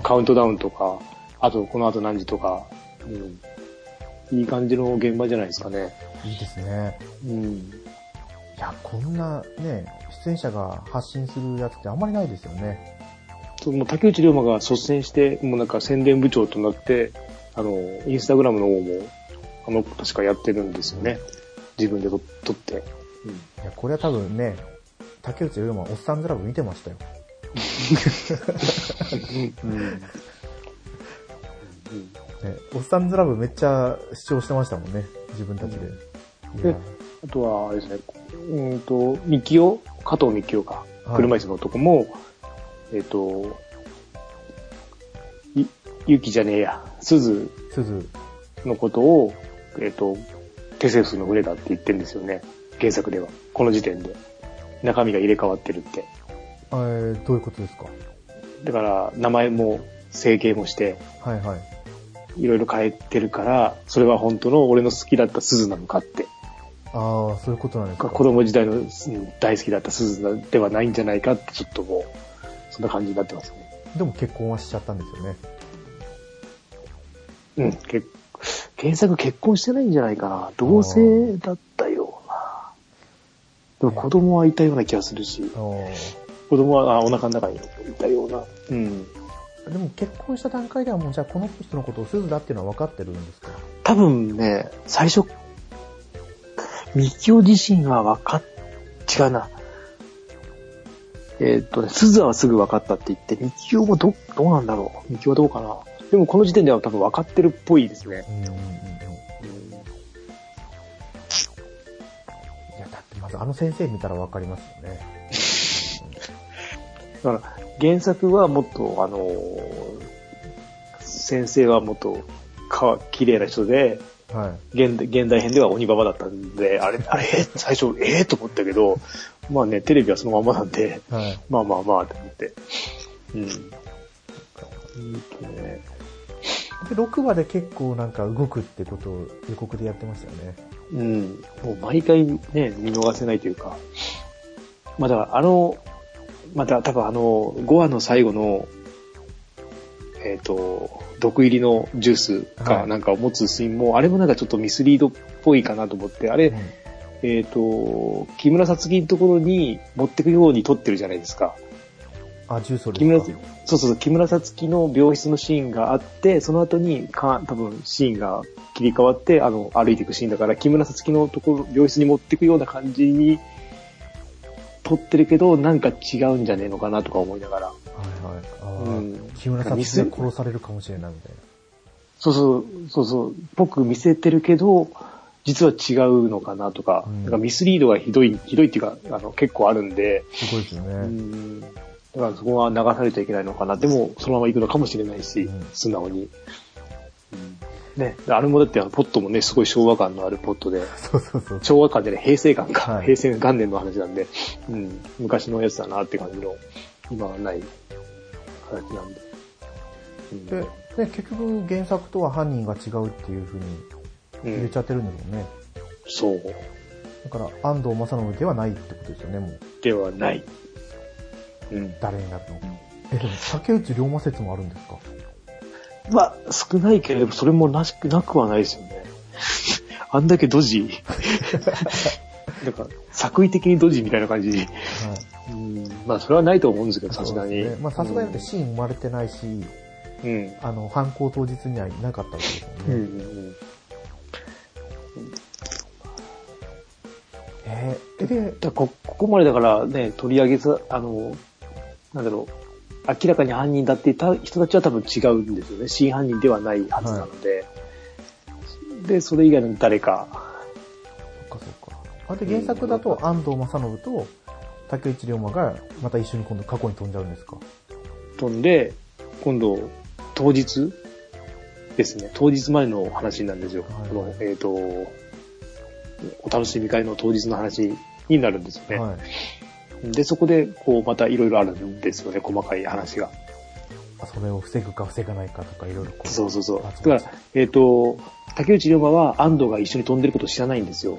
Speaker 1: ー
Speaker 2: カウントダウンとか、あと、この後何時とか、うん。いい感じの現場じゃないですかね。
Speaker 1: いいですね。
Speaker 2: うん。
Speaker 1: いや、こんなね、出演者が発信するやつってあんまりないですよね。
Speaker 2: そうもう竹内涼真が率先して、もうなんか宣伝部長となって、あの、インスタグラムの方も、あの、確かやってるんですよね。自分で撮撮って。
Speaker 1: いや、これは多分ね、竹内涼真、おっさんずラブ見てましたよ。
Speaker 2: うん。うん。
Speaker 1: ね、おっさんずラブめっちゃ主張してましたもんね、自分たちで。いや
Speaker 2: であとは、あれですね、うんと、みきお、加藤みきおか
Speaker 1: はい、
Speaker 2: 車椅子の男も、えっ、と、い、ゆきじゃねえや、鈴
Speaker 1: 鈴、
Speaker 2: のことを、えっ、と、テセウスの船だって言ってるんですよね。原作では。この時点で。中身が入れ替わってるって。
Speaker 1: えー、どういうことですか
Speaker 2: だから、名前も、整形もして、
Speaker 1: はいはい。
Speaker 2: いろいろ変えてるから、それは本当の俺の好きだった鈴なのかって。
Speaker 1: ああ、そういうことなんですか。
Speaker 2: 子供時代のうん大好きだった鈴ではないんじゃないかって、ちょっともう、そんな感じになってますね。
Speaker 1: でも結婚はしちゃったんですよね。
Speaker 2: うん。け原作結婚してないんじゃないかな。同性だったような。でも子供はいたような気がするし。
Speaker 1: あー
Speaker 2: 子供はあお腹の中にいたような。うん。
Speaker 1: でも結婚した段階ではもうじゃあこの人のことを鈴だっていうのは分かってるんですか
Speaker 2: 多分ね、最初、みきお自身は分かっ、違うな。えーっとね、鈴はすぐ分かったって言って、みきおもど、どうなんだろう。みきおはどうかな。でもこの時点では多分分かってるっぽいですね。
Speaker 1: うんうんうんうん。い
Speaker 2: うん
Speaker 1: や、だってまずあの先生見たら分かりますよね。
Speaker 2: だから、原作はもっと、あのー先生はもっと、か、綺麗な人で、
Speaker 1: はい。
Speaker 2: 現代現代編では鬼ババだったんで、あれ、あれ、え最初、ええと思ったけど、まあね、テレビはそのままなんで、
Speaker 1: はい。
Speaker 2: まあまあまあ、と思って。うん。うんとね
Speaker 1: で、6話で結構なんか動くってことを予告でやってましたよね。
Speaker 2: うん。もう毎回ね、見逃せないというか。まあだから、あの、また多分あの、5話の最後の、えっ、と、毒入りのジュース
Speaker 1: は
Speaker 2: か
Speaker 1: い
Speaker 2: なんかを持つシーンも、あれもなんかちょっとミスリードっぽいかなと思って、あれ、
Speaker 1: う
Speaker 2: えっ、と、木村さつきのところに持ってくように撮ってるじゃないですか。
Speaker 1: ん。あ、ジューソル
Speaker 2: 木村
Speaker 1: です
Speaker 2: そう
Speaker 1: か。
Speaker 2: そうそう、木村さつきの病室のシーンがあって、その後にか、多分シーンが切り替わって、あの、歩いていくシーンだから、木村さつきのところ、病室に持ってくような感じに撮ってるけど、なんか違うんじゃねえのかなとか思いながら。
Speaker 1: はいはい。あ
Speaker 2: う
Speaker 1: ー
Speaker 2: ん。
Speaker 1: 木村さんが殺されるかもしれないみたい
Speaker 2: そうそう、そうそう、僕見せてるけど、実は違うのかなとか、
Speaker 1: うん
Speaker 2: なんかミスリードがひどい、ひどいっていうか、あの、結構あるんで、
Speaker 1: な。すごいですよね。
Speaker 2: うんだからそこは流されちゃいけないのかな。でも、そのまま行くのかもしれないし、
Speaker 1: うん
Speaker 2: 素直に。ね、あれもだってあの、ポットもね、すごい昭和感のあるポットで、
Speaker 1: そうそうそう。
Speaker 2: 昭和感じゃない、平成感か、
Speaker 1: はい
Speaker 2: 平成元年の話なんで、うん、昔のやつだなって感じの、今はない形なんで。うん
Speaker 1: で、で結局原作とは犯人が違うっていう風に
Speaker 2: う
Speaker 1: 入れ
Speaker 2: ん
Speaker 1: ち、ゃってるんですもんね。
Speaker 2: そう
Speaker 1: だから安藤正信ではないってことですよね、もう。
Speaker 2: ではない。うん。
Speaker 1: 誰になるのか。え、でも竹内龍馬説もあるんですか
Speaker 2: まあ、少ないけれど、それもなしく、なくはないですよね。 あんだけ ドジ。なんか、作為的にドジみたいな感じ。
Speaker 1: はい。
Speaker 2: うんまあ、それはないと思うんですけど、さすが
Speaker 1: そう
Speaker 2: に
Speaker 1: ですね。まあさすがにだってシーン生まれてないし、
Speaker 2: うん。うん。
Speaker 1: あの、犯行当日にはいなかったわけですよ
Speaker 2: うんう
Speaker 1: ね。
Speaker 2: んうん
Speaker 1: えーで、
Speaker 2: だこここまでだからね、取り上げさ、あの、なんだろう、明らかに犯人だっていた人たちは多分違うんですよね。真犯人ではないはずなので。で、それ以外の誰か。
Speaker 1: そっかそっか。あで、原作だと安藤正信と竹内涼真がまた一緒に今度過去に飛んじゃうんですか。
Speaker 2: 飛んで、今度、当日ですね。当日までの話なんですよ。
Speaker 1: はい
Speaker 2: この、えっ、と、お楽しみ会の当日の話になるんですよね。
Speaker 1: はい。
Speaker 2: で、そこで、こう、またいろいろあるんですよね、細かい話が。
Speaker 1: あそれを防ぐか防がないかとかいろいろこう。
Speaker 2: そうそうそう。
Speaker 1: あ
Speaker 2: だ
Speaker 1: そ
Speaker 2: か
Speaker 1: う
Speaker 2: ら、えっ、と、竹内龍馬は安藤が一緒に飛んでることを知らないんですよ。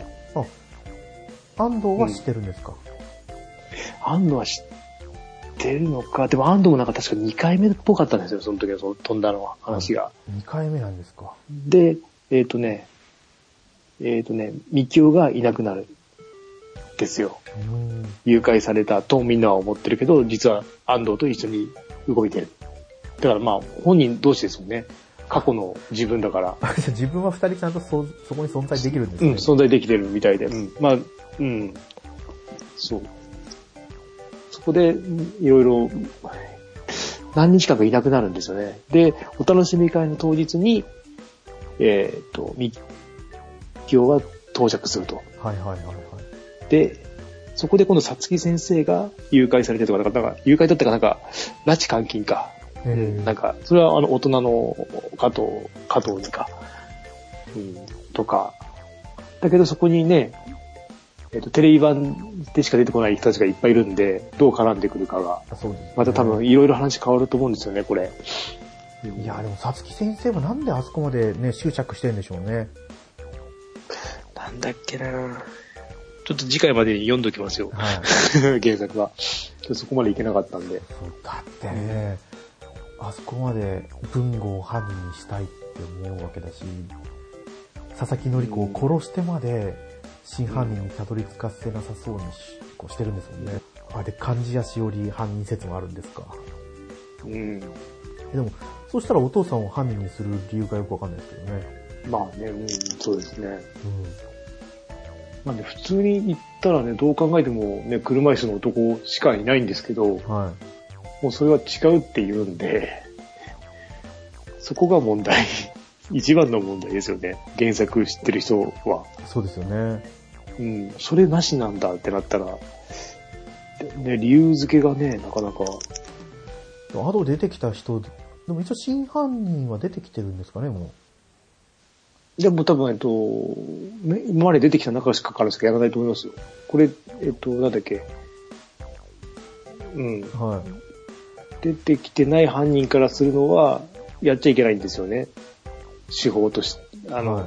Speaker 1: 安藤は知ってるんですか、
Speaker 2: 安藤は知ってるのか、でも安藤もなんか確か2回目っぽかったんですよ、その時のその飛んだのは話が。
Speaker 1: ?2 回目なんですか。
Speaker 2: で、えっ、とね、えっ、とね、みきおがいなくなる。ですよ。
Speaker 1: うーん。
Speaker 2: 誘拐されたとみんなは思ってるけど、実は安藤と一緒に動いてる。だからまあ、本人同士ですもんね。過去の自分だから。
Speaker 1: あじゃあ自分は2人ちゃんとそそこに存在できるんです
Speaker 2: う
Speaker 1: ね。
Speaker 2: ん、存在できてるみたいで。まあ、うん。そう。そこで、うんいろいろ、何日間かいなくなるんですよね。で、お楽しみ会の当日に、えっ、と、密教が到着すると。
Speaker 1: はいはいはいはい。
Speaker 2: で、そこで今度、さつき先生が誘拐されてとか、なんか、なんか誘拐だったかなんか、拉致監禁か。
Speaker 1: えー
Speaker 2: なんか、それはあの、大人の加藤、加藤にか、うん、とか、だけどそこにね、えっ、と、テレビ版でしか出てこない人たちがいっぱいいるんで、どう絡んでくるかが、
Speaker 1: あそうですね、
Speaker 2: また多分いろいろ話変わると思うんですよね、これ。
Speaker 1: いや、でも、さつき先生もなんであそこまでね、執着してるんでしょうね。。
Speaker 2: なんだっけなちょっと次回までに読んどき ますよ
Speaker 1: はい。
Speaker 2: 原作は。ちょっとそこまでいけなかったんで。
Speaker 1: そうだってね、あそこまで文豪を犯人にしたいって思うわけだし、佐々木則子を殺してまで、真犯人にたどり着かせなさそうにしこうしてるんですもんね。あ、で、漢字やしおり犯人説もあるんですか。
Speaker 2: うん。
Speaker 1: えでも、そうしたらお父さんを犯人にする理由がよくわかんないですけどね。
Speaker 2: まあね、うん、そうですね。まあね、普通に言ったらね、どう考えてもね、車椅子の男しかいないんですけど、
Speaker 1: うん。はい。
Speaker 2: もうそれは違うって言うんで、そこが問題、 一番の問題ですよね。原作知ってる人は。
Speaker 1: そうですよね。
Speaker 2: うん、それなしなんだってなったら、でね、理由付けがね、なかなか、
Speaker 1: でもアド出てきた人、でも一応真犯人は出てきてるんですかね、も
Speaker 2: でも多分、えっと、ね今まで出てきた中しかからしかやらないと思いますよ。これ、えっと、なんだっけ。うん。
Speaker 1: う。はい。
Speaker 2: 出てきてない犯人からするのは、やっちゃいけないんですよね。手法とし、あの、
Speaker 1: はい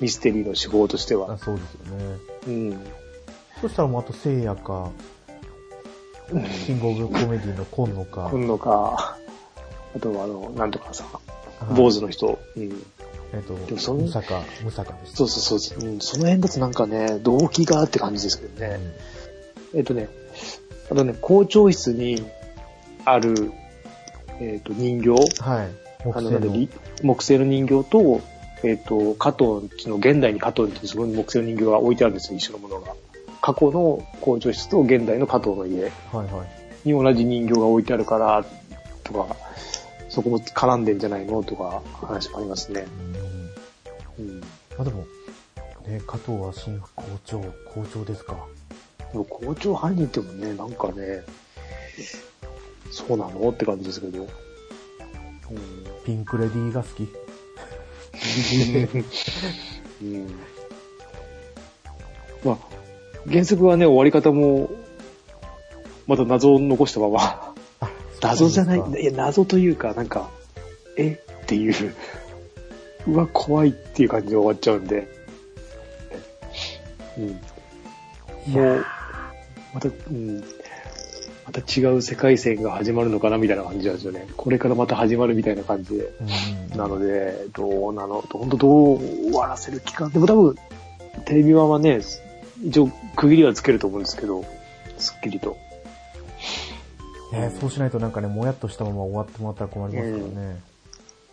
Speaker 2: ミステリーの手法として
Speaker 1: あ
Speaker 2: は。
Speaker 1: そうですよね。
Speaker 2: うん。
Speaker 1: そしたらもうあと聖夜か、キングオブコメディの今野か、
Speaker 2: 今野か、あとはあの、なんとかさ
Speaker 1: は、い
Speaker 2: 坊主の人。うん。
Speaker 1: えっと、
Speaker 2: もその
Speaker 1: ムサカ、ムサカでした。
Speaker 2: そうそうそう。うん、その辺だとなんかね、動機がって感じですけどね。えっとね、あとね、校長室にある、えっと、人形。
Speaker 1: うんはい。
Speaker 2: あ
Speaker 1: 木
Speaker 2: の
Speaker 1: 製の。
Speaker 2: なんで木製の人形と、えっ、と、加藤んちの、現代に加藤んちのそこに木製の人形が置いてあるんですよ、一緒のものが。過去の校長室と現代の加藤の家
Speaker 1: はいはい。
Speaker 2: に同じ人形が置いてあるから、とか、そこも絡んでんじゃないのとか、話もありますね。
Speaker 1: うん
Speaker 2: うん。で
Speaker 1: まあでも、ね、加藤は新校長、校長ですか。
Speaker 2: も校長犯人ってもね、なんかね、そうなのって感じですけど。うん。
Speaker 1: ピンクレディーが好き。
Speaker 2: うんまあ、原則はね、終わり方も、また謎を残したまま、
Speaker 1: あ、
Speaker 2: 謎じゃない
Speaker 1: そうなん、で
Speaker 2: いや、謎というか、なんか、えっていう、 うわ、怖いっていう感じで終わっちゃうんで、うん。
Speaker 1: すか。い
Speaker 2: も
Speaker 1: や
Speaker 2: う、また、うん、また違う世界線が始まるのかなみたいな感じなんですよね。これからまた始まるみたいな感じで。
Speaker 1: うん
Speaker 2: なので、どうなの、本当どう終わらせる期間。でも多分、テレビ版はね、一応区切りはつけると思うんですけど、すっきりと。
Speaker 1: ね、そうしないとなんかね、もやっとしたまま終わってもらったら困りますからね。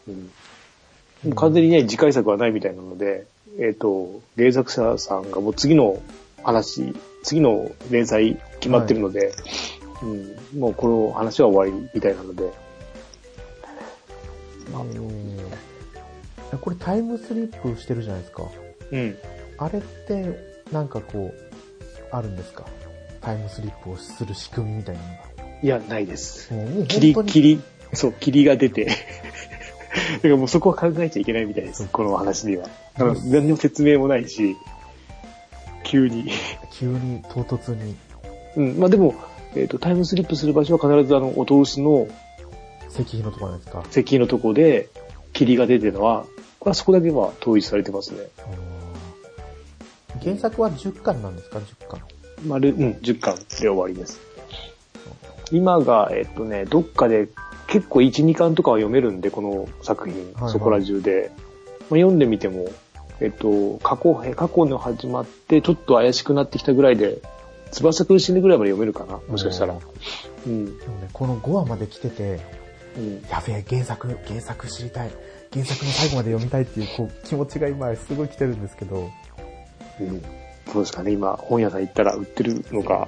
Speaker 2: うん、もう完全にね、次回作はないみたいなので、えっ、と、原作者さんがもう次の話、次の連載決まってるので、うん、もうこの話は終わりみたいなので、
Speaker 1: うんこれタイムスリップしてるじゃないですか。
Speaker 2: うん。
Speaker 1: あれって、なんかこう、あるんですかタイムスリップをする仕組みみたいなの
Speaker 2: いや、ないです。
Speaker 1: が。もうもう本
Speaker 2: 霧、
Speaker 1: 当に
Speaker 2: 霧、そう、霧が出て。 だからもうそこは考えちゃいけないみたいです、この話には。だから何の説明もないし、急に。
Speaker 1: 急に唐突に
Speaker 2: うん、まあでも、えっ、と、タイムスリップする場所は必ずあの、お通しの
Speaker 1: 石碑のところなんですか。
Speaker 2: 石碑のとこで霧が出てるのは、これはそこだけは統一されてますね。
Speaker 1: うん原作は10巻なんですか ?10 巻。
Speaker 2: 丸、うん、10巻で終わりです。今が、えっとね、どっかで結構1、2巻とかは読めるんで、この作品、
Speaker 1: はいはい
Speaker 2: そこら中で。まあ、読んでみても、えっと、過去編、過去の始まって、ちょっと怪しくなってきたぐらいで、翼くん死ぬぐらいまで読めるかな、もしかしたら。うん。
Speaker 1: でもね、この5話まで来てて、
Speaker 2: うん、
Speaker 1: やべえ、原作、原作知りたい。原作の最後まで読みたいっていう、こう、気持ちが今、すごい来てるんですけど、
Speaker 2: うん。どうですかね、今、本屋さん行ったら売ってるのか。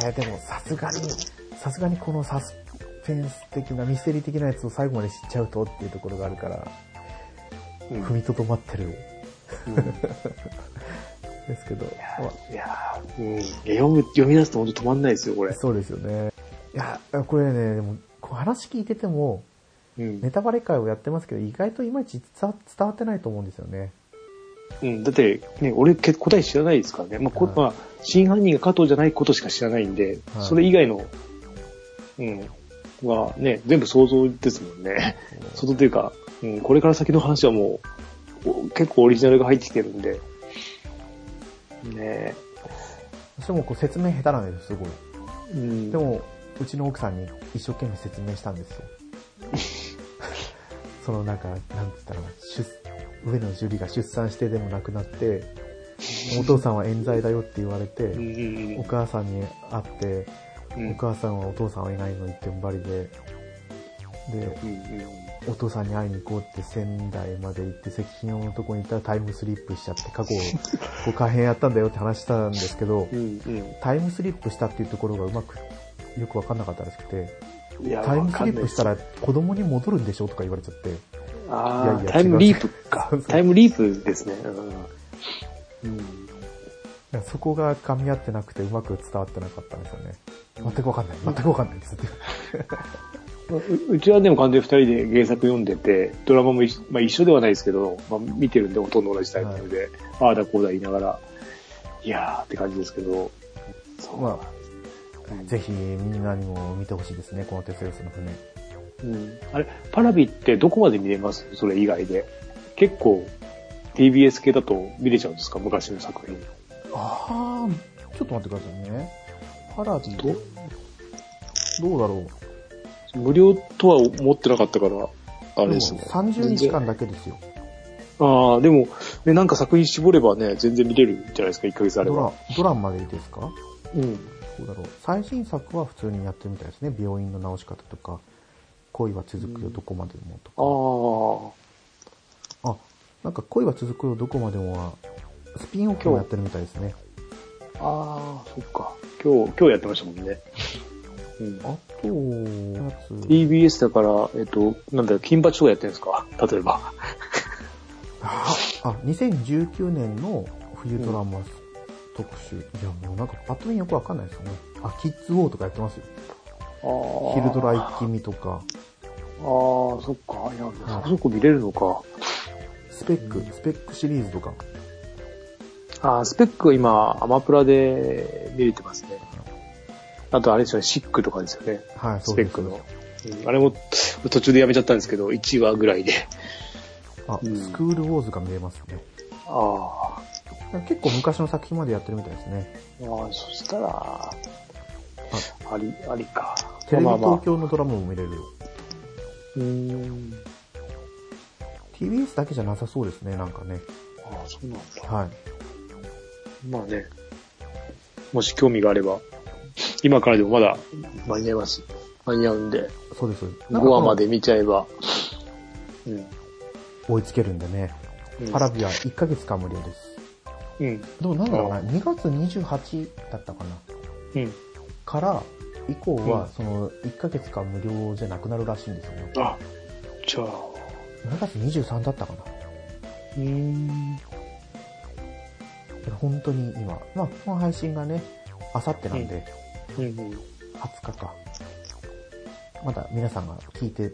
Speaker 1: えー、でも、さすがに、さすがにこのサスペンス的な、ミステリー的なやつを最後まで知っちゃうとっていうところがあるから、
Speaker 2: うん
Speaker 1: 踏みとどまってるん
Speaker 2: うん
Speaker 1: ですけど、ま
Speaker 2: いやーうん、いや読む、読み出すと本当止まんないですよ、こ
Speaker 1: あ
Speaker 2: れ。
Speaker 1: そうですよね。いや、これね、でも、こう話聞いてても、
Speaker 2: うん
Speaker 1: ネタバレ会をやってますけど、意外といまいち伝わ伝わってないと思うんですよね。
Speaker 2: うん、だって、ね、俺、け答え知らないですからね。まあ、こ
Speaker 1: はい
Speaker 2: まあ、真犯人が加藤じゃないことしか知らないんで、
Speaker 1: はい
Speaker 2: それ以外の、うん、はね、全部想像ですもんね。想像というか、うん、これから先の話はもう、お結構オリジナルが入ってきてるんで、ね
Speaker 1: 私もこう説明下手なんですよ、すごい。
Speaker 2: うん、
Speaker 1: でも、うちの奥さんに一生懸命説明したん ですよ。そのなんか、なんて言ったら、出上野樹里が出産してでも亡くな って、お父さんは冤罪だよって言われ
Speaker 2: うん、
Speaker 1: て、
Speaker 2: うん
Speaker 1: お母さんに会って、
Speaker 2: うん、うん
Speaker 1: お母さんはお父さんはいないの一点張りで、で、
Speaker 2: うん、
Speaker 1: お父さんに会いに行こうって仙台まで行って、石碑のとこに行ったらタイムスリップしちゃって、過去をこう改変やったんだよって話したんですけど
Speaker 2: う、ん、うん
Speaker 1: タイムスリップしたっていうところがうまく、よくわかんなかったらしくて、
Speaker 2: うん。いや
Speaker 1: タイムスリップした、
Speaker 2: わ
Speaker 1: ら子供に戻るんでしょとか言われちゃって。
Speaker 2: かん
Speaker 1: いやい
Speaker 2: ない
Speaker 1: や
Speaker 2: ですあータイムリープか
Speaker 1: そう。そう
Speaker 2: タイムリープですね。うんうん
Speaker 1: そこが噛み合ってなくてうまく伝わってなかったんですよね。全くわかんない。全くわかんないですって。
Speaker 2: ううちはでも完全に二人で原作読んでて、ドラマも一,、まあ、一緒ではないですけど、まあ、見てるんでほとんど同じタイミングで、ああだこうだ言いながら、いやーって感じですけど、そう
Speaker 1: ま
Speaker 2: うん
Speaker 1: ぜひみんなにも見てほしいですね、このテセウスの船。
Speaker 2: うん、あれ、パラビってどこまで見れますそれ以外で。結構 TBS 系だと見れちゃうんですか昔の作品。
Speaker 1: あー、ちょっと待ってくださいね。パラディ
Speaker 2: ど
Speaker 1: どうだろ
Speaker 2: 無料とは思ってなかったから、あ
Speaker 1: う。
Speaker 2: れですね。
Speaker 1: 30日間だけですよ。
Speaker 2: ああ、でも、ね、なんか作品絞ればね、全然見れるじゃないですか、1ヶ月あれ
Speaker 1: ド
Speaker 2: ば
Speaker 1: ラ。ドラマでいいですか
Speaker 2: うん。
Speaker 1: どうだろう。最新作は普通にやってるみたいですね。病院の治し方とか、恋は続くよ、どこまでもとか。
Speaker 2: ああ。
Speaker 1: あ、なんか恋は続くよ、どこまでもは、スピンオフをやってるみたいですね。
Speaker 2: ああ、そっか。今日、今日やってましたもんね。うん、
Speaker 1: あと、やつ、
Speaker 2: TBS だから、えっと、なんだよ、金八とかやってるんですか例えば。
Speaker 1: あ、あ2019年の冬ドラマ特集。いや、もうなんかパッと見よくわかんないですよね。あ、キッズウォーとかやってますよ。
Speaker 2: ヒ
Speaker 1: ヒルドラ
Speaker 2: あ
Speaker 1: 一気見とか、
Speaker 2: あー、そっか。いや、そこそこ見れるのか。
Speaker 1: スペック、スペックシリーズとか。
Speaker 2: ああ、スペックは今、アマプラで見れてますね。あと、あれですよね、シックとかですよね。
Speaker 1: はい、そ
Speaker 2: ス
Speaker 1: う
Speaker 2: ペ
Speaker 1: です。
Speaker 2: ックの。うんあれも途中でやめちゃったんですけど、1話ぐらいで。
Speaker 1: あ、
Speaker 2: うん
Speaker 1: スクールウォーズが見れますね。
Speaker 2: あ
Speaker 1: 結構昔の作品までやってるみたいですね。
Speaker 2: ーあー、そしたら、あり、ありか。
Speaker 1: テレビ
Speaker 2: まあまあまあ
Speaker 1: 東京のドラマも見れる。
Speaker 2: うーん。
Speaker 1: TBS だけじゃなさそうですね、なんかね。
Speaker 2: ああ、そうなんだ。
Speaker 1: はい。
Speaker 2: まあね、もし興味があれば、今からでもまだ間に合います。間に合うんで、
Speaker 1: そうです。そうです
Speaker 2: 5話まで見ちゃえば。うん。
Speaker 1: 追いつけるんでね。
Speaker 2: うん
Speaker 1: パラビは1ヶ月間無料です。
Speaker 2: うん。
Speaker 1: どうなんだろうな、
Speaker 2: あ
Speaker 1: 2月28だったかな。
Speaker 2: うん。
Speaker 1: から、以降
Speaker 2: う
Speaker 1: は
Speaker 2: ん、
Speaker 1: その、1ヶ月間無料じゃなくなるらしいんですよね。
Speaker 2: あ、じゃあ、
Speaker 1: 7月23だったかな。
Speaker 2: うん。
Speaker 1: 本当に今、まあ、この配信がね、あさってなんで、
Speaker 2: うん。
Speaker 1: 20日か。まだ皆さんが聞いて、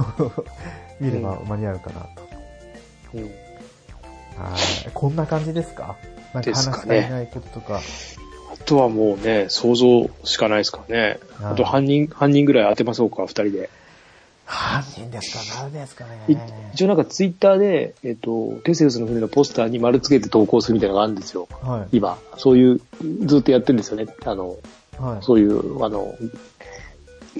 Speaker 1: 見れば間に合うかなと。
Speaker 2: うん。
Speaker 1: はい。こんな感じですかなんか話したいないこととか。
Speaker 2: あとはもうね、想像しかないですからね。
Speaker 1: はい
Speaker 2: あと半人、半人ぐらい当てましょうか、二人で。
Speaker 1: 犯人ですか誰ですかね
Speaker 2: い一応なんかツイッターで、えっ、と、テセウスの船のポスターに丸つけて投稿するみたいなのがあるんですよ。
Speaker 1: はい。
Speaker 2: 今。そういう、ずっとやってるんですよね。あの、
Speaker 1: はい。
Speaker 2: そういう、あの、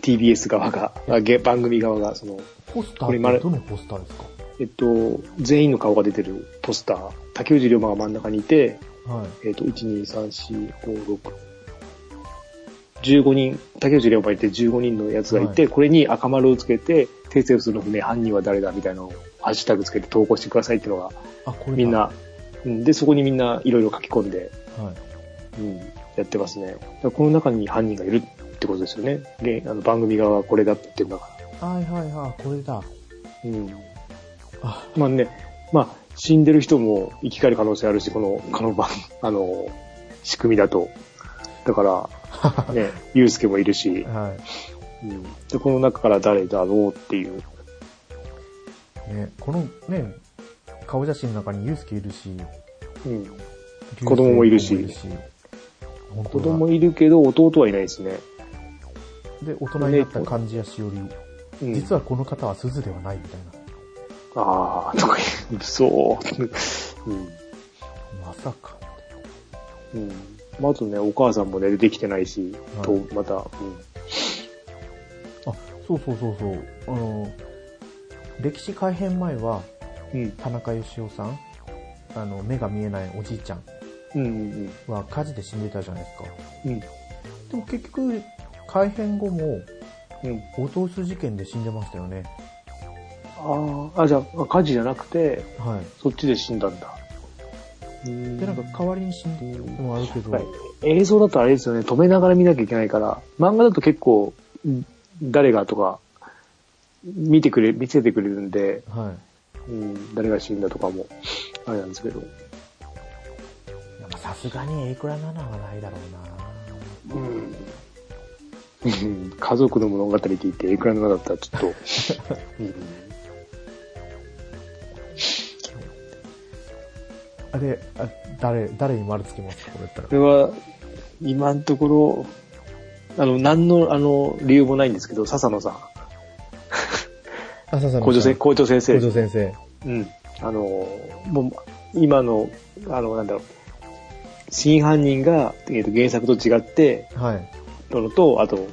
Speaker 2: TBS 側が、あげ番組側が、その、
Speaker 1: ポスタ
Speaker 2: これま
Speaker 1: ーっ
Speaker 2: る
Speaker 1: てどのポスターです
Speaker 2: えっと、全員の顔が出てるポスター、竹内龍馬が真ん中にいて、
Speaker 1: かはい。
Speaker 2: えっと、1、2、3、4、5、6、15人、竹内龍馬いて15人のやつがいて、これに赤丸をつけて、テセウスの船、犯人は誰だみたいなのをハッシュタグつけて投稿してくださいっていうのが、
Speaker 1: あ、これだ
Speaker 2: みん。な、うんで、そこにみんないろいろ書き込んで、
Speaker 1: はい。
Speaker 2: うん、やってますね。だからこの中に犯人がいるってことですよね。であの番組側はこれだって言ってるんだから。
Speaker 1: はいはいはい、これだ。
Speaker 2: うん。
Speaker 1: あ、
Speaker 2: まあね、まあ、死んでる人も生き返る可能性あるし、この、この番、あの、仕組みだと。だから、ね、ゆうすけもいるし、
Speaker 1: は
Speaker 2: うん、で、この中から誰だろうっていう。
Speaker 1: い。ね、このね、顔写真の中にユースケいるし、
Speaker 2: うん、子供もいるし
Speaker 1: 流星もいるし本当
Speaker 2: 子
Speaker 1: だ
Speaker 2: 供いるけど、弟はいないですね。
Speaker 1: で、大人になった感じやしおり、
Speaker 2: うん、
Speaker 1: 実はこの方は鈴ではないみたい
Speaker 2: ああ、とか言う。そう。うん
Speaker 1: な。まさか。
Speaker 2: うん。まあ、あとね、お母さんもね、出てきてないし、
Speaker 1: はい
Speaker 2: と、また、うん。
Speaker 1: あ、そうそうそうそう。あの、歴史改変前は、
Speaker 2: うん。
Speaker 1: 田中義雄さん、あの、目が見えないおじいちゃん
Speaker 2: うん。うん
Speaker 1: は火事で死んでたじゃないですか。
Speaker 2: うん。
Speaker 1: でも結局、改変後も、
Speaker 2: うん。
Speaker 1: お通す事件で死んでましたよね。
Speaker 2: ああ、あ、じゃあ、火事じゃなくて、
Speaker 1: はい。
Speaker 2: そっちで死んだんだ。うん
Speaker 1: で、なんか代わりに死んでるのもあるけど、
Speaker 2: はい映像だとあれですよね、止めながら見なきゃいけないから、漫画だと結構、ん誰がとか、見てくれ、見せてくれるんで、
Speaker 1: はい。
Speaker 2: うん、誰が死んだとかも、あれなんですけど。
Speaker 1: いやまあさすがにエイクラ7はないだろう
Speaker 2: うん。家族の物語聞いて、いくらの中だったらちょっと、うん
Speaker 1: なあれ、あ誰、誰に丸つけますかこれやったら
Speaker 2: こ。れは、今のところ、あの、何の、あの、理由もないんですけど、笹野さん、
Speaker 1: 朝さん
Speaker 2: 校長先校長先生
Speaker 1: 校長先生。
Speaker 2: うん。あの、もう、今の、あの、なんだろう、真犯人が、えーと原作と違って、
Speaker 1: はい。
Speaker 2: のと、あと、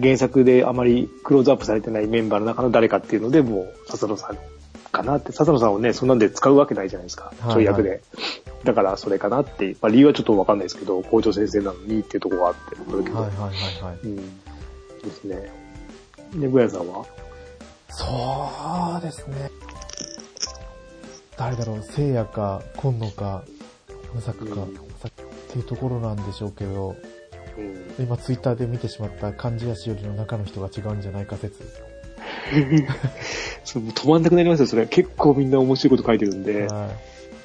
Speaker 2: 原作であまりクローズアップされてないメンバーの中の誰かっていうので、もう、笹野さんかなって、笹野さんをね、そんなんで使うわけないじゃないですか、
Speaker 1: はい
Speaker 2: ちょい役で。だから、それかなって、まあ、理由はちょっとわかんないですけど、校長先生なのにっていうところがあって、これけど
Speaker 1: はいはいはいはい。
Speaker 2: うん。ですね。で、ブヤさんは
Speaker 1: そうですね。誰だろう、聖夜か、今野か、無作か、
Speaker 2: うん
Speaker 1: 無作っていうところなんでしょうけど、
Speaker 2: うん。
Speaker 1: 今ツイッターで見てしまった漢字やしおりの中の人が違うんじゃないか説。
Speaker 2: そうもう止まんなくなりますよ、それ。結構みんな面白いこと書いてるんで。
Speaker 1: は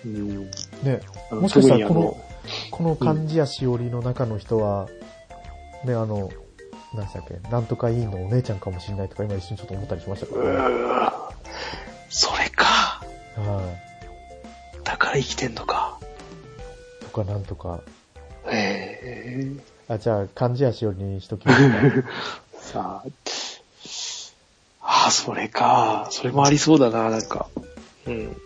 Speaker 2: うん
Speaker 1: い。ね、
Speaker 2: あの
Speaker 1: もしかしたら
Speaker 2: 特にあ
Speaker 1: ここの漢字やしおりの中の人は、ね、あの、何でしたっけ、なんとか委員のお姉ちゃんかもしれないとか今一瞬ちょっと思ったりしましたけど、
Speaker 2: う
Speaker 1: ね、
Speaker 2: ーんそれか。
Speaker 1: はい。
Speaker 2: だから生きてんのか。
Speaker 1: とかなんとか。
Speaker 2: へえ。
Speaker 1: あ、じゃあ漢字やしおりにしときますか。
Speaker 2: さあ。ああ、それか。それもありそうだな、なんか。うん。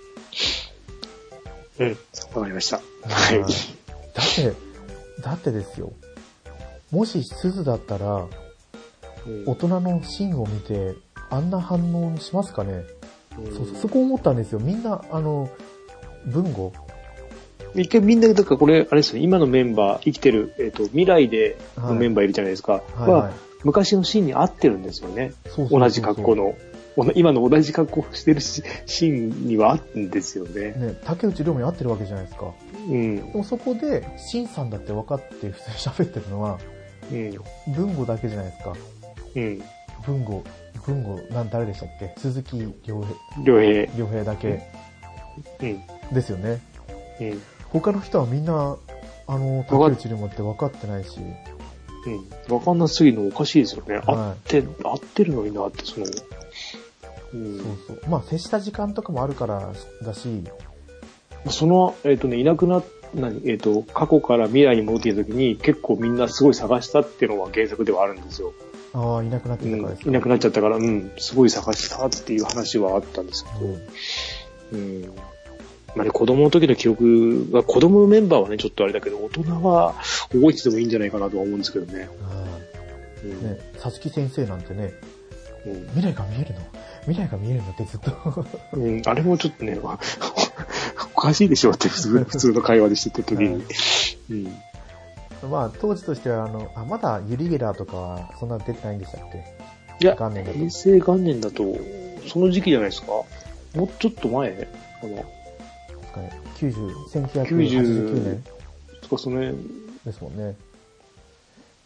Speaker 2: うん。わかりました。はい。
Speaker 1: だって、だってですよ。もし鈴だったら、
Speaker 2: うん
Speaker 1: 大人のシーンを見て、あんな反応しますかね、
Speaker 2: うん
Speaker 1: そうそうそこ思ったんですよ。みんな、あの、文語
Speaker 2: 一回みんな、だからこれ、あれですね、今のメンバー、生きてる、えっ、と、未来でのメンバーいるじゃないですか。
Speaker 1: はいはい
Speaker 2: は、昔のシーンに合ってるんですよね。
Speaker 1: そうそうそうそう
Speaker 2: 同じ格好。の、おな今の同じ格好してるしシーンにはあるんですよね。
Speaker 1: ね、竹内涼真に合ってるわけじゃないですか。
Speaker 2: うん。
Speaker 1: でもそこで、シンさんだって分かって普通に喋ってるのは、
Speaker 2: うん。
Speaker 1: 文語だけじゃないですか。
Speaker 2: うん。
Speaker 1: 文吾、文吾、なん、誰でしたっけ鈴木良平、
Speaker 2: 良平。
Speaker 1: 良平だけ
Speaker 2: うん。
Speaker 1: ですよね。
Speaker 2: うん。
Speaker 1: 他の人はみんな、あの、竹内にもって分かってないし、
Speaker 2: うん。わかんなすぎるのおかしいですよね。合
Speaker 1: は
Speaker 2: って、合ってるのになって、その。うん。
Speaker 1: そうそう。まあ、接した時間とかもあるからだし、
Speaker 2: その、えっ、とね、いなくなっ何えっ、と、過去から未来に戻ってきた時に結構みんなすごい探したっていうのは原作ではあるんですよ。
Speaker 1: ああ、いなくなって
Speaker 2: う
Speaker 1: た
Speaker 2: ん
Speaker 1: からです、
Speaker 2: いなくなっちゃったから、うん、すごい探したっていう話はあったんですけ
Speaker 1: うん
Speaker 2: ど、うん。まあね、子供の時の記憶が、子供のメンバーはね、ちょっとあれだけど、大人は覚えててもいいんじゃないかなとは思うんですけどね。
Speaker 1: あ
Speaker 2: う
Speaker 1: あ
Speaker 2: ん。
Speaker 1: ね、さつき先生なんてね、
Speaker 2: うん
Speaker 1: 未来が見えるの未来が見えるのってずっと は
Speaker 2: うん、あれもちょっとね、 わおかしいでしょって普通普通の会話でしてた時に。うん。
Speaker 1: い。まあ、当時としては、あの、あ、まだユリゲラーとかはそんな出てないんでしたっけ
Speaker 2: いや、
Speaker 1: 元年だと
Speaker 2: 平成元年だと、その時期じゃないですかもうちょっと前あの、
Speaker 1: ですかね。90、1989年
Speaker 2: とかその辺、
Speaker 1: ですもんね。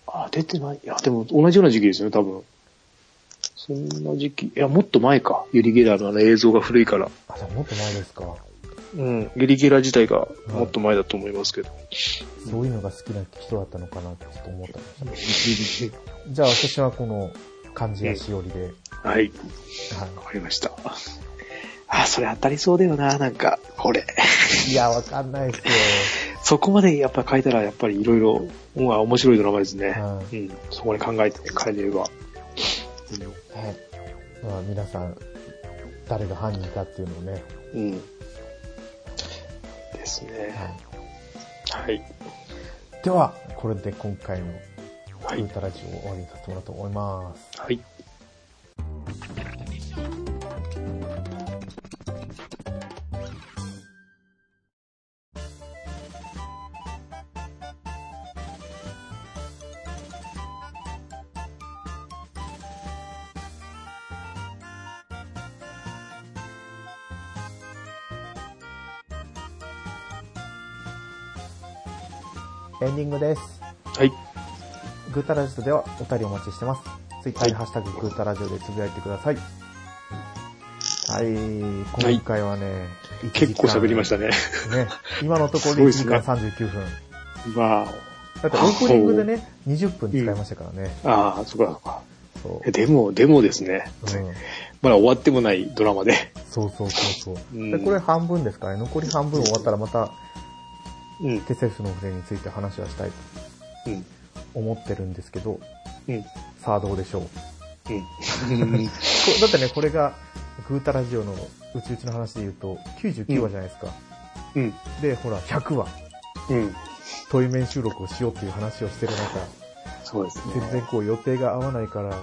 Speaker 2: あ、出てない。いや、でも同じような時期ですよね、多分。そんな時期。いや、もっと前か。ユリゲラーのあの映像が古いから。
Speaker 1: あ、じゃあもっと前ですか。
Speaker 2: うん。ユリゲラー自体がもっと前だと思いますけど。
Speaker 1: そういうのが好きな人だったのかなってちょっと思ったんですね。じゃあ私はこの漢字やしおりで、はい。
Speaker 2: はい。わかりました。あ、それ当たりそうだよな、なんか、これ。
Speaker 1: いや、わかんないです
Speaker 2: そこまでやっぱ書いたら、やっぱりいろいろ、うんあ面白いドラマですね。
Speaker 1: は
Speaker 2: うん。そこに考えて変えれれば。うん
Speaker 1: よ。はい。まあ皆さん、誰が犯人かっていうのをね。
Speaker 2: うん。ですね。
Speaker 1: は
Speaker 2: はい。
Speaker 1: い、では、これで今回の
Speaker 2: は
Speaker 1: ウー
Speaker 2: い。
Speaker 1: タラジオを終わりにさせてもらおうと思います。
Speaker 2: はい。
Speaker 1: エンディングです。
Speaker 2: はい。
Speaker 1: グータラジオではお便りお待ちしてます。ツイッターでハッシュタググータラジオでつぶやいてください。はい、今回はね、
Speaker 2: 結構喋りましたね。
Speaker 1: た。ね、今のところ
Speaker 2: すご
Speaker 1: で1
Speaker 2: いです
Speaker 1: 時
Speaker 2: ね
Speaker 1: 間39分。
Speaker 2: ま
Speaker 1: だってオープニングでね、20分使いましたからね。
Speaker 2: あ、ああ、そっかそっか。
Speaker 1: そう。
Speaker 2: えでも、でもですね。
Speaker 1: うん、
Speaker 2: まだ終わってもないドラマで。
Speaker 1: そうそうそうそうう。
Speaker 2: ん
Speaker 1: でこれ半分ですからね、残り半分終わったらまた、
Speaker 2: うん。
Speaker 1: テセウスの船について話はしたいと
Speaker 2: うん。
Speaker 1: 思ってるんですけど、
Speaker 2: うん。
Speaker 1: さあどうでしょう。こ
Speaker 2: うん。
Speaker 1: だってね、これが、グータラジオのうちうちの話で言うと、99話じゃないですか。
Speaker 2: うん。
Speaker 1: で、ほら、100話、
Speaker 2: うん。
Speaker 1: トイメン収録をしようっていう話をしてる中、
Speaker 2: そうです
Speaker 1: 全然
Speaker 2: ね。
Speaker 1: こう予定が合わないから、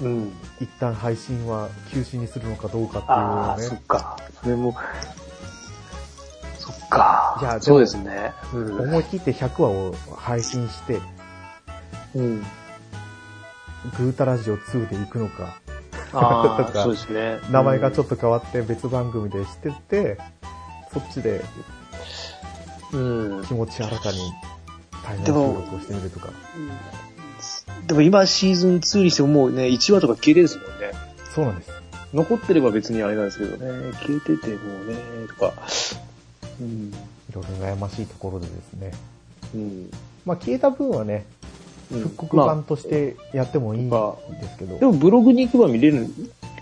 Speaker 2: うん。
Speaker 1: 一旦配信は休止にするのかどうかっ
Speaker 2: ああ、
Speaker 1: ていう
Speaker 2: そ
Speaker 1: のを
Speaker 2: っ
Speaker 1: ね、
Speaker 2: か。それも、そっか。
Speaker 1: いやでも
Speaker 2: そうですね。うん。
Speaker 1: 思い切って100話を配信して、
Speaker 2: うん。
Speaker 1: グータラジオ2で行くのか、
Speaker 2: あ
Speaker 1: とか
Speaker 2: あ、そうですね。
Speaker 1: 名前がちょ
Speaker 2: っ
Speaker 1: っと変わって別番組でしてて、そっちで
Speaker 2: と、うん。
Speaker 1: 気持ち新たに対面
Speaker 2: で
Speaker 1: 収
Speaker 2: も
Speaker 1: 録をしてみるとか。
Speaker 2: でも今シーズン2にしてももうね、1話とか消えてですもんね。
Speaker 1: そうなんです。
Speaker 2: 残ってれば別にあれなんですけどね、消えててもうね、とか。うん。
Speaker 1: いろいろ悩ましいところでですね。
Speaker 2: うん。
Speaker 1: まあ消えた分はね、
Speaker 2: うん
Speaker 1: 復刻版としてやってもいいんですけど。
Speaker 2: まあでもブログに行けば見れる、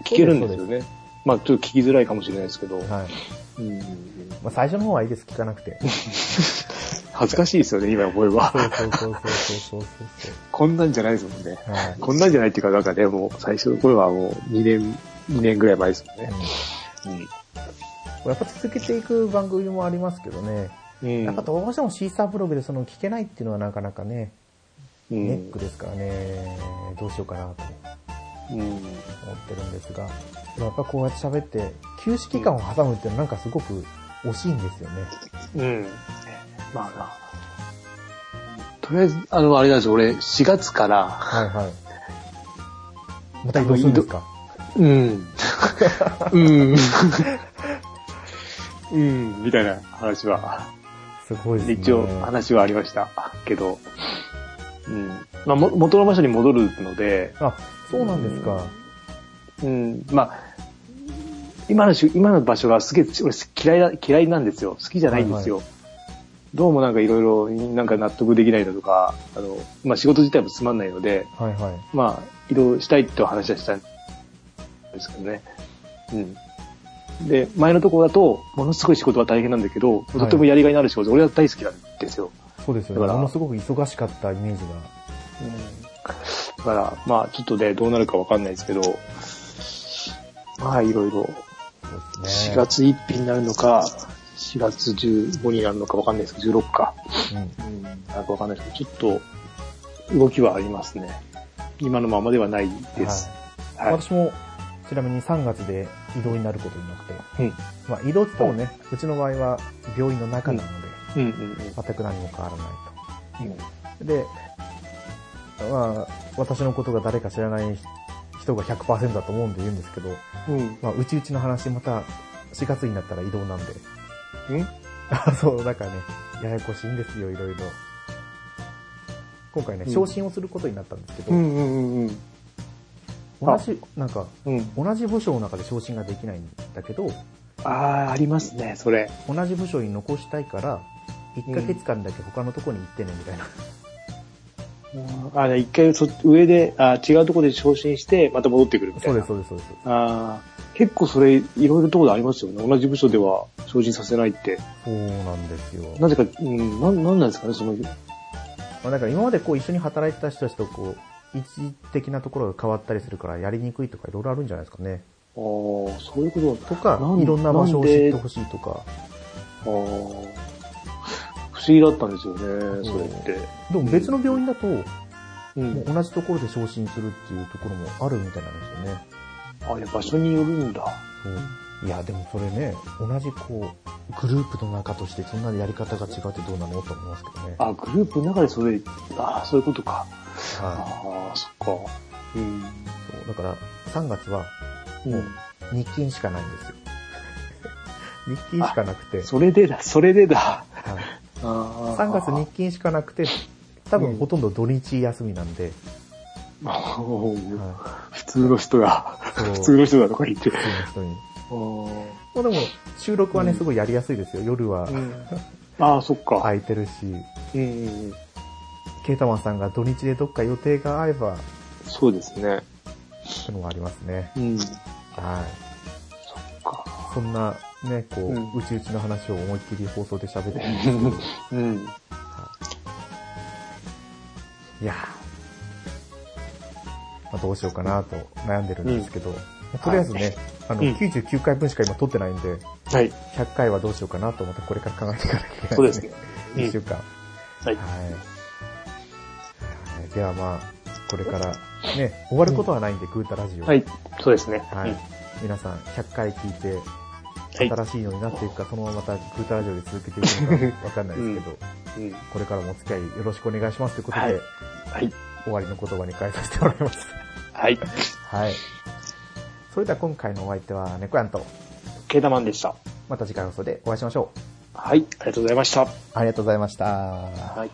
Speaker 2: 聞けるんですよね。まあちょっと聞きづらいかもしれないですけど。
Speaker 1: はい。
Speaker 2: うん。
Speaker 1: まあ最初の方はいいです、聞かなく て。
Speaker 2: 恥ずかしいですよね、今思えば
Speaker 1: そ。うそうそうそうそうそうそ
Speaker 2: こんなんじゃないですもんね。
Speaker 1: う。はい。
Speaker 2: こんなんじゃないっていうか、なんかね、もう最初の頃はもう2年、2年ぐらい前ですもんね。
Speaker 1: うんやっぱ続けていく番組もありますけどね。
Speaker 2: うん。
Speaker 1: やっぱどうしてもシーサーブログでその聞けないっていうのはなかなかね、
Speaker 2: う
Speaker 1: ネ
Speaker 2: ん
Speaker 1: ック。ですからね、どうしようかなと
Speaker 2: うん。
Speaker 1: 思ってるんですが、でもやっぱこうやって喋って、休止期間を挟むっていうのはなんかすごく惜しいんですよね。
Speaker 2: うん。まあな。とりあえず、あの、あれなんですよ、俺、4月から、
Speaker 1: はいはい。また移動するんですか
Speaker 2: うん。 うん。うん、みたいな話は、
Speaker 1: すごいですね。
Speaker 2: 一応話はありましたけど、うん。まあ、も元の場所に戻るので、
Speaker 1: あ、そうなんですか。
Speaker 2: うん、まあ、今のし今の場所がすげえ、俺嫌いだ、嫌いなんですよ。好きじゃないんですよ。どうもなんかいろいろ、なんか納得できないだとか、あの、まあ仕事自体もつまんないので、
Speaker 1: はいはい。
Speaker 2: まあ、移動したいって話はしたんですけどね。うん。で、前のところだと、ものすごい仕事は大変なんだけど、
Speaker 1: い
Speaker 2: とてもやりがいのある仕事、俺は大好きなんですよ。
Speaker 1: そうですよね。
Speaker 2: だから
Speaker 1: ものすごく忙しかったイメージが。
Speaker 2: だから、まあ、ちょっとね、どうなるかわかんないですけど、まあ、いろい
Speaker 1: そ
Speaker 2: ろ、
Speaker 1: うですね。
Speaker 2: 4月1日になるのか、4月15になるのかわかんないですけど、16か。
Speaker 1: うん。
Speaker 2: うん、なんかわかんないですけど、ちょっと、動きはありますね。今のままではないです。
Speaker 1: は。
Speaker 2: はいい。
Speaker 1: 私も、ちなみに3月で移動になることになって、
Speaker 2: うん。
Speaker 1: まあ移動って言ってもね、うちの場合は病院の中なので、
Speaker 2: うんうん
Speaker 1: 全く何も変わらない
Speaker 2: う
Speaker 1: と。
Speaker 2: ん。
Speaker 1: で、まあ、私のことが誰か知らない人が100%だと思うんで言うんですけど、
Speaker 2: うん。
Speaker 1: まあ、うちうちの話、また4月になったら移動なんで。
Speaker 2: うん
Speaker 1: あそう、なんかね、ややこしいんですよ、いろいろ。今回ね、
Speaker 2: うん
Speaker 1: 昇進をすることになったんですけど、
Speaker 2: うんうんうん
Speaker 1: 同じ、なんか、
Speaker 2: うん。うん。
Speaker 1: 同じ部署の中で昇進ができないんだけど、
Speaker 2: ああ、ありますね、それ。
Speaker 1: 同じ部署に残したいから、1ヶ月間だけ他のとこに行ってね、みたいな。
Speaker 2: ああ、一回そ上であ、違うところで昇進して、また戻ってくるみた
Speaker 1: そ
Speaker 2: いう
Speaker 1: で
Speaker 2: な。
Speaker 1: す、そうです、そうです。
Speaker 2: ああ、結構それ、いろいろところでありますよね。同じ部署では昇進させないって。
Speaker 1: そうなんですよ。
Speaker 2: なぜか、うん、なん、なんなんですかね、その、
Speaker 1: まあ、だから今までこう一緒に働いてた人たちとこう、一時的なところが変わったりするからやりにくいとかいろいろあるんじゃないですかね。
Speaker 2: ああ、そういうことだ
Speaker 1: とか
Speaker 2: なん、
Speaker 1: いろんな場所を
Speaker 2: な
Speaker 1: 知
Speaker 2: ん
Speaker 1: っ
Speaker 2: で
Speaker 1: てほしいとか。
Speaker 2: ああ、不思議だったんですよね、それって。
Speaker 1: でも別の病院だと、も
Speaker 2: うん
Speaker 1: う。同じところで昇進するっていうところもあるみたいなんですよね。
Speaker 2: あ、いや、場所によるんだ。
Speaker 1: そういや、でもそれね、同じこう、グループの中としてそんなやり方が違ってどうなのと思いますけどね。
Speaker 2: あ、グループの中でそれ、ああ、そういうことか。
Speaker 1: は
Speaker 2: ああ、そっか。うん。
Speaker 1: い。そうだから、3月は
Speaker 2: うん。
Speaker 1: 日勤しかないんです よ。日勤しかなくて、
Speaker 2: それでだ、それでだ。
Speaker 1: はい、3
Speaker 2: 3
Speaker 1: 月日勤しかなくて、多分ほとんど土日休みなんで、はい
Speaker 2: 普通の人が、
Speaker 1: そう
Speaker 2: 普通の人だとか言って。
Speaker 1: そうなんですよね
Speaker 2: うん
Speaker 1: まあでも、収録はね、
Speaker 2: うん
Speaker 1: すごいやりやすいですよ。夜は
Speaker 2: ああ、そっか。
Speaker 1: 空いてるし、
Speaker 2: うんうんうん
Speaker 1: ケータマンさんが土日でどっか予定が合えば、
Speaker 2: そうですね。
Speaker 1: そういうのもありますね。
Speaker 2: うん。そっ
Speaker 1: はい。
Speaker 2: か。
Speaker 1: そんな、ね、こう、
Speaker 2: う
Speaker 1: うんちうちの話を思いっきり放送で喋ってるんですけど、
Speaker 2: うん。
Speaker 1: いやー、まあ、どうしようかなと悩んでるんですけど、とりあえずね、あの、
Speaker 2: うん
Speaker 1: 99回分しか今撮ってないんで、
Speaker 2: はい。
Speaker 1: 100回はどうしようかなと思ってこれから考えていかなきゃいけない
Speaker 2: そうですね。。
Speaker 1: 1週間。
Speaker 2: はい。
Speaker 1: はい。はいではまあ、これから、ね、終わることはないんで、グータラジオ。
Speaker 2: はい。そうですね。
Speaker 1: はい。
Speaker 2: うん
Speaker 1: 皆さん、100回聞いて、
Speaker 2: はい
Speaker 1: 新しいのになっていくか、そのまままたグータラジオで続けていく のか、わかんないですけど、
Speaker 2: うん
Speaker 1: これからもお付き合いよろしくお願いしますということで、
Speaker 2: はいはい。
Speaker 1: 終わりの言葉に変えさせてもらいます。
Speaker 2: はい。
Speaker 1: はい。それでは今回のお相手は、猫やんと、
Speaker 2: ケータマンでした。
Speaker 1: また次回の放送でお会いしましょう。
Speaker 2: はい。ありがとうございました。
Speaker 1: ありがとうございました。
Speaker 2: はい。